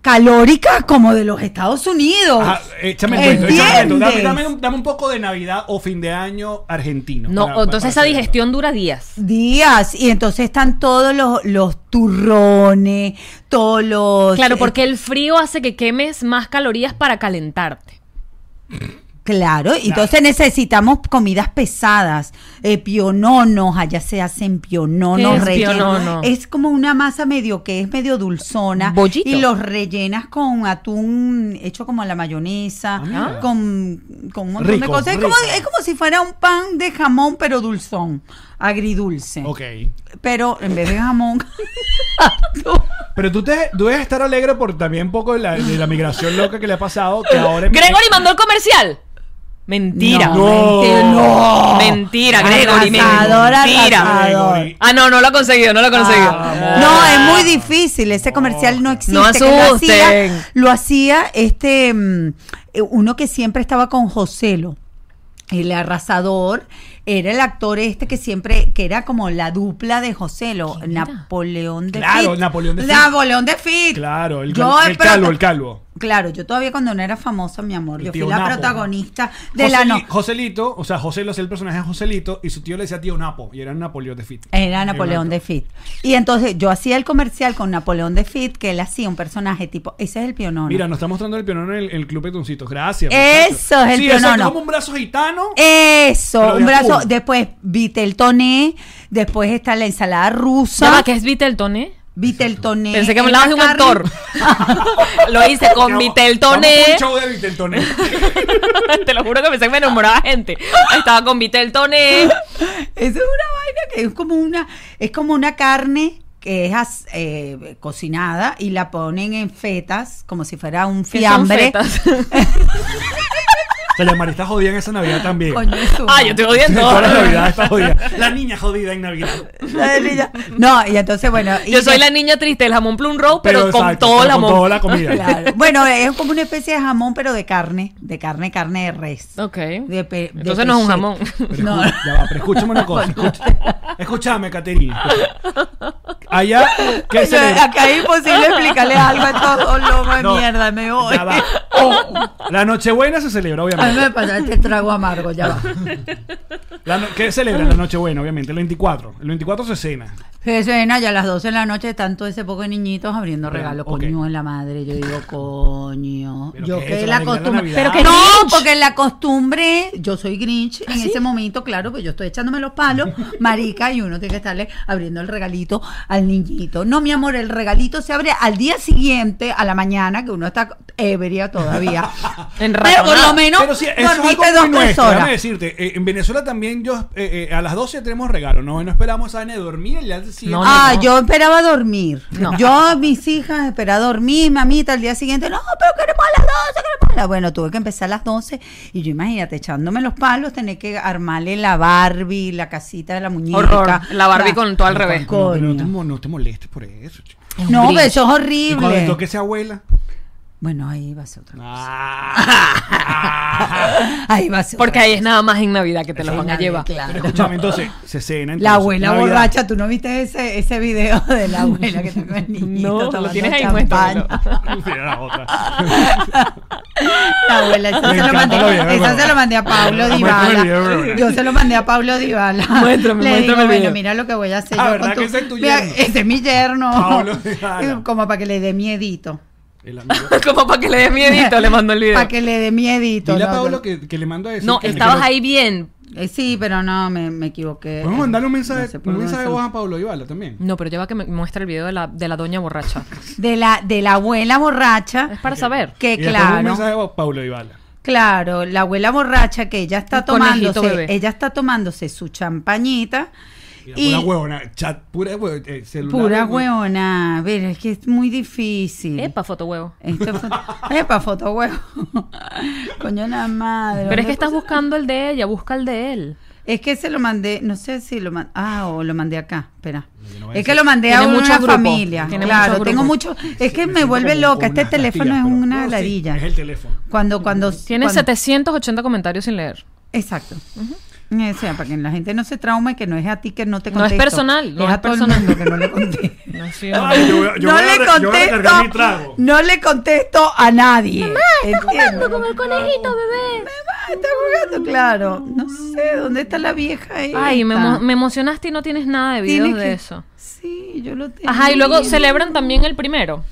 Speaker 3: calórica como de los Estados Unidos.
Speaker 1: Ah, échame el cuento, échame el cuento. Dame,
Speaker 3: ¿Entiendes?
Speaker 1: dame un, dame un poco de Navidad o fin de año argentino.
Speaker 2: No,
Speaker 1: para-
Speaker 2: o entonces
Speaker 1: para
Speaker 2: esa
Speaker 1: hacerlo.
Speaker 2: digestión dura días.
Speaker 3: Días, y entonces están todos los, los turrones, todos los.
Speaker 2: Claro,
Speaker 3: eh,
Speaker 2: porque el frío hace que quemes más calorías para calentarte.
Speaker 3: Claro, entonces necesitamos comidas pesadas, eh, piononos, allá se hacen
Speaker 2: ¿Qué
Speaker 3: piononos,
Speaker 2: es
Speaker 3: rellenos.
Speaker 2: pionono?
Speaker 3: Es como una masa medio que es medio dulzona
Speaker 2: Bollito.
Speaker 3: y los rellenas con atún hecho como a la mayonesa,
Speaker 1: Ah, mira.
Speaker 3: con, con un montón de
Speaker 1: Rico,
Speaker 3: cosas. Es como,
Speaker 1: rico.
Speaker 3: es como si fuera un pan de jamón pero dulzón, agridulce.
Speaker 1: Ok.
Speaker 3: Pero en vez de jamón,
Speaker 1: Pero tú, te, tú debes estar alegre por también un poco de la, de la migración loca que le ha pasado. Que ahora en-
Speaker 2: Gregory mandó el comercial. Mentira.
Speaker 1: No.
Speaker 3: mentira, no.
Speaker 2: Mentira, Gregory.
Speaker 3: Arrasador,
Speaker 2: Mentira.
Speaker 3: arrasador.
Speaker 1: Gregory.
Speaker 2: Ah, no, no lo ha conseguido, no lo ha conseguido.
Speaker 1: Ah,
Speaker 3: No, es muy difícil. Ese comercial no existe.
Speaker 2: No
Speaker 3: que lo,
Speaker 2: asusten.
Speaker 3: hacía, lo hacía este mm, eh, uno que siempre estaba con Joselo. El arrasador era el actor este que siempre, que era como la dupla de Joselo, Napoleón de
Speaker 1: Claro,
Speaker 3: Fit.
Speaker 1: Napoleón de Fit.
Speaker 3: Napoleón de Fit.
Speaker 1: Claro, el,
Speaker 3: Yo,
Speaker 1: el
Speaker 3: pero-
Speaker 1: calvo, el calvo.
Speaker 3: Claro, yo todavía cuando no era famosa, mi amor,
Speaker 1: El
Speaker 3: yo fui
Speaker 1: tío
Speaker 3: la
Speaker 1: Napo.
Speaker 3: protagonista de
Speaker 1: Joseli-
Speaker 3: la no.
Speaker 1: Joselito, o sea, José lo hacía el personaje de Joselito y su tío le decía tío Napo y era Napoleón de Fit.
Speaker 3: Era Napoleón de Fit. Y entonces yo hacía el comercial con Napoleón de Fit, que él hacía un personaje tipo, ese es el pionono.
Speaker 1: Mira, nos está mostrando el pionono en el, el club de Tuncitos. Gracias.
Speaker 3: Eso
Speaker 1: muchachos.
Speaker 3: es el
Speaker 1: sí, exacto,
Speaker 3: pionono. Eh,
Speaker 1: como un brazo gitano. Pero
Speaker 3: Eso,
Speaker 1: de
Speaker 3: un brazo.
Speaker 1: atún.
Speaker 3: Después vitel toné, después está la ensalada
Speaker 2: Ya va,
Speaker 3: rusa.
Speaker 2: ¿Qué es Vitelton, eh?
Speaker 3: Vitel toné.
Speaker 2: Pensé que me hablabas de un actor. lo hice con
Speaker 1: Vamos-
Speaker 2: Viteltoné.
Speaker 1: vamos a un show de Viteltoné.
Speaker 2: Te lo juro que pensé que me enamoraba gente. Estaba con Viteltoné.
Speaker 3: Eso es una vaina que es como una, es como una carne que es as- eh, cocinada y la ponen en fetas como si fuera un
Speaker 2: ¿Qué son
Speaker 3: fiambre.
Speaker 2: fetas?
Speaker 1: Se le está jodida en esa Navidad también.
Speaker 3: Coño, eso.
Speaker 2: ah, yo estoy odiando.
Speaker 1: Toda la Navidad está jodida. La niña jodida en Navidad.
Speaker 3: No, y entonces bueno, y
Speaker 2: Yo soy la niña triste del jamón plum roll, pero, con
Speaker 1: exacto,
Speaker 2: todo el
Speaker 1: pero con
Speaker 2: jamón.
Speaker 1: toda la comida.
Speaker 3: Claro. Bueno, es como una especie de jamón pero de carne, de carne, carne de res.
Speaker 2: Ok.
Speaker 3: De pe- de
Speaker 2: Entonces no es un jamón.
Speaker 3: pechuga.
Speaker 1: Pero
Speaker 3: No.
Speaker 1: escu- ya va, pero escúchame una cosa. escucha- Escúchame, Caterina. Allá, ¿qué se le-
Speaker 3: Yo- Acá es imposible explicarle algo a todo loco de
Speaker 1: No,
Speaker 3: mierda, me voy.
Speaker 1: Ya va. Oh, la Nochebuena se celebra,
Speaker 3: A mí
Speaker 1: obviamente.
Speaker 3: me pasa este trago amargo, ya va.
Speaker 1: La no- ¿Qué celebra la Nochebuena, obviamente? El 24. El 24 se cena.
Speaker 3: Se suena ya a las 12 de la noche, están todo ese poco de niñitos abriendo
Speaker 1: Pero,
Speaker 3: regalos.
Speaker 1: ok.
Speaker 3: Coño, en la madre, yo digo, coño.
Speaker 1: Pero
Speaker 3: Yo
Speaker 1: ¿qué es
Speaker 3: que
Speaker 1: eso, la
Speaker 3: la
Speaker 1: Navidad,
Speaker 3: costumbre.
Speaker 1: la
Speaker 3: Pero
Speaker 1: Navidad?
Speaker 3: que no, porque la costumbre, yo soy Grinch en ese momento, claro, pues yo estoy echándome los palos, marica, y uno tiene que estarle abriendo el regalito al niñito. No, mi amor, el regalito se abre al día siguiente, a la mañana, que uno está ebria todavía. Pero por lo
Speaker 2: Enratonada.
Speaker 3: menos,
Speaker 1: Pero sí, eso es algo
Speaker 3: dormiste
Speaker 1: muy
Speaker 3: dos, tres
Speaker 1: nuestro. Déjame
Speaker 3: horas.
Speaker 1: decirte, eh, en Venezuela también yo eh, eh, a las 12 tenemos regalo. No, no esperamos a Ana de dormir el día siguiente.
Speaker 2: No,
Speaker 3: Ah, yo esperaba dormir.
Speaker 2: No.
Speaker 3: Yo, mis hijas, esperaba dormir, mamita, al día siguiente, no, pero queremos a las 12, queremos a las... Bueno, tuve que empezar a las 12 y yo imagínate, echándome los palos, tener que armarle la Barbie, la casita de la muñeca.
Speaker 2: Horror. La Barbie con todo al
Speaker 1: Juan,
Speaker 2: revés.
Speaker 1: no, pero no te,
Speaker 3: Coño.
Speaker 1: mo- no te molestes por eso. chico.
Speaker 3: No,
Speaker 2: Grinch.
Speaker 3: pero
Speaker 1: Y
Speaker 3: eso es
Speaker 1: cuando le
Speaker 3: horrible.
Speaker 1: toque esa abuela.
Speaker 3: Bueno, ahí va a ser otra cosa.
Speaker 1: Ah.
Speaker 3: Ahí va a ser
Speaker 2: Porque
Speaker 3: otra
Speaker 2: ahí es nada más en Navidad que te los
Speaker 3: cosa.
Speaker 2: van a
Speaker 3: Nadie,
Speaker 2: llevar.
Speaker 3: claro.
Speaker 1: Pero escúchame, entonces, se cena.
Speaker 3: La
Speaker 1: entonces,
Speaker 3: abuela
Speaker 1: Navidad.
Speaker 3: borracha, ¿tú no viste ese, ese video de la abuela que está con el niñito
Speaker 2: No, lo
Speaker 3: tomando
Speaker 2: tienes ahí puesto,
Speaker 3: champaña?
Speaker 2: pero-
Speaker 1: Mira la otra.
Speaker 3: La abuela, eso,
Speaker 1: Me
Speaker 3: se lo,
Speaker 1: encanta
Speaker 3: mandé,
Speaker 1: la vieja,
Speaker 3: eso
Speaker 1: bro.
Speaker 3: se lo mandé a Pablo
Speaker 1: Muéstrame el video,
Speaker 3: Dybala.
Speaker 1: bro.
Speaker 3: Yo se lo mandé a Pablo Dybala.
Speaker 2: Muéstrame,
Speaker 3: Le
Speaker 2: muéstrame
Speaker 3: digo,
Speaker 2: el
Speaker 3: bueno,
Speaker 2: video.
Speaker 3: mira lo que voy a hacer
Speaker 1: Ah,
Speaker 3: yo
Speaker 1: ¿verdad
Speaker 3: con
Speaker 1: que
Speaker 3: tu-
Speaker 1: ese es tu
Speaker 3: Mira,
Speaker 1: yerno?
Speaker 3: ese es mi yerno.
Speaker 1: Pablo Dybala.
Speaker 3: Como para que le dé miedito.
Speaker 1: El amigo.
Speaker 2: Como para que le des miedito, le mando el video.
Speaker 3: Para que le dé miedito.
Speaker 1: Dile a
Speaker 3: no,
Speaker 1: Pablo
Speaker 3: yo-
Speaker 1: que, que le mando a decir
Speaker 2: No,
Speaker 1: que- que
Speaker 2: estabas
Speaker 1: lo-
Speaker 2: ahí bien.
Speaker 3: Eh, sí, pero no, me, me equivoqué.
Speaker 1: Podemos mandarle un mensaje,
Speaker 3: No sé por
Speaker 1: un
Speaker 3: dónde
Speaker 1: mensaje de
Speaker 3: se-
Speaker 1: voz a Pablo Ibala también.
Speaker 2: No, pero lleva que me muestra el video de la, de la doña borracha.
Speaker 3: De la, de la abuela
Speaker 2: Es
Speaker 3: borracha.
Speaker 2: para saber.
Speaker 3: Que
Speaker 1: Y después Un
Speaker 3: claro.
Speaker 1: mensaje de voz a Pablo Ibala.
Speaker 3: Claro, la abuela borracha que ella está
Speaker 2: Un conejito
Speaker 3: tomándose,
Speaker 2: bebé.
Speaker 3: ella está tomándose su champañita y
Speaker 1: Pura huevona, chat, pura huevona. eh, celular, huevona.
Speaker 3: Pura huevona. A ver, es que es muy difícil.
Speaker 2: Epa, foto huevo.
Speaker 3: Esto fue- Epa, foto huevo. Coño la madre.
Speaker 2: Pero es que
Speaker 3: ¿dónde
Speaker 2: estás
Speaker 3: puse?
Speaker 2: buscando el de ella, busca el de él.
Speaker 3: Es que se lo mandé, no sé si lo mandé. Ah, o lo mandé acá. Espera.
Speaker 1: yo no voy a
Speaker 3: Es
Speaker 1: decir.
Speaker 3: que lo mandé a
Speaker 2: Tiene
Speaker 3: una
Speaker 2: muchos grupos,
Speaker 3: familia.
Speaker 2: tiene
Speaker 3: claro,
Speaker 2: muchos
Speaker 3: tengo
Speaker 2: grupos.
Speaker 3: mucho. Es que
Speaker 1: Me
Speaker 3: me
Speaker 1: siento
Speaker 3: vuelve
Speaker 1: como
Speaker 3: loca.
Speaker 1: con
Speaker 3: Este
Speaker 1: unas
Speaker 3: teléfono es
Speaker 1: pastillas, pero-
Speaker 3: una
Speaker 1: no, sí,
Speaker 3: ladilla.
Speaker 1: es el teléfono.
Speaker 3: Cuando, cuando.
Speaker 2: Tiene
Speaker 3: cuando-
Speaker 2: 780 comentarios sin leer.
Speaker 3: Exacto. Eh, O sea, para que la gente no se traume, que no es a ti que no te
Speaker 2: No es
Speaker 3: contesto.
Speaker 2: personal, no
Speaker 3: es
Speaker 2: es
Speaker 3: a todo el
Speaker 2: personal.
Speaker 3: mundo que no le contesto.
Speaker 2: No, sí,
Speaker 1: Ay, yo voy a- yo
Speaker 3: no
Speaker 1: voy a
Speaker 3: le
Speaker 1: re- yo voy a recargar mi trago.
Speaker 3: contesto. No le contesto a nadie. Mamá, está jugando
Speaker 4: Como el conejito, bebé.
Speaker 3: Mamá, está jugando, claro. No sé, ¿dónde está la vieja ahí?
Speaker 2: Ay, me, emo- me emocionaste y no tienes nada de videos de eso.
Speaker 3: Sí, yo lo tengo.
Speaker 2: Ajá, y luego celebran también el primero.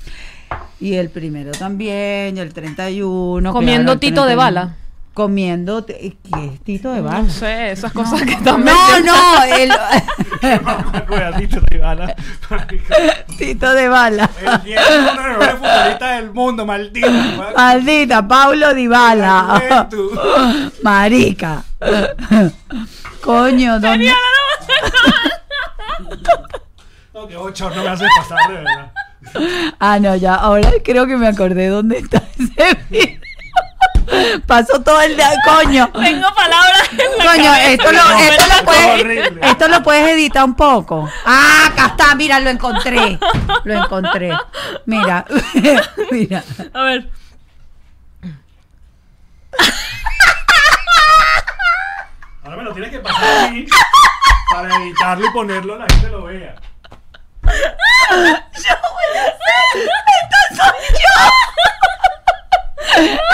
Speaker 3: Y el primero también, y el 31.
Speaker 2: Comiendo
Speaker 3: el
Speaker 2: tito de
Speaker 3: 31.
Speaker 2: bala.
Speaker 3: Comiendo. t- ¿Qué es tito de bala?
Speaker 2: No sé, esas cosas que están
Speaker 3: No,
Speaker 2: metiendo.
Speaker 3: no, el
Speaker 1: Cuidadito, te iba a la-
Speaker 3: tito de bala.
Speaker 1: El 10 es uno de los mejores futbolistas del mundo, maldito.
Speaker 3: Maldita, Paulo Dybala.
Speaker 1: Juventud.
Speaker 3: Marica. Coño, ¿dónde?
Speaker 1: No, qué bochorno me haces pasar, de verdad.
Speaker 3: Ah, no, ya. Ahora creo que me acordé dónde está ese video. Pasó todo el día, coño.
Speaker 2: Tengo palabras en la
Speaker 3: Coño,
Speaker 2: cabeza,
Speaker 3: esto lo,
Speaker 2: pero
Speaker 3: esto,
Speaker 2: me
Speaker 3: lo
Speaker 2: las
Speaker 3: puedes,
Speaker 1: horrible.
Speaker 3: esto lo puedes editar un poco. Ah, acá está, mira, lo encontré. Lo encontré. Mira, mira.
Speaker 2: A ver.
Speaker 1: Ahora me lo tienes que pasar a mí para editarlo y ponerlo, la gente lo vea.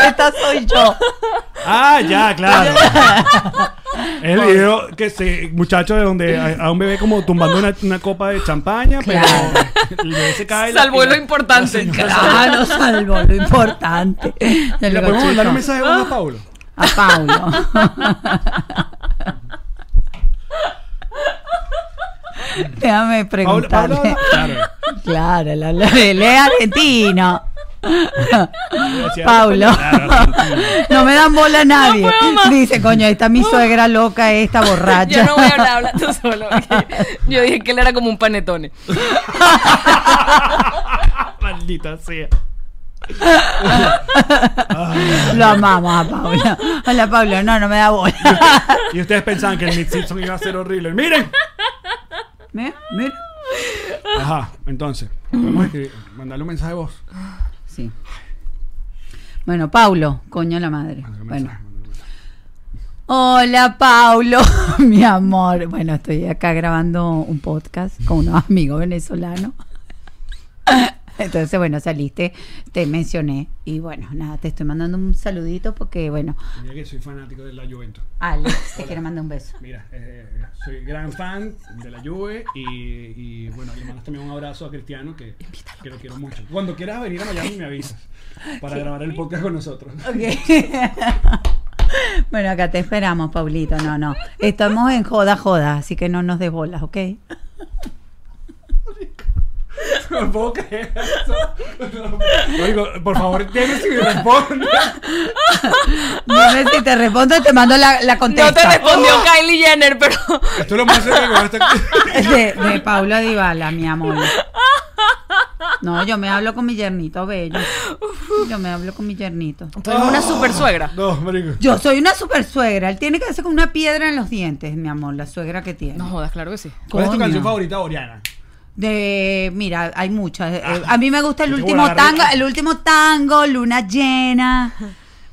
Speaker 3: Esta soy yo.
Speaker 1: Ah, ya, claro. El video que se, muchacho, de donde a, a un bebé como tumbando una, una copa de champaña,
Speaker 3: Claro.
Speaker 1: pero el bebé se cae. y la-
Speaker 2: Salvo
Speaker 1: y la-
Speaker 2: lo importante.
Speaker 3: Claro, salvo Ah, lo importante.
Speaker 1: ¿Y ¿Le
Speaker 3: Luego,
Speaker 1: podemos mandar un
Speaker 3: chico,
Speaker 1: mensaje de voz a Paulo?
Speaker 3: a Paulo. Déjame
Speaker 1: Paulo, Paulo,
Speaker 3: preguntarle.
Speaker 1: claro.
Speaker 3: Claro, la, la- él es argentino.
Speaker 1: Sí,
Speaker 3: Paulo.
Speaker 1: claro, argentino.
Speaker 3: No me dan bola a nadie.
Speaker 2: puedo más.
Speaker 3: Dice, coño, esta mi suegra loca, esta borracha.
Speaker 2: Yo no voy a hablar, habla tú solo. Yo dije que él era como un panetone.
Speaker 1: Maldita sea. Ah,
Speaker 3: Lo amamos a Paula. Hola, Paula. No, no me da bola.
Speaker 1: Y ustedes pensaban que el Nick Simpson iba a ser horrible. ¡Miren!
Speaker 3: Mira, mira.
Speaker 1: Ajá, entonces. Vamos a escribir, mandarle un mensaje de voz.
Speaker 3: Sí. Bueno, Paulo, coño la madre.
Speaker 1: Mándale un
Speaker 3: Bueno.
Speaker 1: mensaje, mándale un mensaje.
Speaker 3: Hola, Paulo, mi amor. Bueno, estoy acá grabando un podcast con unos amigos venezolanos. Entonces, bueno, saliste, te mencioné. Y bueno, nada, te estoy mandando un saludito porque, bueno,
Speaker 1: Mira que soy fanático de la Juventus.
Speaker 3: Alex te quiere mandar un beso.
Speaker 1: Mira, eh, eh, soy gran fan de la Juve y, y, bueno, le mandas también un abrazo a Cristiano que, que lo quiero mucho. Cuando quieras venir a Miami me avisas para grabar el podcast con nosotros.
Speaker 3: bueno, acá te esperamos, Paulito. No, no. Estamos en joda, joda, así que no nos des bolas, ¿ok?
Speaker 1: No puedo creer eso. No puedo- Oigo, por favor, dime si me respondes.
Speaker 3: Dime si te respondo, te mando la, la
Speaker 2: No te
Speaker 3: contesta.
Speaker 2: respondió Kylie Jenner, pero
Speaker 1: Esto es lo más serio que va a estar.
Speaker 3: De, de Paula Dybala, mi amor. No, yo me hablo con mi yernito bello. Yo me hablo con mi yernito.
Speaker 2: tú eres
Speaker 1: Oh.
Speaker 2: una super suegra.
Speaker 1: Ah. No, marico.
Speaker 3: Yo soy una super suegra. Él tiene que hacer con una piedra en los dientes, mi amor, la suegra que tiene.
Speaker 2: No jodas, claro que sí.
Speaker 1: ¿Cuál es tu
Speaker 3: Coño.
Speaker 1: canción favorita, Oriana?
Speaker 3: De, mira, hay muchas. Eh, a mí me gusta el
Speaker 1: Ah. Yo te voy a
Speaker 3: último
Speaker 1: agarrar-
Speaker 3: tango, el último tango, Luna Llena.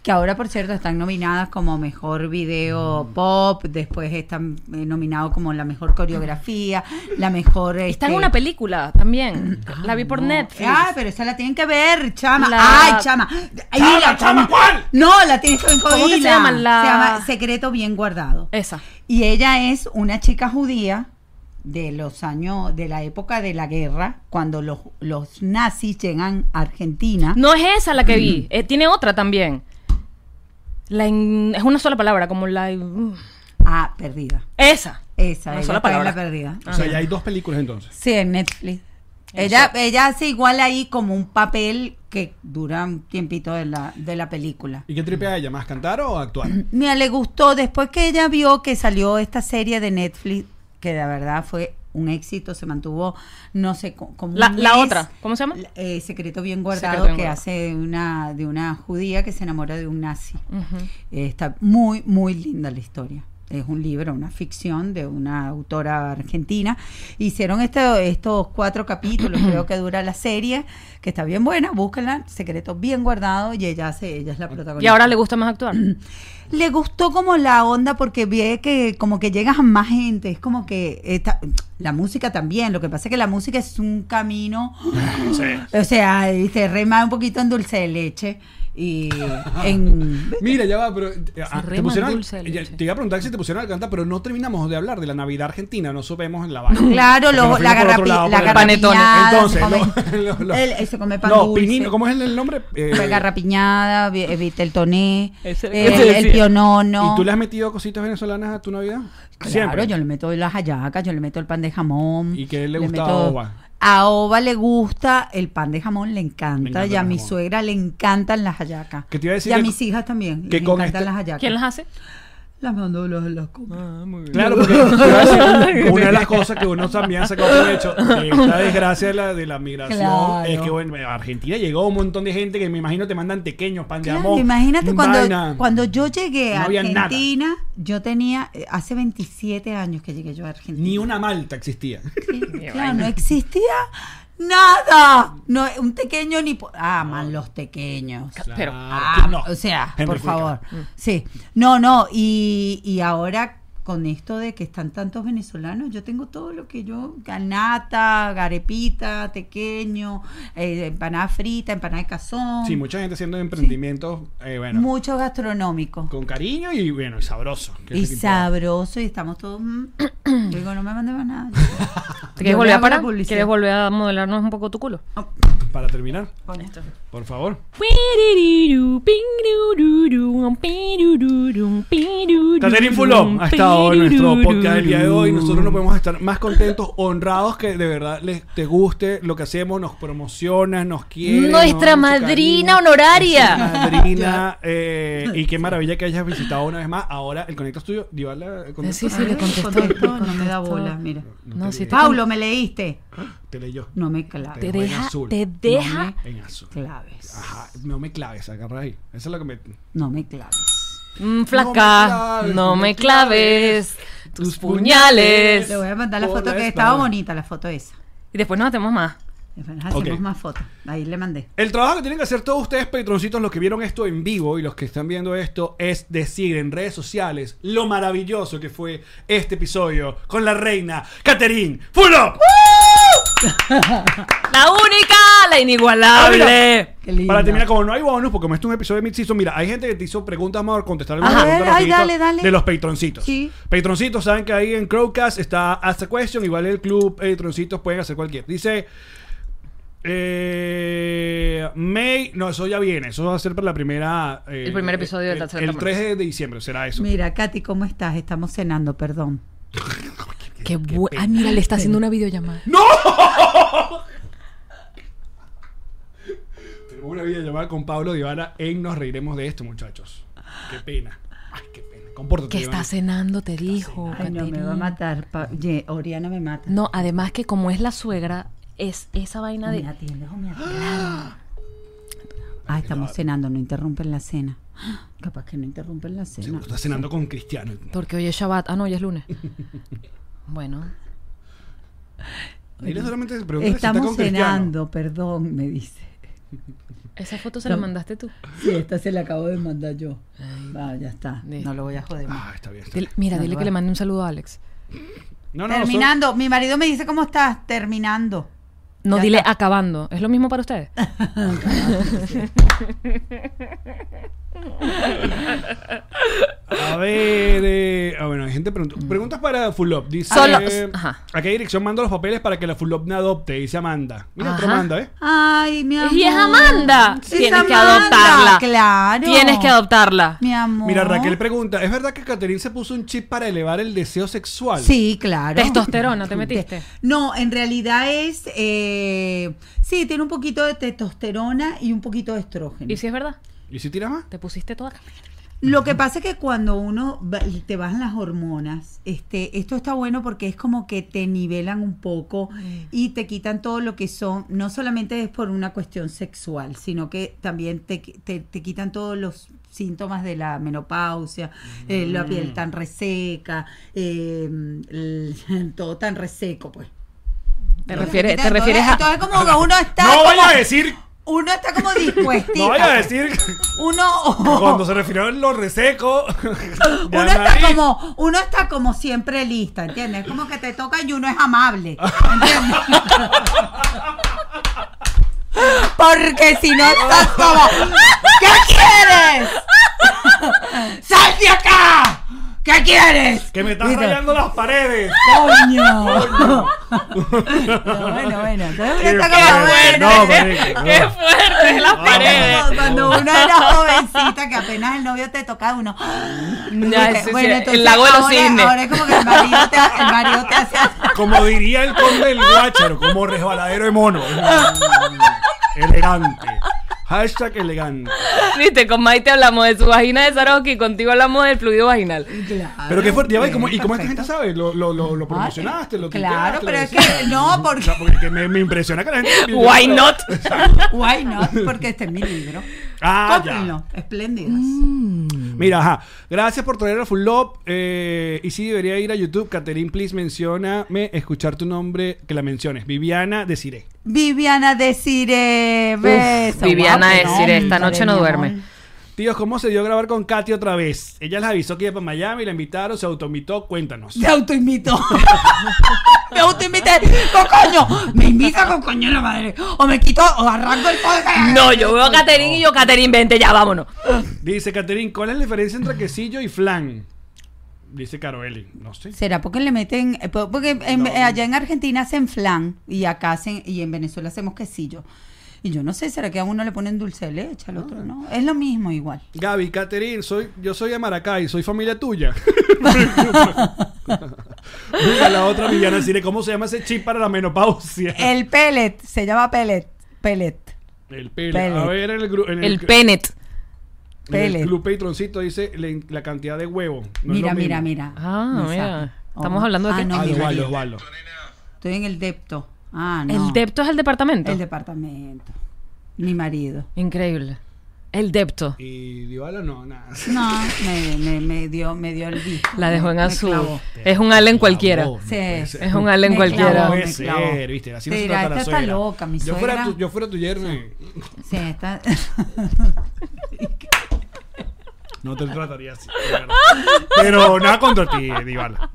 Speaker 3: Que ahora, por cierto, están nominadas como mejor video
Speaker 1: Mm.
Speaker 3: pop. Después están eh, nominados como la mejor coreografía, la mejor.
Speaker 2: Está en
Speaker 3: este,
Speaker 2: una película también. La vi por Netflix.
Speaker 3: Ah, pero esa la tienen que ver, chama.
Speaker 2: La-
Speaker 3: Ay, chama. Ay,
Speaker 1: ¡Chama,
Speaker 3: mira,
Speaker 1: chama, cuál!
Speaker 3: No, la tienes que ver
Speaker 2: ¿Cómo que se llama? La- Eh.
Speaker 3: Se llama Secreto Bien Guardado.
Speaker 2: Esa.
Speaker 3: Y ella es una chica judía de los años, de la época de la guerra, cuando los, los nazis llegan a Argentina.
Speaker 2: No es esa la que vi. Eh, tiene otra también. La in- Es una sola palabra, como la. uh,
Speaker 3: Ah, perdida.
Speaker 2: Esa.
Speaker 3: Esa,
Speaker 2: Una
Speaker 3: ella
Speaker 2: sola
Speaker 3: está en
Speaker 2: palabra.
Speaker 3: la perdida.
Speaker 1: O sea, ya hay dos películas entonces.
Speaker 3: Sí, en Netflix. Ella, ella hace igual ahí como un papel que dura un tiempito de la, de la película.
Speaker 1: ¿Y qué tripea ella? ¿Más cantar o actuar?
Speaker 3: Mira, le gustó después que ella vio que salió esta serie de Netflix, que de verdad fue un éxito, se mantuvo, no sé, co- como
Speaker 2: La-
Speaker 3: un
Speaker 2: la
Speaker 3: mes.
Speaker 2: otra, ¿cómo se llama?
Speaker 3: La- eh, Secreto bien guardado,
Speaker 2: Secreto bien
Speaker 3: que
Speaker 2: guardado.
Speaker 3: hace de una, de una judía que se enamora de un nazi.
Speaker 2: Ujú.
Speaker 3: Eh, está muy, muy linda la historia. es un libro, una ficción de una autora argentina. Hicieron este- estos cuatro capítulos, creo que dura la serie, que está bien buena, búsquenla, secreto bien guardado, y ella, hace, ella es la protagonista.
Speaker 2: Y ahora le gusta más actuar.
Speaker 3: Le gustó como la onda porque ve que como que llegas a más gente, es como que esta- la música también, lo que pasa es que la música es un camino, o sea, y se rema un poquito en dulce de leche y en
Speaker 1: Mira, ya va, pero eh, ah,
Speaker 2: rema
Speaker 1: te
Speaker 2: el
Speaker 1: pusieron,
Speaker 2: dulce de
Speaker 1: ya-
Speaker 2: leche.
Speaker 1: te iba a preguntar si te pusieron a cantar, pero no terminamos de hablar de la Navidad Argentina, no supemos en la vaina.
Speaker 3: Claro,
Speaker 1: Porque
Speaker 3: lo-
Speaker 1: nos
Speaker 3: la
Speaker 1: fuimos por otro
Speaker 3: garrapi,
Speaker 1: lado,
Speaker 3: la
Speaker 1: por el-
Speaker 2: Panetones.
Speaker 3: garrapiñada,
Speaker 1: Entonces,
Speaker 3: se
Speaker 1: lo-
Speaker 3: come,
Speaker 1: lo- lo-
Speaker 3: el- eh, se come pan
Speaker 1: No,
Speaker 3: dulce,
Speaker 1: pinino, ¿cómo es el, el nombre? Eh,
Speaker 3: la garrapiñada, vi- eh, viste el toné,
Speaker 2: Ese
Speaker 3: eh,
Speaker 2: que te
Speaker 3: el
Speaker 2: decía.
Speaker 3: pionono.
Speaker 1: ¿Y tú le has metido cositas venezolanas a tu Navidad?
Speaker 3: Claro,
Speaker 1: Siempre.
Speaker 3: yo le meto las hallacas, yo le meto el pan de jamón.
Speaker 1: ¿Y qué le gusta a Oba?
Speaker 3: A Oba le gusta el pan de jamón, le encanta.
Speaker 1: Le encanta
Speaker 3: y a
Speaker 1: el
Speaker 3: mi
Speaker 1: jamón.
Speaker 3: suegra le encantan las hallacas.
Speaker 1: Que te iba a decir
Speaker 3: y a
Speaker 1: que-
Speaker 3: mis hijas también.
Speaker 1: que
Speaker 3: les
Speaker 1: con
Speaker 3: encantan
Speaker 1: este-
Speaker 3: las hallacas.
Speaker 2: ¿Quién las hace?
Speaker 3: Las mando las, las compro.
Speaker 1: Ah, Claro, porque te iba a decir, una de las cosas que uno también sacó provecho de esta desgracia de la, de la migración
Speaker 3: Claro.
Speaker 1: es que bueno, a Argentina llegó un montón de gente que me imagino te mandan pequeños pan de
Speaker 3: Claro,
Speaker 1: jamón.
Speaker 3: imagínate cuando,
Speaker 1: vaina.
Speaker 3: cuando yo llegué
Speaker 1: No
Speaker 3: a
Speaker 1: había nada.
Speaker 3: Argentina, yo tenía, eh, hace 27 años que llegué yo a Argentina.
Speaker 1: ni una malta existía.
Speaker 3: Sí, claro, no existía nada. No, un pequeño ni... po- Ah, man, los pequeños.
Speaker 2: Pero-
Speaker 3: Ah,
Speaker 1: Claro, no.
Speaker 3: O sea,
Speaker 1: Henry
Speaker 3: por
Speaker 1: Fonda.
Speaker 3: favor.
Speaker 2: Mm.
Speaker 3: Sí. No, no. Y, y ahora con esto de que están tantos venezolanos, yo tengo todo lo que yo, ganata, garepita, tequeño, eh, empanada frita, empanada de cazón,
Speaker 1: Sí, mucha gente haciendo emprendimientos, eh, bueno,
Speaker 3: mucho gastronómico.
Speaker 1: con cariño y bueno, y sabroso. que es
Speaker 3: Y
Speaker 1: lo que
Speaker 3: sabroso, y estamos todos. mm, yo digo, no me manden más nada.
Speaker 2: ¿Te quieres
Speaker 3: Yo
Speaker 2: volver
Speaker 3: le
Speaker 2: a
Speaker 3: hago
Speaker 2: parar?
Speaker 3: la publicidad.
Speaker 2: ¿Quieres volver a modelarnos un poco tu culo?
Speaker 1: importa. Para terminar, por favor. Catherine Fulón ha estado en nuestro podcast del día de hoy. Nosotros no podemos estar más contentos, honrados que de verdad les te guste lo que hacemos, nos promocionas, nos quieres.
Speaker 10: Nuestra
Speaker 1: nos da mucho
Speaker 10: madrina
Speaker 1: cariño.
Speaker 10: honoraria.
Speaker 1: Nuestra Madrina. eh, y qué maravilla que hayas visitado una vez más. Ahora el Conecta Studio, Divala, eh, Conecta
Speaker 2: Sí, sí,
Speaker 1: Studio.
Speaker 2: le contestó.
Speaker 3: Contesto, no me da bola, mira.
Speaker 2: No, sí, te-
Speaker 3: Paulo, me leíste.
Speaker 1: Ah, Te leyó.
Speaker 3: No me claves.
Speaker 1: Te deja, en azul.
Speaker 10: Te deja
Speaker 3: No
Speaker 1: En azul.
Speaker 3: me claves.
Speaker 1: Ajá, no me claves, agarra ahí. Eso es lo que me.
Speaker 3: No me claves.
Speaker 2: Mm, flaca, no me claves tus puñales.
Speaker 3: Le voy a mandar la
Speaker 1: Por
Speaker 3: foto
Speaker 1: la
Speaker 3: que estaba
Speaker 1: espalda.
Speaker 3: bonita, la foto esa.
Speaker 2: Y después nos hacemos más.
Speaker 3: Después nos hacemos
Speaker 1: Ok.
Speaker 3: más fotos. Ahí le mandé.
Speaker 1: El trabajo que tienen que hacer todos ustedes, patroncitos, los que vieron esto en vivo y los que están viendo esto, es decir en redes sociales lo maravilloso que fue este episodio con la reina Catherine Fulop.
Speaker 2: La única, la inigualable.
Speaker 3: Qué lindo.
Speaker 1: Para terminar, como no hay bonus, porque como este es un episodio de mid mira, hay gente que te hizo preguntas, vamos a contestar algunas
Speaker 3: Ajá.
Speaker 1: preguntas
Speaker 3: Ay, ay,
Speaker 1: rapidito
Speaker 3: dale, dale.
Speaker 1: de los patroncitos.
Speaker 3: Sí.
Speaker 1: Patroncitos, saben que ahí en Crowcast está Ask a Question, igual el club patroncitos pueden hacer cualquier. Dice... Eh, May, no, eso ya viene. Eso va a ser para la primera. eh,
Speaker 2: El primer episodio de
Speaker 1: el,
Speaker 2: la tercera
Speaker 1: El
Speaker 2: temporada.
Speaker 1: 3 de, de diciembre será eso.
Speaker 3: Mira, Katy, ¿cómo estás? Estamos cenando, perdón.
Speaker 2: Qué bueno. Ah, mira, le está haciendo una videollamada.
Speaker 1: Tenemos una videollamada con Pablo Divana en Nos Reiremos de esto, muchachos. Qué pena. Ay, qué pena. Compórtate.
Speaker 2: Que está
Speaker 1: Ivana.
Speaker 2: cenando, te dijo.
Speaker 3: Ay, no, me
Speaker 2: Caterina.
Speaker 3: va a matar. pa- Ye- Oriana me mata.
Speaker 2: No, además que como es la suegra, es esa vaina
Speaker 3: me
Speaker 2: de.
Speaker 3: atiendes o me atiendes. Ah, estamos cenando, no interrumpen la cena. Ah, Capaz que no interrumpen la cena.
Speaker 1: Seguro está cenando con Cristiano.
Speaker 2: Porque hoy es Shabbat. Ah, no, hoy es lunes. Bueno.
Speaker 1: Dile solamente pregúntale si está
Speaker 3: Estamos
Speaker 1: con Cristiano.
Speaker 3: cenando, perdón, me dice.
Speaker 2: Esa foto se la mandaste tú.
Speaker 3: Sí, esta se la acabo de mandar yo. Ah, ya está.
Speaker 2: Sí.
Speaker 3: No lo voy a joder más.
Speaker 1: Ah, está bien. está
Speaker 2: Dile-
Speaker 1: bien.
Speaker 2: mira,
Speaker 3: No,
Speaker 2: dile
Speaker 3: no
Speaker 2: que
Speaker 3: va.
Speaker 2: le mande un saludo a Alex.
Speaker 1: No, no, no.
Speaker 3: Terminando, mi marido me dice, ¿cómo estás? Terminando.
Speaker 2: No,
Speaker 3: Ya
Speaker 2: dile
Speaker 3: está.
Speaker 2: acabando. ¿Es lo mismo para ustedes?
Speaker 1: A ver, eh, ah, bueno, hay gente
Speaker 3: Mm.
Speaker 1: preguntando. Preguntas para Fulop. Dice:
Speaker 2: Solo-
Speaker 1: eh,
Speaker 2: ajá.
Speaker 1: ¿A qué dirección mando los papeles para que la Fulop me adopte? Dice Amanda. Mira, otro
Speaker 2: Ajá.
Speaker 1: Amanda, ¿eh?
Speaker 3: Ay, mi amor.
Speaker 2: Y es Amanda.
Speaker 3: Sí, es
Speaker 2: Tienes que
Speaker 3: Amanda,
Speaker 2: adoptarla.
Speaker 3: Claro.
Speaker 2: Tienes que adoptarla.
Speaker 3: Mi amor.
Speaker 1: Mira, Raquel pregunta: ¿Es verdad que Catherine se puso un chip para elevar el deseo sexual?
Speaker 3: Sí, claro.
Speaker 2: Testosterona, ¿te metiste?
Speaker 3: No, en realidad es. eh, sí, tiene un poquito de testosterona y un poquito de estrógeno.
Speaker 2: ¿Y si es verdad?
Speaker 1: ¿Y si tiras más?
Speaker 2: ¿Te pusiste toda?
Speaker 3: Lo que pasa es que cuando uno va- te bajan las hormonas, este, esto está bueno porque es como que te nivelan un poco
Speaker 1: Mm.
Speaker 3: y te quitan todo lo que son, no solamente es por una cuestión sexual, sino que también te, qui- te- te quitan todos los síntomas de la menopausia, eh,
Speaker 1: Mm.
Speaker 3: la piel tan reseca, eh, el- todo tan reseco, pues.
Speaker 2: Te
Speaker 3: refieres-
Speaker 2: refieres,
Speaker 3: te refieres a-
Speaker 2: a.
Speaker 3: Entonces como que uno está
Speaker 1: No
Speaker 3: como-
Speaker 1: vaya a decir.
Speaker 3: Uno está como dispuesto.
Speaker 1: No vaya a decir. que
Speaker 3: Uno,
Speaker 1: Cuando se refirió a lo reseco. ya
Speaker 3: uno está
Speaker 1: ahí.
Speaker 3: como, uno está como siempre lista, ¿entiendes? Como que te toca y uno es amable. ¿entiendes? Porque si no estás como, ¿qué quieres? ¡Sal de acá! ¿Qué quieres?
Speaker 1: Que me estás
Speaker 3: Mira.
Speaker 1: rayando las paredes.
Speaker 3: ¡Coño! No, bueno, bueno. Entonces uno
Speaker 1: Qué
Speaker 3: está
Speaker 1: fuerte.
Speaker 3: como, bueno.
Speaker 1: No, marico,
Speaker 2: ¡Qué
Speaker 1: no.
Speaker 2: fuerte! ¡Las
Speaker 1: No,
Speaker 2: paredes!
Speaker 3: Cuando- Cuando uno era jovencita, que apenas el novio te tocaba, uno.
Speaker 2: Ya,
Speaker 3: Dice,
Speaker 2: sí, sí, el lago de los
Speaker 3: ahora,
Speaker 2: cisnes.
Speaker 3: ahora es como que el marido te, el marido te hace.
Speaker 1: Como diría el conde del guachero, como resbaladero de mono. Mm, Elegante. Hashtag elegante.
Speaker 2: Viste, con Maite hablamos de su vagina de Saroski y contigo hablamos del fluido vaginal.
Speaker 1: Pero qué fuerte, ya va, ¿y cómo, y cómo esta
Speaker 3: perfecto. Ah,
Speaker 1: gente sabe? Lo, lo, lo, lo promocionaste, lo
Speaker 3: Claro,
Speaker 1: tuiteaste,
Speaker 3: pero
Speaker 1: lo
Speaker 3: es
Speaker 1: decías.
Speaker 3: que no,
Speaker 1: O
Speaker 3: porque.
Speaker 1: sea, porque que me, me impresiona que la gente.
Speaker 2: Why not?
Speaker 3: Why not? Porque este es mi libro.
Speaker 1: Ah, ya.
Speaker 3: Cómprenlo. Espléndidos.
Speaker 2: Mm.
Speaker 1: Mira, ajá. Gracias por traer a Full Love. Eh, y sí, debería ir a YouTube. Caterín, please, mencióname, escuchar tu nombre, que la menciones. Viviana Desiré.
Speaker 3: Viviana Desiré. Beso.
Speaker 2: Viviana
Speaker 3: Guau, qué
Speaker 2: Desiré, esta
Speaker 3: nombre,
Speaker 2: noche no
Speaker 3: mi
Speaker 2: duerme.
Speaker 3: amor.
Speaker 1: Tíos, ¿cómo se dio a grabar con Katy otra vez? Ella les avisó que iba para Miami, la invitaron, se automitó, cuéntanos.
Speaker 3: Se autoinvitó. me autoinvité. ¡Cocoño! Me invita con coño la madre. O me quito o arranco el podcast.
Speaker 2: No, yo veo a Caterín y yo, Caterín, vente ya, vámonos.
Speaker 1: Dice Caterín, ¿cuál es la diferencia entre quesillo y flan? Dice Caroli, no sé.
Speaker 3: ¿Será porque le meten, eh, po- porque en- eh, allá en Argentina hacen flan y acá hacen, y en Venezuela hacemos quesillo? Y yo no sé, ¿será que a uno le ponen dulce de leche, al
Speaker 1: Ah.
Speaker 3: otro no? Es lo mismo igual.
Speaker 1: Gaby, Caterín, soy, yo soy de Maracay, soy familia tuya. Mira, la otra Viviana Desiré, ¿cómo se llama ese chip para la menopausia?
Speaker 3: El pellet, se llama pellet, pellet.
Speaker 1: El pele.
Speaker 3: Pele.
Speaker 1: A ver, en el, gru- en el,
Speaker 2: El penet.
Speaker 1: en el
Speaker 3: Pele.
Speaker 1: Club Patroncito dice la, la cantidad de huevo. No es
Speaker 3: mira,
Speaker 1: lo mismo.
Speaker 3: mira, mira.
Speaker 2: Ah,
Speaker 3: No
Speaker 2: mira.
Speaker 3: sabe.
Speaker 2: Estamos
Speaker 3: Oh.
Speaker 2: hablando de
Speaker 3: Ah,
Speaker 2: qué-
Speaker 3: no,
Speaker 1: Ah,
Speaker 3: mi
Speaker 1: los
Speaker 3: marido.
Speaker 1: balos, balos.
Speaker 3: Estoy en el depto. Ah, no.
Speaker 2: ¿El depto es el departamento?
Speaker 3: El departamento. Mi marido.
Speaker 2: Increíble. El depto.
Speaker 1: Y Dybala no, nada.
Speaker 3: No, me, me, me dio, me dio el disco.
Speaker 2: La dejó en
Speaker 3: Me- me
Speaker 2: azul.
Speaker 3: clavó.
Speaker 2: Es un Allen cualquiera.
Speaker 1: No
Speaker 3: Sí.
Speaker 1: puede ser.
Speaker 2: Es un Allen
Speaker 3: Me
Speaker 2: cualquiera.
Speaker 1: No
Speaker 3: clavó,
Speaker 1: puede
Speaker 3: me
Speaker 1: ser,
Speaker 3: clavó.
Speaker 1: viste. Así
Speaker 3: Te
Speaker 1: no se
Speaker 3: dirá,
Speaker 1: trata la
Speaker 3: "Esta está
Speaker 1: suegra".
Speaker 3: loca, mi
Speaker 1: yo fuera,
Speaker 3: suegra.
Speaker 1: tu, yo fuera tu yerno. y-
Speaker 3: Sí, está.
Speaker 1: No te trataría así. de verdad. Pero nada contra ti, Dybala.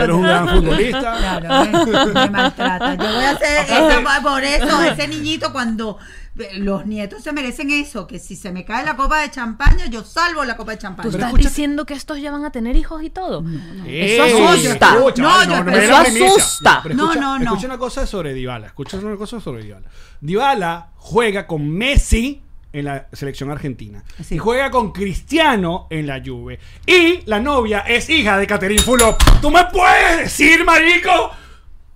Speaker 1: Eres un gran futbolista.
Speaker 3: Claro, me, me maltrata. Yo voy a hacer esa- por eso, ese niñito cuando eh, los nietos se merecen eso, que si se me cae la copa de champaña, yo salvo la copa de
Speaker 2: ¿Tú
Speaker 3: champaña.
Speaker 2: estás diciendo que estos ya van a tener hijos y todo?
Speaker 1: Ey,
Speaker 2: Eso asusta.
Speaker 1: escucha,
Speaker 3: No,
Speaker 1: vale,
Speaker 3: yo-
Speaker 1: me des
Speaker 3: eso
Speaker 1: la primicia.
Speaker 2: asusta.
Speaker 1: Ya, pero
Speaker 3: No,
Speaker 1: escucha-
Speaker 3: no, no.
Speaker 1: Escucha una cosa sobre Dybala. Escucha una cosa sobre Dybala. Dybala juega con Messi en la selección argentina.
Speaker 3: Sí.
Speaker 1: Y juega con Cristiano en la Juve. Y la novia es hija de Caterín Fulop. ¿Tú me puedes decir, marico?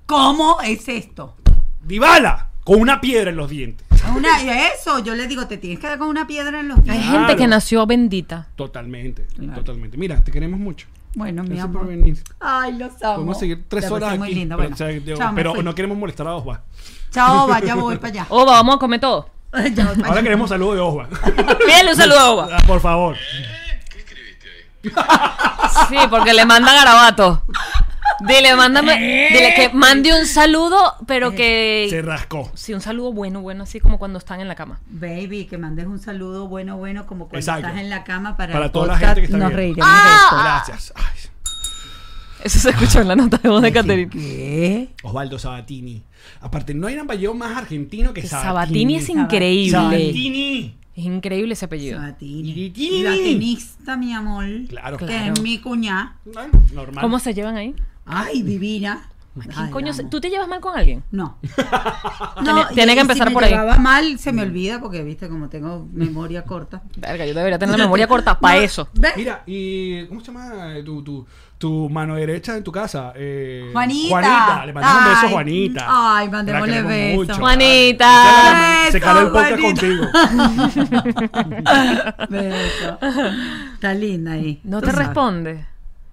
Speaker 3: ¿Cómo es esto?
Speaker 1: Dybala con una piedra en los dientes.
Speaker 3: Una, eso, yo le digo, te tienes que dar con una piedra en los
Speaker 2: Hay
Speaker 3: pies.
Speaker 1: Claro.
Speaker 2: gente que nació bendita.
Speaker 1: Totalmente,
Speaker 3: Claro.
Speaker 1: totalmente. Mira, te queremos mucho.
Speaker 3: Bueno, mi
Speaker 1: Gracias por
Speaker 3: amor.
Speaker 1: venir.
Speaker 3: Ay, los amo.
Speaker 1: Podemos seguir
Speaker 3: La
Speaker 1: tres
Speaker 3: pasé
Speaker 1: horas aquí.
Speaker 3: muy lindo,
Speaker 1: pero,
Speaker 3: bueno.
Speaker 1: o sea, digo,
Speaker 3: Chao, me
Speaker 1: pero
Speaker 3: fui.
Speaker 1: no queremos molestar a Osva.
Speaker 3: Chao, vaya, voy para allá.
Speaker 2: Oba, vamos a comer todo.
Speaker 3: Ya voy para
Speaker 1: Ahora
Speaker 3: allá.
Speaker 1: queremos saludos de Osva.
Speaker 2: Pídele un saludo a Oba.
Speaker 1: Ah, Por favor.
Speaker 11: ¿Qué escribiste ahí?
Speaker 2: Sí, porque le manda garabato. Dile, mándame. Dile que mande un saludo, pero
Speaker 1: Se
Speaker 2: que.
Speaker 1: rascó.
Speaker 2: Sí, un saludo bueno, bueno, así como cuando están en la cama.
Speaker 3: Baby, que mandes un saludo bueno, bueno, como cuando
Speaker 1: Exacto.
Speaker 3: estás en la cama para,
Speaker 1: Para
Speaker 3: el
Speaker 1: toda la
Speaker 3: podcast,
Speaker 1: gente que está
Speaker 3: Nos
Speaker 1: viendo.
Speaker 3: reiremos
Speaker 2: Ah.
Speaker 1: Gracias. Ay,
Speaker 2: Eso se escuchó en la nota de voz
Speaker 3: de
Speaker 2: de
Speaker 3: esto.
Speaker 2: Caterina.
Speaker 3: ¿Qué?
Speaker 1: Osvaldo Sabatini. Aparte, no hay apellido más argentino que
Speaker 2: Sabatini
Speaker 1: Sabatini.
Speaker 2: es
Speaker 3: Sabatini.
Speaker 2: increíble.
Speaker 1: Sabatini.
Speaker 2: Es increíble ese apellido.
Speaker 3: Sabatini.
Speaker 1: Iritini.
Speaker 3: La tenista, mi amor.
Speaker 1: Claro.
Speaker 3: Que
Speaker 2: Claro.
Speaker 3: es mi cuñada.
Speaker 1: Ah, Normal.
Speaker 2: ¿Cómo se llevan ahí?
Speaker 3: Ay, divina.
Speaker 2: ¿Quién
Speaker 5: Ay,
Speaker 2: coño
Speaker 5: la
Speaker 2: se-
Speaker 5: amo.
Speaker 2: ¿Tú te llevas mal con alguien?
Speaker 5: No.
Speaker 2: Tiene- tiene que empezar
Speaker 5: si
Speaker 2: por
Speaker 5: me
Speaker 2: ahí. Mm.
Speaker 5: llevaba mal, se me olvida porque, viste, como tengo memoria corta.
Speaker 2: Verga, yo debería tener la memoria corta para eso.
Speaker 5: ¿Ves?
Speaker 1: Mira, y ¿cómo se llama eh, tu, tu, tu mano derecha en tu casa? Eh,
Speaker 5: Juanita.
Speaker 1: Juanita, le mandamos un beso a
Speaker 5: Ay,
Speaker 1: Juanita.
Speaker 5: ay, mandémosle
Speaker 1: La queremos
Speaker 5: beso.
Speaker 1: mucho,
Speaker 2: Juanita.
Speaker 1: dale. Se
Speaker 5: Beso,
Speaker 1: caló el podcast
Speaker 5: Juanita.
Speaker 1: contigo.
Speaker 5: Beso. Está linda ahí.
Speaker 2: No
Speaker 5: Tú
Speaker 2: te
Speaker 5: sabes.
Speaker 2: responde.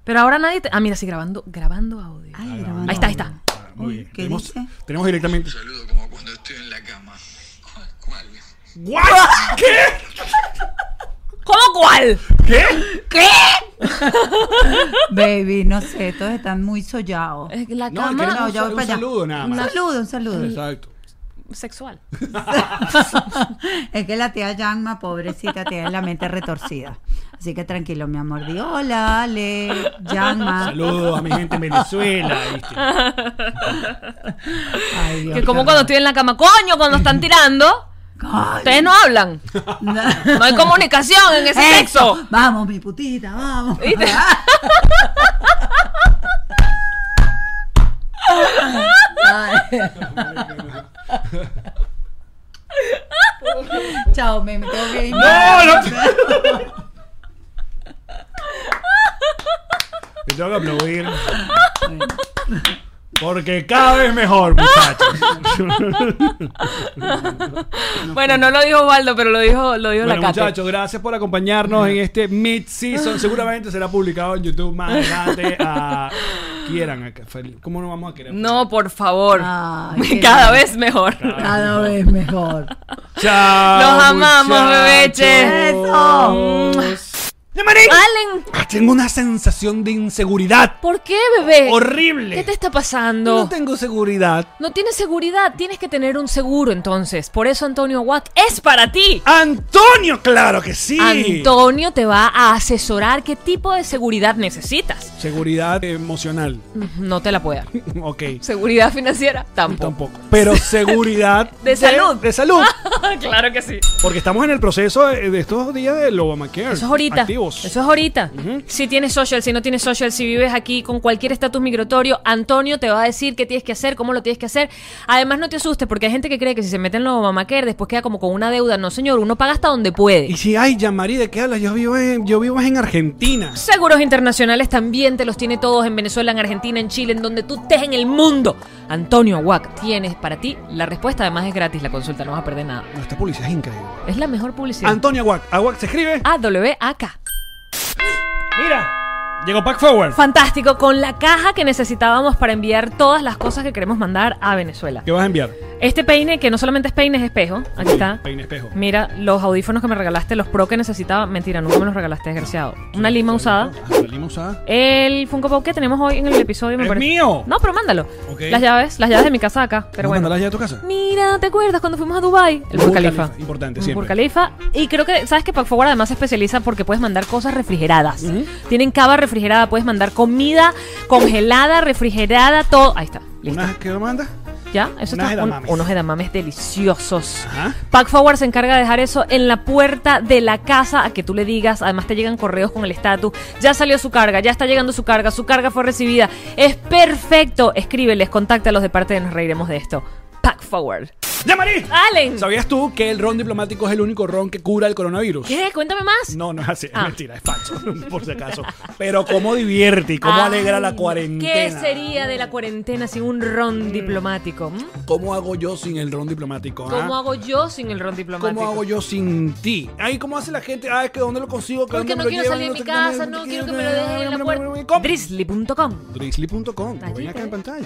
Speaker 2: Pero ahora nadie te... Ah, mira, sí, grabando, grabando audio.
Speaker 5: Ay, grabando.
Speaker 2: Ahí está, ahí está.
Speaker 1: Ah, Muy bien.
Speaker 5: ¿Qué
Speaker 1: Tenemos,
Speaker 5: dice?
Speaker 1: tenemos directamente.
Speaker 7: Un saludo como cuando estoy en la cama. ¿Cuál? cuál?
Speaker 1: ¿What? ¿Qué?
Speaker 2: ¿Cómo cuál?
Speaker 1: ¿Qué?
Speaker 5: Baby, no sé, todos están muy sollados.
Speaker 2: Eh, La
Speaker 1: No,
Speaker 2: cama
Speaker 1: queremos
Speaker 5: No, yo voy
Speaker 1: un
Speaker 5: para allá.
Speaker 1: saludo nada
Speaker 5: Un
Speaker 1: más.
Speaker 5: saludo, un saludo.
Speaker 1: Exacto.
Speaker 2: sexual.
Speaker 5: es que la tía Yanma, pobrecita, tiene la mente retorcida. Así que tranquilo, mi amor. Di hola, Ale, Yanma.
Speaker 1: Saludos a mi gente en Venezuela. ¿viste?
Speaker 5: Ay, Dios,
Speaker 2: Que como
Speaker 5: qué
Speaker 2: cuando estoy en la cama, coño, cuando están tirando,
Speaker 5: horror.
Speaker 2: ustedes no hablan.
Speaker 5: Ay.
Speaker 2: No hay comunicación en ese
Speaker 5: Eso.
Speaker 2: sexo.
Speaker 5: Vamos, mi putita, vamos.
Speaker 2: ¿Viste?
Speaker 5: Chao, me, me tengo que ir.
Speaker 1: ¡No! no te... Te tengo que aplaudir. Porque cada vez mejor, muchachos.
Speaker 2: Bueno, no lo dijo Waldo, pero lo dijo, lo dijo
Speaker 1: Bueno,
Speaker 2: la Cate.
Speaker 1: muchachos, gracias por acompañarnos en este mid-season. Seguramente será publicado en YouTube más adelante. a- Quieran. a- ¿Cómo no vamos a querer?
Speaker 2: No, por favor.
Speaker 5: Ay, qué
Speaker 2: Cada
Speaker 5: lindo.
Speaker 2: vez mejor.
Speaker 5: Cada vez mejor.
Speaker 1: ¡Chao!
Speaker 2: Los amamos,
Speaker 1: muchachos.
Speaker 2: bebeches.
Speaker 1: ¡Llamarín!
Speaker 2: Allen,
Speaker 1: Ah, Tengo una sensación de inseguridad
Speaker 2: ¿por qué, bebé?
Speaker 1: horrible.
Speaker 2: ¿Qué te está pasando?
Speaker 1: No tengo seguridad.
Speaker 2: No tienes seguridad, tienes que tener un seguro entonces. Por eso Antonio Watt es para ti.
Speaker 1: Antonio, claro que sí.
Speaker 5: Ah,
Speaker 2: Antonio te va a asesorar qué tipo de seguridad necesitas.
Speaker 1: Seguridad emocional.
Speaker 2: No te la puedo dar.
Speaker 1: Ok.
Speaker 2: Seguridad financiera, tampoco.
Speaker 1: Tampoco. Pero seguridad.
Speaker 2: De salud.
Speaker 1: De salud.
Speaker 2: claro que sí.
Speaker 1: Porque estamos en el proceso de de estos días del Obamacare.
Speaker 2: Eso es ahorita.
Speaker 1: Activos.
Speaker 2: Eso es ahorita.
Speaker 1: Ujú.
Speaker 2: Si tienes social, si no tienes social, si vives aquí con cualquier estatus migratorio, Antonio te va a decir qué tienes que hacer, cómo lo tienes que hacer. Además, no te asustes porque hay gente que cree que si se mete en los Obamacare después queda como con una deuda. No, señor, uno paga hasta donde puede.
Speaker 1: Y si, ay, Yamari, ¿de qué hablas? Yo vivo en, yo vivo en Argentina.
Speaker 2: Seguros internacionales también te los tiene todos en Venezuela, en Argentina, en Chile, en donde tú estés en el mundo. Antonio Aguac, tienes para ti la respuesta. Además es gratis la consulta, no vas a perder nada.
Speaker 1: No, esta policía es increíble.
Speaker 2: Es la mejor publicidad.
Speaker 1: Antonio Aguac. Aguac se escribe.
Speaker 2: AWAK. Ah.
Speaker 1: Mira. Llegó Pack Forward.
Speaker 2: Fantástico, con la caja que necesitábamos para enviar todas las cosas que queremos mandar a Venezuela.
Speaker 1: ¿Qué vas a enviar?
Speaker 2: Este peine, que no solamente es peine, es espejo. Aquí está. Mm,
Speaker 1: Peine espejo.
Speaker 2: Mira, los audífonos que me regalaste, los pro que necesitaba. Mentira, nunca me los regalaste, desgraciado. Una lima usada.
Speaker 1: Ah, La lima usada.
Speaker 2: El Funko Pop que tenemos hoy en el episodio, me
Speaker 1: ¡Es
Speaker 2: parece.
Speaker 1: mío!
Speaker 2: No, pero mándalo.
Speaker 1: Ok.
Speaker 2: Las llaves, las llaves de mi casa acá, pero
Speaker 1: ¿Vamos
Speaker 2: bueno.
Speaker 1: a mandarlas ya a tu casa?
Speaker 2: Mira, ¿te acuerdas cuando fuimos a Dubai? El Burj Khalifa.
Speaker 1: Importante,
Speaker 2: Un
Speaker 1: siempre.
Speaker 2: Burj Khalifa. Y creo que, ¿sabes que Pack Forward además se especializa porque puedes mandar cosas refrigeradas. Tienen cava refrigerada, puedes mandar comida congelada, refrigerada, todo. Ahí está. Listo.
Speaker 1: ¿Unas que lo mandas?
Speaker 2: ¿Ya? Eso
Speaker 1: unas
Speaker 2: está. un-
Speaker 1: edamames.
Speaker 2: unos edamames deliciosos.
Speaker 1: Ajá.
Speaker 2: Pack Forward se encarga de dejar eso en la puerta de la casa a que tú le digas. Además, te llegan correos con el estatus. Ya salió su carga, ya está llegando su carga, su carga fue recibida. Es perfecto. Escríbeles, contáctalos de parte de Nos Reiremos de esto. Pack Forward.
Speaker 1: ¡Yamari!
Speaker 2: ¡Allen!
Speaker 1: ¿Sabías tú que el ron diplomático es el único ron que cura el coronavirus?
Speaker 2: ¿Qué? Cuéntame más.
Speaker 1: No, no es así, es
Speaker 2: Ah.
Speaker 1: mentira, es falso, por si acaso. Pero cómo divierte y cómo
Speaker 2: Ay,
Speaker 1: alegra la
Speaker 2: Ah, ¿Qué
Speaker 1: cuarentena.
Speaker 2: sería de la cuarentena sin un ron diplomático? ¿m?
Speaker 1: ¿Cómo hago yo sin el ron diplomático? ah?
Speaker 2: ¿Cómo hago yo sin el ron diplomático?
Speaker 1: ¿Cómo hago yo sin ti? Ay, ¿cómo hace la gente? Ah, es que ¿dónde lo consigo? ¿Que
Speaker 2: Porque
Speaker 1: dónde
Speaker 2: no
Speaker 1: me lo
Speaker 2: quiero
Speaker 1: llevan?
Speaker 2: salir de mi
Speaker 1: sé qué,
Speaker 2: casa, no quiero que me lo dejen en la puerta.
Speaker 1: Com-
Speaker 2: Drizzly.com
Speaker 1: Drizzly.com, lo ven
Speaker 2: Allí
Speaker 1: acá
Speaker 2: te-
Speaker 1: en pantalla.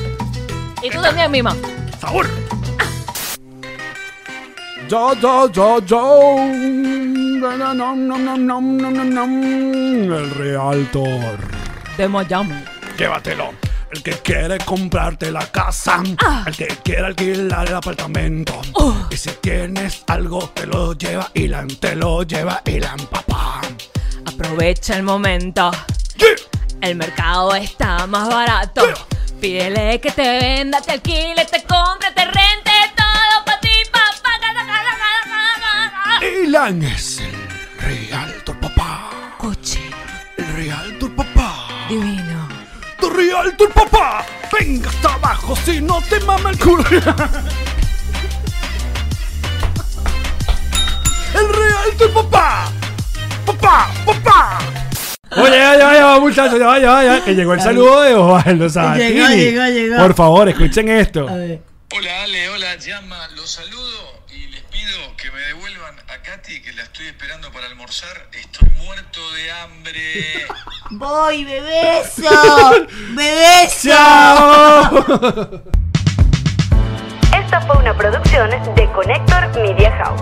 Speaker 2: Y tú también, Mima.
Speaker 1: sabor. Yo, yo, yo, yo. Na, na, nom, nom, nom, nom, nom, nom, nom. El Realtor.
Speaker 2: De Miami.
Speaker 1: Llévatelo. El que quiere comprarte la casa, el que quiere alquilar el apartamento. Y si tienes algo, te lo lleva Ilan, te lo lleva Ilan, papá.
Speaker 2: Aprovecha el momento. El mercado está más barato. Pídele que te venda, te alquile, te compre, te rente todo para ti, papá.
Speaker 1: Ilan es el Realtor, papá.
Speaker 2: Cuchi,
Speaker 1: El Realtor, papá.
Speaker 2: divino.
Speaker 1: Tu Realtor, papá. Venga hasta abajo si no te mama el culo. El Realtor, papá. Papá, papá. Oye, ya, ya, ya, muchachos, ya, ya, ya, que llegó el saludo de Osvaldo Sabatini.
Speaker 3: Llegó, llegó, llegó.
Speaker 1: Por favor, escuchen esto.
Speaker 3: A ver.
Speaker 7: Hola Ale, hola Llama, los saludo y les pido que me devuelvan a Katy que la estoy esperando para almorzar. Estoy muerto de hambre.
Speaker 3: Voy, bebeso. Bebeso.
Speaker 1: ¡Chao!
Speaker 12: Esta fue una producción de Connector Media House.